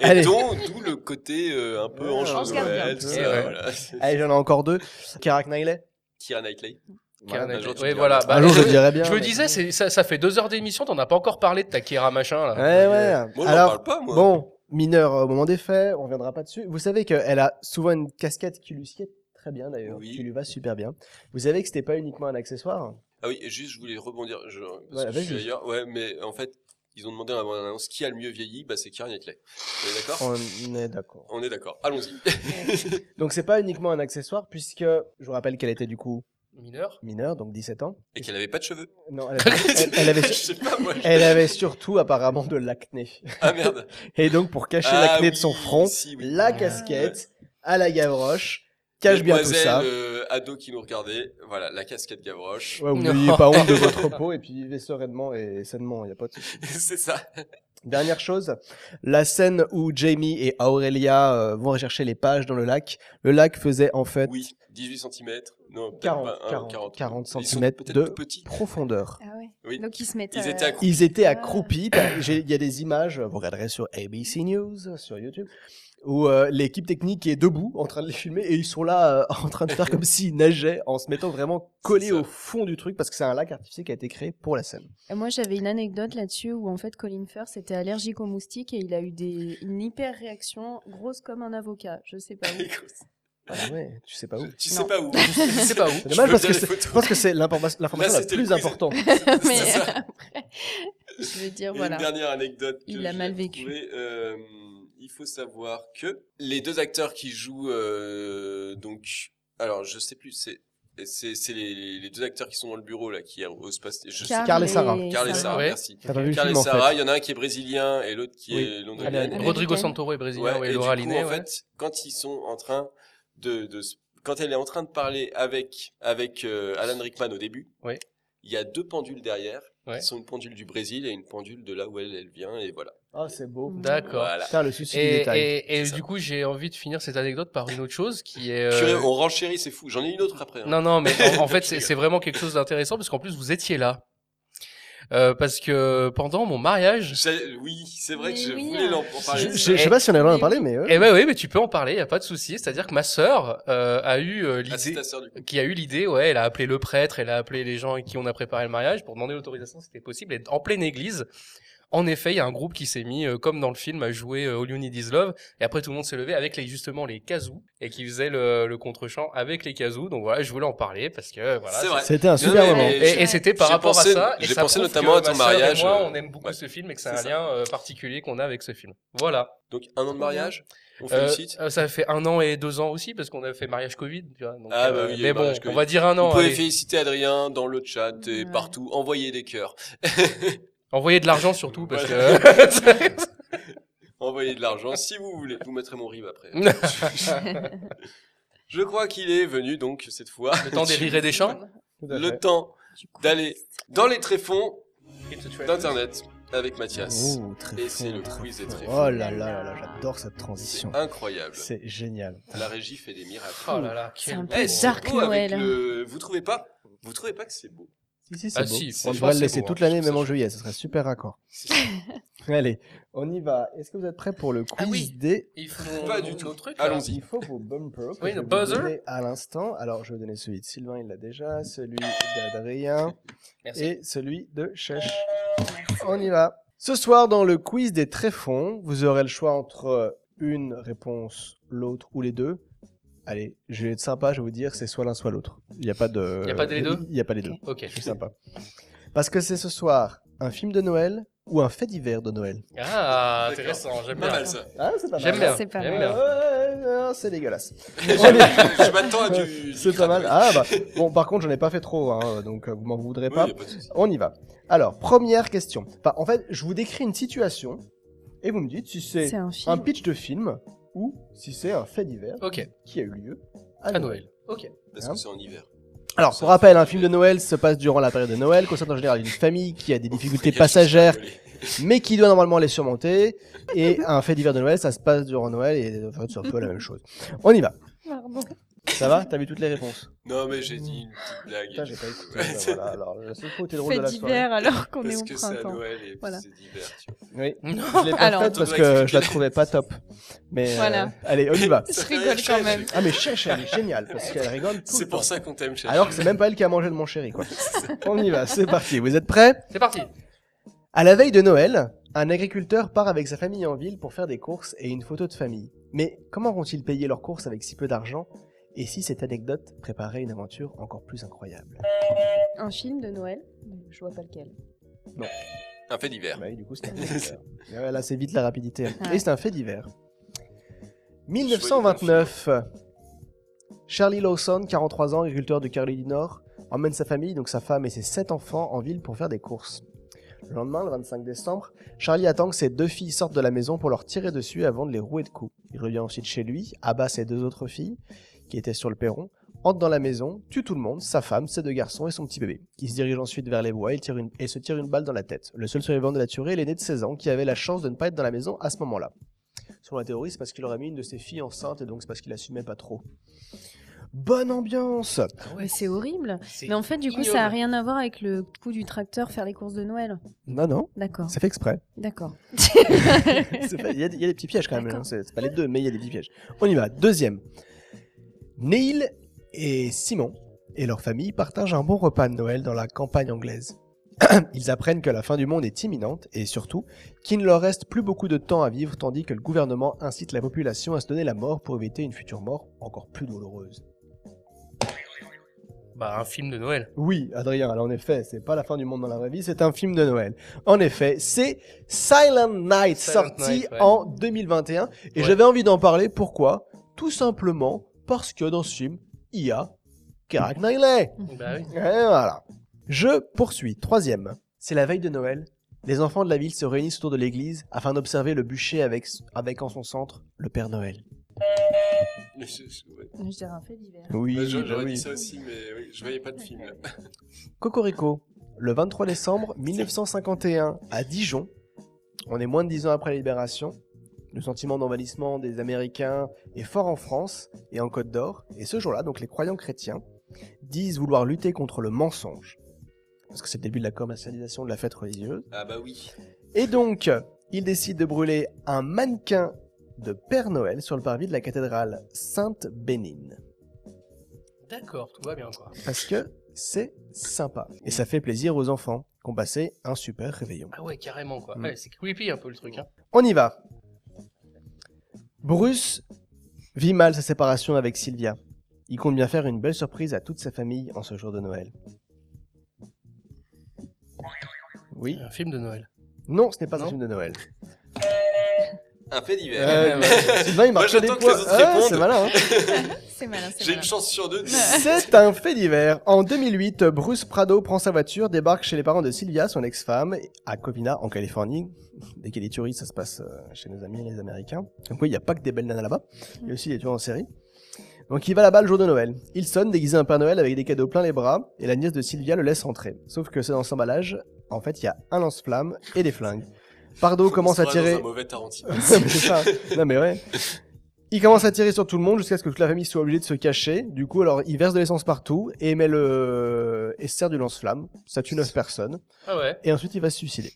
S1: Et
S4: Allez.
S1: donc, d'où le côté euh, un peu
S4: Ouais,
S1: ange
S4: on se
S1: de
S3: garde bien.
S1: Noël, tout ça,
S2: Ouais.
S1: voilà.
S4: Allez, j'en ai encore deux. Karak Nailey.
S1: Kira Knightley.
S2: Keira
S1: un jour,
S2: Knightley.
S1: tu
S2: Ouais,
S1: diras.
S2: voilà. bah,
S4: Un jour, je
S2: je-
S4: le dirais bien.
S2: Je me
S4: mais-
S2: disais, c'est- ça, ça fait deux heures d'émission, t'en as pas encore parlé de ta Kira machin là.
S4: Ouais, ouais.
S1: Moi, j'en
S4: Alors,
S1: parle pas, moi.
S4: Bon, mineur euh, au moment des faits, on reviendra pas dessus. Vous savez qu'elle a souvent une casquette qui lui sied très bien d'ailleurs,
S1: Oui.
S4: qui lui va super bien. Vous savez que c'était pas uniquement un accessoire.
S1: Ah oui, et juste, je voulais rebondir. Je, parce
S4: Voilà,
S1: que je suis
S4: vas-y.
S1: ailleurs. Ouais, mais en fait, ils ont demandé à la bande-annonce qui a le mieux vieilli. Bah, c'est Kira Knightley. On est d'accord
S4: On est d'accord.
S1: On est d'accord. Allons-y.
S4: Donc c'est pas uniquement un accessoire puisque je vous rappelle qu'elle était du coup <laughs>
S2: Mineur.
S4: mineure, donc 17 ans.
S1: Et qu'elle n'avait pas de cheveux.
S4: Non, elle
S2: <laughs>
S4: avait, elle-
S1: <laughs>
S4: elle avait
S1: je sais
S4: su-
S1: pas, moi. je-
S4: elle avait surtout apparemment de l'acné.
S1: Ah
S4: <laughs>
S1: merde.
S4: Et donc pour cacher
S1: Ah
S4: l'acné de
S1: oui,
S4: son front,
S1: si, oui.
S4: la casquette à la Gavroche cache bien tout
S1: Mademoiselle,
S4: ça.
S1: euh, ado qui nous regardait. Voilà, la casquette Gavroche.
S4: Ouais, vous
S2: Non.
S4: n'ayez pas honte de votre
S1: <laughs>
S4: peau et puis vivez sereinement et sainement, il y a pas de souci.
S1: c'est ça.
S4: Dernière chose, la scène où Jamie et Aurelia euh, vont rechercher les pages dans le lac. Le lac faisait en fait
S1: Oui, 18 cm. Non, peut-être
S4: 40,
S1: pas, hein,
S4: 40,
S1: 40,
S4: 40
S1: Ils sont
S4: centimètres
S1: peut-être
S4: de-
S1: tout petits.
S4: profondeur.
S3: Ah ouais.
S1: <laughs> Oui.
S3: Donc ils se mettent.
S1: Ils
S3: euh,
S1: étaient accroupis.
S4: Ils étaient
S3: Ah.
S4: accroupis. t'as- j'ai- Il y a des images, vous regarderez sur ABC News, euh, sur YouTube, où euh, l'équipe technique est debout en train de les filmer et ils sont là euh, en train
S1: <laughs>
S4: de faire comme s'ils nageaient en se mettant vraiment collés
S1: ça.
S4: au fond du truc parce que c'est un lac artificiel qui a été créé pour la scène.
S3: Et Moi, j'avais une anecdote là-dessus où en fait Colin Firth était allergique aux moustiques et il a eu des... une hyper réaction grosse comme un avocat. Je
S1: <laughs>
S3: sais pas. où.
S4: Ah ouais, tu sais pas où.
S1: tu sais
S3: Non.
S1: pas
S4: <laughs>
S1: où.
S2: Je sais pas où.
S4: C'est dommage
S1: veux
S4: parce
S1: bien
S4: que
S1: les
S4: c'est-
S1: photos.
S4: je pense que c'est l'informa- l'information la
S1: c'était le
S4: plus
S1: quiz.
S4: importante.
S3: <laughs> Mais
S1: C'est ça.
S3: après, je veux dire
S1: Et
S3: voilà.
S1: Une dernière anecdote. que
S3: Il l'a
S1: j'ai
S3: mal vécu.
S1: trouvée, euh, il faut savoir que les deux acteurs qui jouent, euh, donc, alors je sais plus, c'est c'est c'est les, les deux acteurs qui sont dans le bureau là, qui osent passer. Je sais
S4: Carl
S1: plus.
S4: et Sarah.
S1: Carl et Sarah,
S2: Ouais.
S1: merci.
S4: T'as pas vu le
S1: Carl et
S4: film en fait.
S1: Sarah, il y en a un qui est brésilien et l'autre qui
S4: Oui.
S1: est londonien.
S4: Américaine.
S2: Rodrigo Santoro est brésilien,
S1: Ouais,
S2: ouais,
S1: et
S2: Laura
S1: du coup,
S2: Linney,
S1: en
S2: ouais.
S1: fait, quand ils sont en train de, de se- quand elle est en train de parler avec avec euh, Alan Rickman au début,
S2: Ouais.
S1: il y a deux pendules derrière,
S2: Ouais.
S1: qui sont une pendule du Brésil et une pendule de là où elle, elle vient et voilà.
S4: Ah, c'est beau.
S2: D'accord.
S1: Voilà.
S4: Putain, le souci du
S2: Et,
S4: détail.
S2: et- et
S1: C'est ça.
S2: du coup, j'ai envie de finir cette anecdote par une autre chose qui est. euh,
S1: Purée, on renchérit, c'est fou. J'en ai une autre après. hein.
S2: Non, non, mais
S1: <laughs>
S2: en, en fait, c'est c'est vraiment quelque chose d'intéressant parce qu'en plus, vous étiez là. Euh, parce que pendant mon mariage.
S1: J'ai- Oui, c'est vrai que
S3: Mais
S1: je
S3: oui,
S1: voulais
S3: hein.
S1: l'en- en parler.
S4: Je,
S1: de
S4: je-
S1: ça.
S4: je sais pas si on a le droit d'en parler, mais. euh,
S2: Eh ben oui, mais tu peux en parler, y a pas de souci. C'est-à-dire que ma sœur euh, a eu euh,
S1: Ah, c'est
S2: l'idée,
S1: ta sœur du coup.
S2: qui a eu l'idée, ouais, elle a appelé le prêtre, elle a appelé les gens avec qui on a préparé le mariage pour demander l'autorisation si c'était possible. Et en pleine église, en effet, il y a un groupe qui s'est mis, euh, comme dans le film, à jouer euh, All You Need Is Love. Et après, tout le monde s'est levé avec les, justement les kazous et qui faisait le, le contre-champ avec les kazous. Donc voilà, je voulais en parler parce que euh, voilà.
S1: C'est vrai.
S4: C'était un
S1: Non,
S4: super
S1: mais-
S4: moment.
S1: Et
S2: Et,
S1: j'ai-
S2: et c'était par
S1: j'ai
S2: rapport
S1: pensé-
S2: à ça. et
S1: j'ai
S2: ça
S1: pensé
S2: prouve
S1: notamment
S2: que
S1: à ton
S2: ma sœur et
S1: mariage,
S2: Moi,
S1: euh,
S2: on aime beaucoup
S1: ouais.
S2: ce film et que c'est
S1: C'est
S2: un
S1: ça.
S2: lien euh, particulier qu'on a avec ce film. Voilà.
S1: Donc un an de mariage, on
S2: Euh,
S1: félicite.
S2: euh, ça fait un an et deux ans aussi parce qu'on a fait mariage Covid. Tu vois, donc, euh,
S1: Ah, bah oui, il y a eu
S2: mais bon,
S1: mariage
S2: on
S1: Covid.
S2: va dire un
S1: Vous
S2: an.
S1: pouvez
S2: allez.
S1: féliciter Adrien dans le chat et
S3: Ouais.
S1: partout. Envoyez des cœurs.
S2: Envoyez de l'argent surtout parce euh,
S1: Voilà.
S2: que.
S1: Envoyez de l'argent si vous voulez. Vous mettrez mon rib après. Je crois qu'il est venu donc cette fois.
S2: <laughs>
S1: <laughs>
S2: Le temps des rires et des chants.
S4: Tout à
S1: Le
S4: fait.
S1: temps
S3: Du coup,
S1: d'aller dans les tréfonds
S2: Putain,
S1: d'internet avec Mathias.
S4: Oh, très
S1: Et c'est
S4: fort,
S1: le
S4: très
S1: quiz des
S4: fort.
S1: très
S4: Oh là là là là, j'adore cette
S1: C'est
S4: transition.
S1: incroyable.
S4: C'est génial.
S1: La régie fait des miracles.
S2: Oh là là,
S3: C'est un
S2: quel
S3: peu
S1: Eh,
S2: beau.
S1: c'est
S3: Dark
S1: beau avec
S3: Noël.
S1: le- Vous trouvez pas Vous trouvez pas que c'est beau
S4: Si, si,
S2: Ah
S4: c'est
S2: si,
S4: beau. On
S2: franchement,
S4: devrait le
S2: c'est
S4: laisser
S2: beau,
S4: toute
S2: hein, je
S4: l'année,
S2: trouve
S4: même
S2: ça
S4: en juillet, ce serait super raccord.
S1: C'est-
S4: Allez, on y va. Est-ce que vous êtes prêts pour le quiz
S2: Ah oui.
S4: des...
S2: Ils font
S1: Pas du tout.
S2: truc. là.
S1: Allons-y.
S4: Il faut vos bumpers que
S2: Oui, le
S4: je vais vous
S2: buzzer.
S4: donner à l'instant. Alors, je vais vous donner celui de Sylvain, il l'a déjà, celui d'Adrien
S2: <laughs> Merci.
S4: et celui de Chèche. On y va. Ce soir, dans le quiz des tréfonds, vous aurez le choix entre une réponse, l'autre ou les deux. Allez, je vais être sympa, je vais vous dire, c'est soit l'un, soit l'autre. Il n'y a pas de...
S2: Il y a pas des deux
S4: Il n'y a pas les deux.
S2: Ok.
S4: Je suis sympa. Parce que c'est ce soir un film de Noël ou un fait d'hiver de Noël.
S2: Ah, intéressant. J'aime
S1: Pas
S2: bien.
S1: mal ça.
S4: Ah, c'est pas <laughs>
S2: J'aime bien.
S3: C'est pas
S2: J'aime
S3: mal.
S2: bien.
S4: Ouais, ouais, euh,
S2: <laughs>
S4: c'est dégueulasse.
S1: je m'attends à du.
S4: Oh, C'est
S1: du
S4: pas mal.
S1: crack,
S4: Ah bah bon, par contre, j'en ai pas fait trop, hein, donc euh, vous m'en voudrez
S1: ouais.
S4: pas.
S1: Oui,
S4: Oh,
S1: y a pas de souci.
S4: On y va. Alors, première question. Enfin, en fait, je vous décris une situation et vous me dites si c'est
S3: C'est un film.
S4: un pitch de film ou si c'est un fait divers
S2: Ok,
S4: qui a eu lieu
S2: à Noël. Ok.
S1: Parce
S4: hein
S1: que c'est en hiver.
S4: Alors, pour rappel, un film de Noël se passe durant la période de Noël, concerne en général une famille qui a des difficultés passagères, mais qui doit normalement les surmonter, et un fait divers de Noël, ça se passe durant Noël, et en fait, c'est un peu la même chose. On y va.
S3: Pardon.
S4: Ça va T'as vu toutes les réponses
S1: Non, mais j'ai dit une petite blague.
S4: Putain, j'ai pas écouté.
S1: Ouais, c'est-
S4: Voilà, alors, la seule faute est drôle de
S3: Fait
S4: la soirée.
S3: d'hiver alors qu'on est
S1: Parce
S3: au
S1: que c'est à
S3: printemps.
S1: Noël et
S3: Voilà.
S1: c'est d'hiver. tu vois.
S4: <laughs> Oui.
S2: Non.
S4: Je l'ai pas
S3: Alors.
S4: faite parce que je la trouvais pas top. Mais euh,
S3: Voilà.
S4: allez, on y va.
S3: Je
S1: Ça fait
S3: rigole
S1: un
S3: quand
S1: chef.
S3: même.
S4: <laughs> Ah mais Chèche, elle est géniale parce qu'elle rigole tout
S1: C'est
S4: le
S1: pour
S4: temps.
S1: ça qu'on t'aime, chérie.
S4: Alors que c'est même pas elle qui a mangé de mon chéri quoi. on y va, c'est parti. Vous êtes prêts
S2: C'est parti.
S4: À la veille de Noël, un agriculteur part avec sa famille en ville pour faire des courses et une photo de famille. Mais comment vont-ils payer leurs courses avec si peu d'argent Et si cette anecdote préparait une aventure encore plus incroyable
S3: Un film de Noël Je vois pas lequel.
S1: Un fait d'hiver.
S4: Bah oui, du coup, c'est un fait divers. Mais ouais, Là, c'est vite la rapidité.
S3: Ouais.
S4: Et c'est un fait divers. 1929. Charlie Lawson, 43 ans, agriculteur de Caroline du Nord, emmène sa famille, donc sa femme et ses 7 enfants, en ville pour faire des courses. Le lendemain, le 25 décembre, Charlie attend que ses deux filles sortent de la maison pour leur tirer dessus avant de les rouer de coups. Il revient ensuite chez lui, abat ses deux autres filles, qui étaient sur le perron, entre dans la maison, tue tout le monde, sa femme, ses deux garçons et son petit bébé. Il se dirige ensuite vers les bois et, tire une- et se tire une balle dans la tête. Le seul survivant de la tuerie est l'aîné de 16 ans qui avait la chance de ne pas être dans la maison à ce moment-là. Selon la théorie, c'est parce qu'il aurait mis une de ses filles enceinte et donc c'est parce qu'il assumait pas trop. Bonne ambiance
S1: Ah
S3: Mais c'est horrible.
S2: C'est-
S3: Mais en fait, du coup,
S2: ignoble.
S3: ça a rien à voir avec le coup du tracteur faire les courses de Noël.
S4: Non, non,
S3: D'accord,
S4: c'est fait exprès.
S3: d'accord.
S4: C'est pas- Il y, a- il y a des petits pièges quand même.
S3: D'accord.
S4: hein. C'est c'est pas les deux, mais il y a des petits pièges. On y va. Deuxième. Neil et Simon et leur famille partagent un bon repas de Noël dans la campagne anglaise. <clears throat> Ils apprennent que la fin du monde est imminente et surtout qu'il ne leur reste plus beaucoup de temps à vivre tandis que le gouvernement incite la population à se donner la mort pour éviter une future mort encore plus douloureuse.
S2: Bah un film de Noël.
S4: Oui, Adrien, alors en effet, c'est pas la fin du monde dans la vraie vie, c'est un film de Noël. En effet, c'est Silent Night,
S2: Silent
S4: sorti
S2: Night, ouais.
S4: en 2021. Et
S2: Ouais.
S4: j'avais envie d'en parler, pourquoi Tout simplement parce que dans ce film, il y a Keira Knightley.
S2: Bah oui.
S4: Et voilà. Je poursuis. Troisième. C'est la veille de Noël. Les enfants de la ville se réunissent autour de l'église afin d'observer le bûcher avec, avec en son centre le Père Noël.
S1: Je- je- ouais.
S3: Je dirais un fait d'hiver.
S4: Oui,
S1: Bah, J'aurais
S4: bah
S1: j'aurais
S4: oui.
S1: dit ça aussi, mais oui, je voyais pas de film. là.
S4: Cocorico, le 23 décembre 1951, à Dijon, on est moins de 10 ans après la libération, le sentiment d'envahissement des Américains est fort en France et en Côte d'Or, et ce jour-là, donc les croyants chrétiens disent vouloir lutter contre le mensonge, parce que c'est le début de la commercialisation de la fête religieuse,
S1: Ah bah oui.
S4: et donc ils décident de brûler un mannequin de Père Noël sur le parvis de la cathédrale Sainte-Bénigne
S2: D'accord, tout va bien quoi.
S4: parce que c'est sympa. Et ça fait plaisir aux enfants qui ont passé un super réveillon.
S2: Ah ouais, carrément quoi.
S4: Mm.
S2: Ouais, c'est creepy un peu le truc. Hein.
S4: On y va. Bruce vit mal sa séparation avec Sylvia. Il compte bien faire une belle surprise à toute sa famille en ce jour de Noël. Oui.
S2: Un film de Noël.
S4: Non, ce n'est pas un
S2: Non.
S4: film de Noël.
S1: Un fait d'hiver.
S2: Ah
S4: Euh,
S2: <laughs>
S4: Sylvain, il
S1: Moi,
S4: marque des
S1: j'attends que
S4: points.
S1: les autres
S4: Ah,
S1: répondent.
S4: c'est malin, hein.
S3: C'est malin, c'est
S1: J'ai une
S3: malin.
S1: chance sur deux. de-
S4: C'est un fait divers. En 2008, Bruce Prado prend sa voiture, débarque chez les parents de Sylvia, son ex-femme, à Covina, en Californie. Dès qu'il y a des tueries, ça se passe euh, chez nos amis les Américains. Donc oui, il n'y a pas que des belles nanas là-bas. Il y a aussi des tueurs en série. Donc il va là-bas le jour de Noël. Il sonne déguisé en Père Noël avec des cadeaux plein les bras, et la nièce de Sylvia le laisse entrer. Sauf que c'est dans son emballage, en fait, il y a un lance-flamme et des flingues. Pardo commence
S1: On
S4: à
S1: sera dans
S4: tirer...
S1: un mauvais Tarantino.
S4: Ouais, mais <laughs> c'est ça. Non mais ouais. Il commence à tirer sur tout le monde jusqu'à ce que toute la famille soit obligée de se cacher. Du coup, alors il verse de l'essence partout et met le et se sert du lance-flamme. Ça tue 9 personnes
S2: Ah ouais,
S4: et ensuite il va se suicider.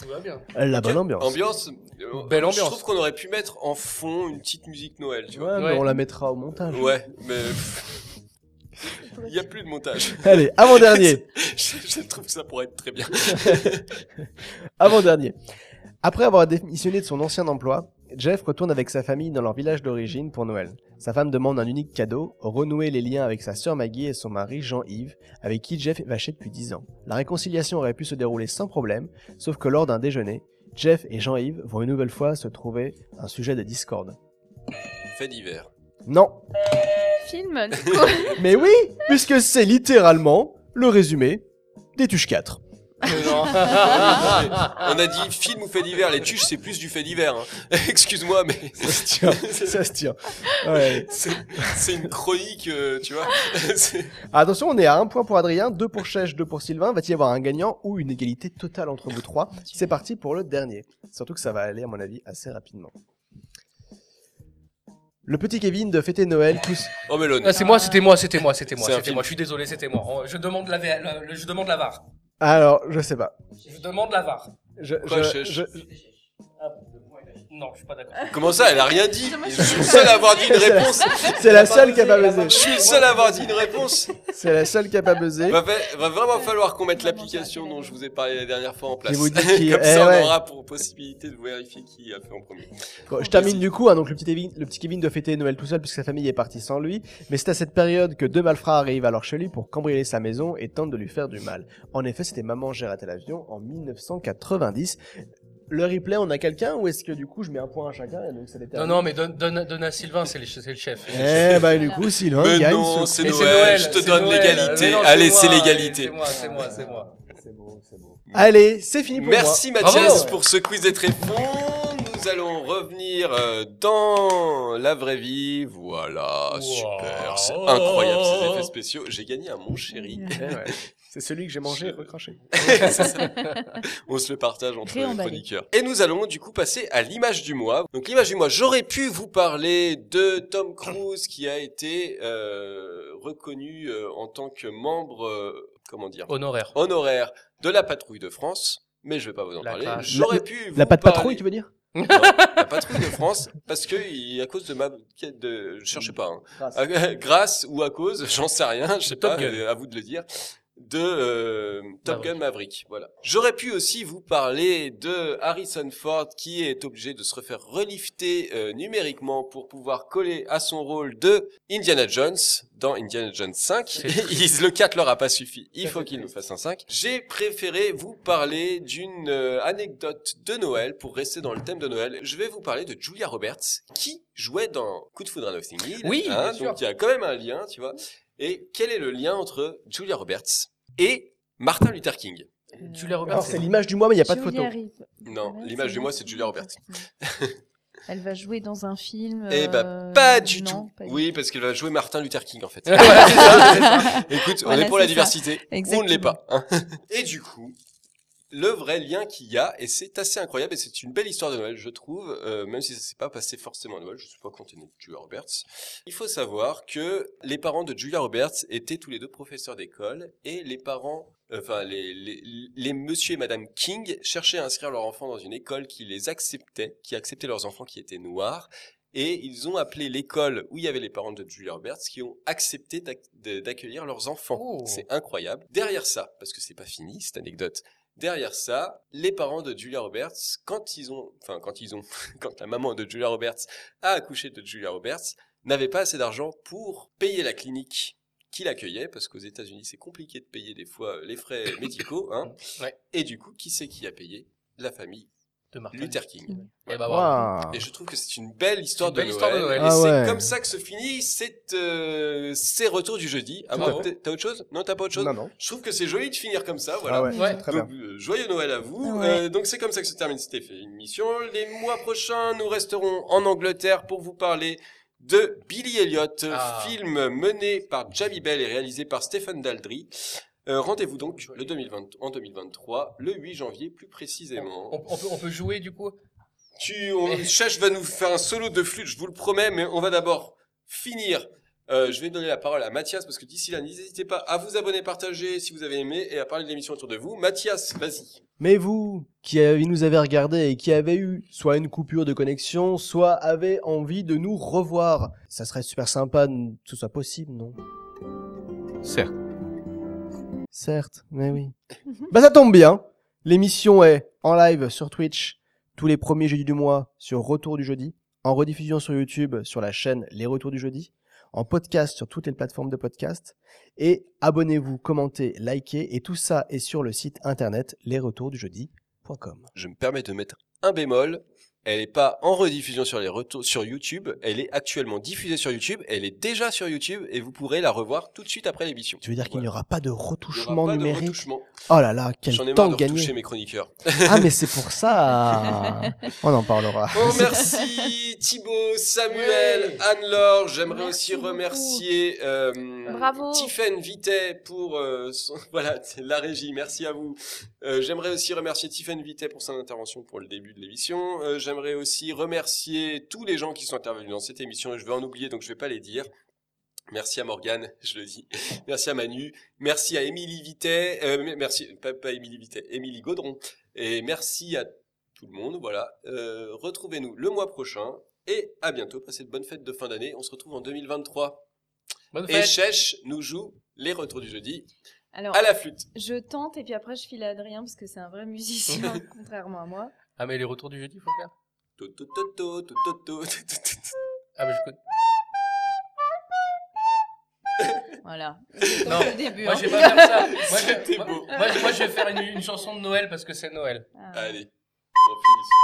S2: tout va bien.
S4: La Ah, bonne
S1: Ok,
S4: ambiance.
S1: Ambiance. euh,
S2: Belle
S1: Je
S2: ambiance.
S1: trouve qu'on aurait pu mettre en fond une petite musique Noël, tu
S4: Ouais,
S1: vois.
S4: mais
S2: Ouais.
S4: on la mettra au montage.
S1: Ouais,
S3: <laughs>
S1: mais. Il n'y a plus de montage. <laughs>
S4: Allez, avant dernier,
S1: je, je trouve ça pourrait être très bien.
S4: avant dernier. Après avoir démissionné de son ancien emploi, Jeff retourne avec sa famille dans leur village d'origine pour Noël. Sa femme demande un unique cadeau, renouer les liens avec sa sœur Maggie et son mari Jean-Yves, avec qui Jeff est vaché depuis 10 ans. La réconciliation aurait pu se dérouler sans problème, sauf que lors d'un déjeuner, Jeff et Jean-Yves vont une nouvelle fois se trouver un sujet de discorde.
S1: Fait divers.
S4: Non.
S3: Film Nico.
S4: Mais oui, puisque c'est littéralement le résumé des Tuches 4.
S2: Non.
S1: On a dit film ou fait divers. Les tuches, c'est plus du fait divers. hein. <laughs> Excuse-moi, mais <laughs>
S4: <laughs> Ça se tient. Ouais.
S1: c'est c'est une chronique, euh, tu
S4: <laughs>
S1: vois. <laughs> C'est-
S4: Attention, on est à un point pour Adrien, deux pour Chèche, deux pour Sylvain. Va-t-il y avoir un gagnant ou une égalité totale entre vous trois C'est parti pour le dernier. Surtout que ça va aller, à mon avis, assez rapidement. Le petit Kevin de fêter Noël pousse.
S1: Oh, Melon.
S2: Ah, c'est moi, c'était moi, c'était moi, c'était moi,
S1: C'est un
S2: c'était
S1: film.
S2: moi. Je suis désolé, c'était moi. Oh, Je demande la, V- la- le- je demande la var.
S4: Alors, je sais pas.
S2: Je demande la var.
S4: Je,
S1: Quoi,
S4: je-
S1: Chèche
S4: je-
S2: Ah Non, je suis pas d'accord.
S1: Comment ça Elle a rien dit.
S3: Moi, je-
S1: Je suis le seul à avoir
S4: <laughs>
S1: dit une
S4: C'est la-
S1: réponse.
S4: C'est la seule qui a pas buzzé.
S1: Je suis le seul à avoir dit une réponse.
S4: C'est la seule qui a pas Bah, buzzé.
S1: Va, fa- va vraiment falloir qu'on mette l'application dont je vous ai parlé la dernière fois en place.
S4: Et
S1: <laughs>
S4: vous dites qui-
S1: Comme
S4: eh
S1: ça,
S4: ouais.
S1: on aura pour possibilité de vérifier qui a fait en premier.
S4: Bon, je termine du coup, hein, donc le petit, Kevin, le petit Kevin doit fêter Noël tout seul puisque sa famille est partie sans lui, mais c'est à cette période que deux malfrats arrivent alors chez lui pour cambrioler sa maison et tentent de lui faire du mal. En effet, c'était Maman j'ai raté l'avion en 1990. Le replay, on a quelqu'un ou est-ce que du coup je mets un point à chacun et donc ça
S2: Non,
S4: détermine
S2: non, mais donne, donne, donne à Sylvain, c'est le, c'est le chef.
S4: Eh bah du coup, Sylvain
S1: Mais
S4: gagne.
S1: non,
S4: ce-
S1: c'est
S2: Et
S1: Noël,
S2: c'est Noël,
S1: je te
S2: c'est
S1: donne
S2: Noël.
S1: l'égalité.
S2: Mais non,
S1: Allez, c'est
S2: moi,
S1: l'égalité.
S2: C'est moi, c'est moi, c'est moi.
S4: Allez, c'est fini pour
S1: Merci
S2: Bravo.
S1: Mathias pour ce quiz des tréfonds. Nous allons revenir euh, dans la vraie vie. Voilà,
S2: Wow.
S1: super, c'est incroyable ces effets spéciaux. J'ai gagné un mon chéri.
S4: moi. Eh ouais. C'est celui que j'ai mangé et recraché.
S1: C'est ça. On se le partage entre les
S3: Réemballé.
S1: chroniqueurs. Et nous allons du coup passer à l'image du mois. Donc l'image du mois, j'aurais pu vous parler de Tom Cruise qui a été euh, reconnu euh, en tant que membre, euh, comment dire,
S2: Honoraire.
S1: honoraire de la patrouille de France. Mais je vais pas vous en
S2: La
S1: parler.
S2: classe.
S1: J'aurais pu vous
S4: La pâte
S1: parler-
S4: patrouille, tu veux dire
S1: Non, la patrouille de France, parce que il- à cause de ma quête de, je cherchais pas, hein. À- <laughs> grâce ou à cause, <laughs> j'en sais rien, je sais
S2: Top
S1: pas,
S2: Gun.
S1: euh, à vous de le dire, de euh, Top
S2: Maverick.
S1: Gun Maverick. Voilà. J'aurais pu aussi vous parler de Harrison Ford qui est obligé de se refaire relifter euh, numériquement pour pouvoir coller à son rôle de Indiana Jones dans Indiana Jones 5. <laughs>
S2: C'est
S1: le 4 leur a pas suffi. Il
S4: Ça
S1: faut
S4: fait
S1: qu'il nous
S4: triste.
S1: fasse un 5. J'ai préféré vous parler d'une euh, anecdote de Noël pour rester dans le thème de Noël. Je vais vous parler de Julia Roberts qui jouait dans Coup de foudre à Notting Hill.
S2: <laughs> Oui, bien sûr.
S1: Hein, donc il y a quand même un lien, tu vois. Et quel est le lien entre Julia Roberts et Martin Luther King
S3: Euh,
S2: Julia
S4: Alors
S2: Roberts.
S4: c'est l'image du mois, mais il n'y a pas de photo.
S3: Julia Rive-
S1: Non,
S3: Ouais,
S1: l'image
S3: c'est
S1: du mois,
S3: vrai,
S1: c'est Julia Roberts.
S3: Elle va jouer dans un film.
S1: Eh ben,
S3: euh,
S1: pas du
S3: non,
S1: tout.
S3: pas du
S1: oui, parce qu'elle va jouer Martin Luther King, en
S2: <laughs>
S1: fait.
S2: Voilà, c'est ça.
S1: Écoute, on
S3: Voilà,
S1: est pour la
S3: c'est ça.
S1: diversité. Ou on ne l'est
S3: Exactement.
S1: pas. hein. et du coup, le vrai lien qu'il y a, et c'est assez incroyable, et c'est une belle histoire de Noël, je trouve, euh, même si ça s'est pas passé forcément à Noël, je ne suis pas content de Julia Roberts. Il faut savoir que les parents de Julia Roberts étaient tous les deux professeurs d'école, et les parents, euh, enfin, les, les, les monsieur et madame King cherchaient à inscrire leurs enfants dans une école qui les acceptait, qui acceptait leurs enfants qui étaient noirs, et ils ont appelé l'école où il y avait les parents de Julia Roberts qui ont accepté d'ac- de- d'accueillir leurs enfants.
S2: Oh.
S1: C'est incroyable. Derrière ça, parce que c'est pas fini cette anecdote. Derrière ça, les parents de Julia Roberts, quand ils ont, enfin quand ils ont, <laughs> quand la maman de Julia Roberts a accouché de Julia Roberts, n'avaient pas assez d'argent pour payer la clinique qui l'accueillait, parce qu'aux États-Unis c'est compliqué de payer des fois les frais
S2: <coughs>
S1: médicaux. Hein.
S2: Ouais.
S1: Et du coup, qui c'est qui a payé La famille
S2: De Martin
S1: Luther King.
S2: Eh ben, voilà.
S4: Waouh.
S1: Ah, bah. Et je trouve que c'est une belle histoire,
S2: C'est une belle
S1: de,
S2: histoire de
S1: Noël.
S2: Noël.
S1: Et
S4: Ah
S1: c'est
S4: ouais.
S1: comme ça que se finit cette, euh, ces retours du jeudi. Ah,
S2: Tout
S1: bravo.
S2: à fait.
S1: T'as autre chose Non, t'as pas autre chose
S4: Non, non.
S1: Je trouve que c'est joli de finir comme ça. Voilà.
S4: Ah ouais,
S2: Ouais.
S4: c'est très bien.
S1: Donc, euh, joyeux Noël à vous.
S3: Ah ouais.
S1: Euh, donc c'est comme ça que se termine cette émission. Les mois prochains, nous resterons en Angleterre pour vous parler de Billy Elliot,
S2: Ah.
S1: film mené par Jamie Bell et réalisé par Stephen Daldry. Euh, Rendez-vous donc le 2020, en 2023, le 8 janvier plus précisément.
S2: On, on peut, on peut jouer du coup
S1: Tu, on, Chach va nous faire un solo de flûte, je vous le promets, mais on va d'abord finir. Euh, je vais donner la parole à Mathias parce que d'ici là, n'hésitez pas à vous abonner, partager si vous avez aimé et à parler de l'émission autour de vous. Mathias, vas-y.
S4: Mais vous, qui avez- nous avez regardé et qui avez eu soit une coupure de connexion, soit avez envie de nous revoir, ça serait super sympa de- que ce soit possible, non
S10: Certes.
S4: Certes, mais oui. bah ça tombe bien. L'émission est en live sur Twitch tous les premiers jeudis du mois sur Retour du jeudi, en rediffusion sur YouTube sur la chaîne Les Retours du jeudi, en podcast sur toutes les plateformes de podcast. Et abonnez-vous, commentez, likez, et tout ça est sur le site internet lesretours du jeudi.
S1: Je me permets de mettre un bémol. Elle n'est pas en rediffusion sur les retours sur YouTube. Elle est actuellement diffusée sur YouTube. Elle est déjà sur YouTube et vous pourrez la revoir tout de suite après l'émission.
S4: Tu veux dire qu'il n'y aura pas de retouchement
S1: Pas de
S4: numérique
S1: retouchement.
S4: Oh là là, quel
S1: J'en ai marre
S4: temps
S1: de retoucher
S4: gagné
S1: mes chroniqueurs.
S4: Ah mais c'est pour ça
S1: <laughs>
S4: On en parlera.
S1: On remercie Oh, Thibaut, Samuel, Anne-Laure. J'aimerais aussi remercier euh,
S3: Bravo.
S1: Tiffaine Vitet pour euh, son- <laughs> voilà c'est la régie. Merci à vous. Euh, J'aimerais aussi remercier Tiffaine Vitet pour son intervention pour le début de l'émission. Euh, J'aimerais aussi remercier tous les gens qui sont intervenus dans cette émission. Je vais en oublier donc je vais pas les dire. Merci à Morgane, <laughs> je le dis. Merci à Manu. Merci à Émilie Vitet. Euh, m- merci, pas, pas Émilie Vitet, Émilie Gaudron. Et merci à tout le monde. Voilà. Euh, Retrouvez-nous le mois prochain et à bientôt. Passez de bonnes fêtes de fin d'année. On se retrouve en 2023.
S2: Bonne
S1: Et
S2: fête.
S1: Chèche nous joue les retours du jeudi
S3: <laughs> Alors,
S1: à la flûte.
S3: je tente et puis après je file à Adrien parce que c'est un vrai
S1: <laughs>
S3: musicien, contrairement à moi.
S2: Ah, mais les retours du jeudi, faut faire.
S1: Tout, tout, tout, tout, tout, tout, tout, tout, tout, tout.
S2: Ah, mais je connais.
S3: Voilà.
S2: Non,
S3: Comme le début.
S2: moi
S3: hein.
S2: je vais pas faire ça.
S1: <laughs>
S2: Moi, je-
S1: C'était
S2: moi-
S1: beau.
S2: moi, je- moi, je vais faire une, une chanson de Noël parce que c'est Noël.
S3: Ah.
S1: Allez, on finit. sur-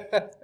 S1: Générique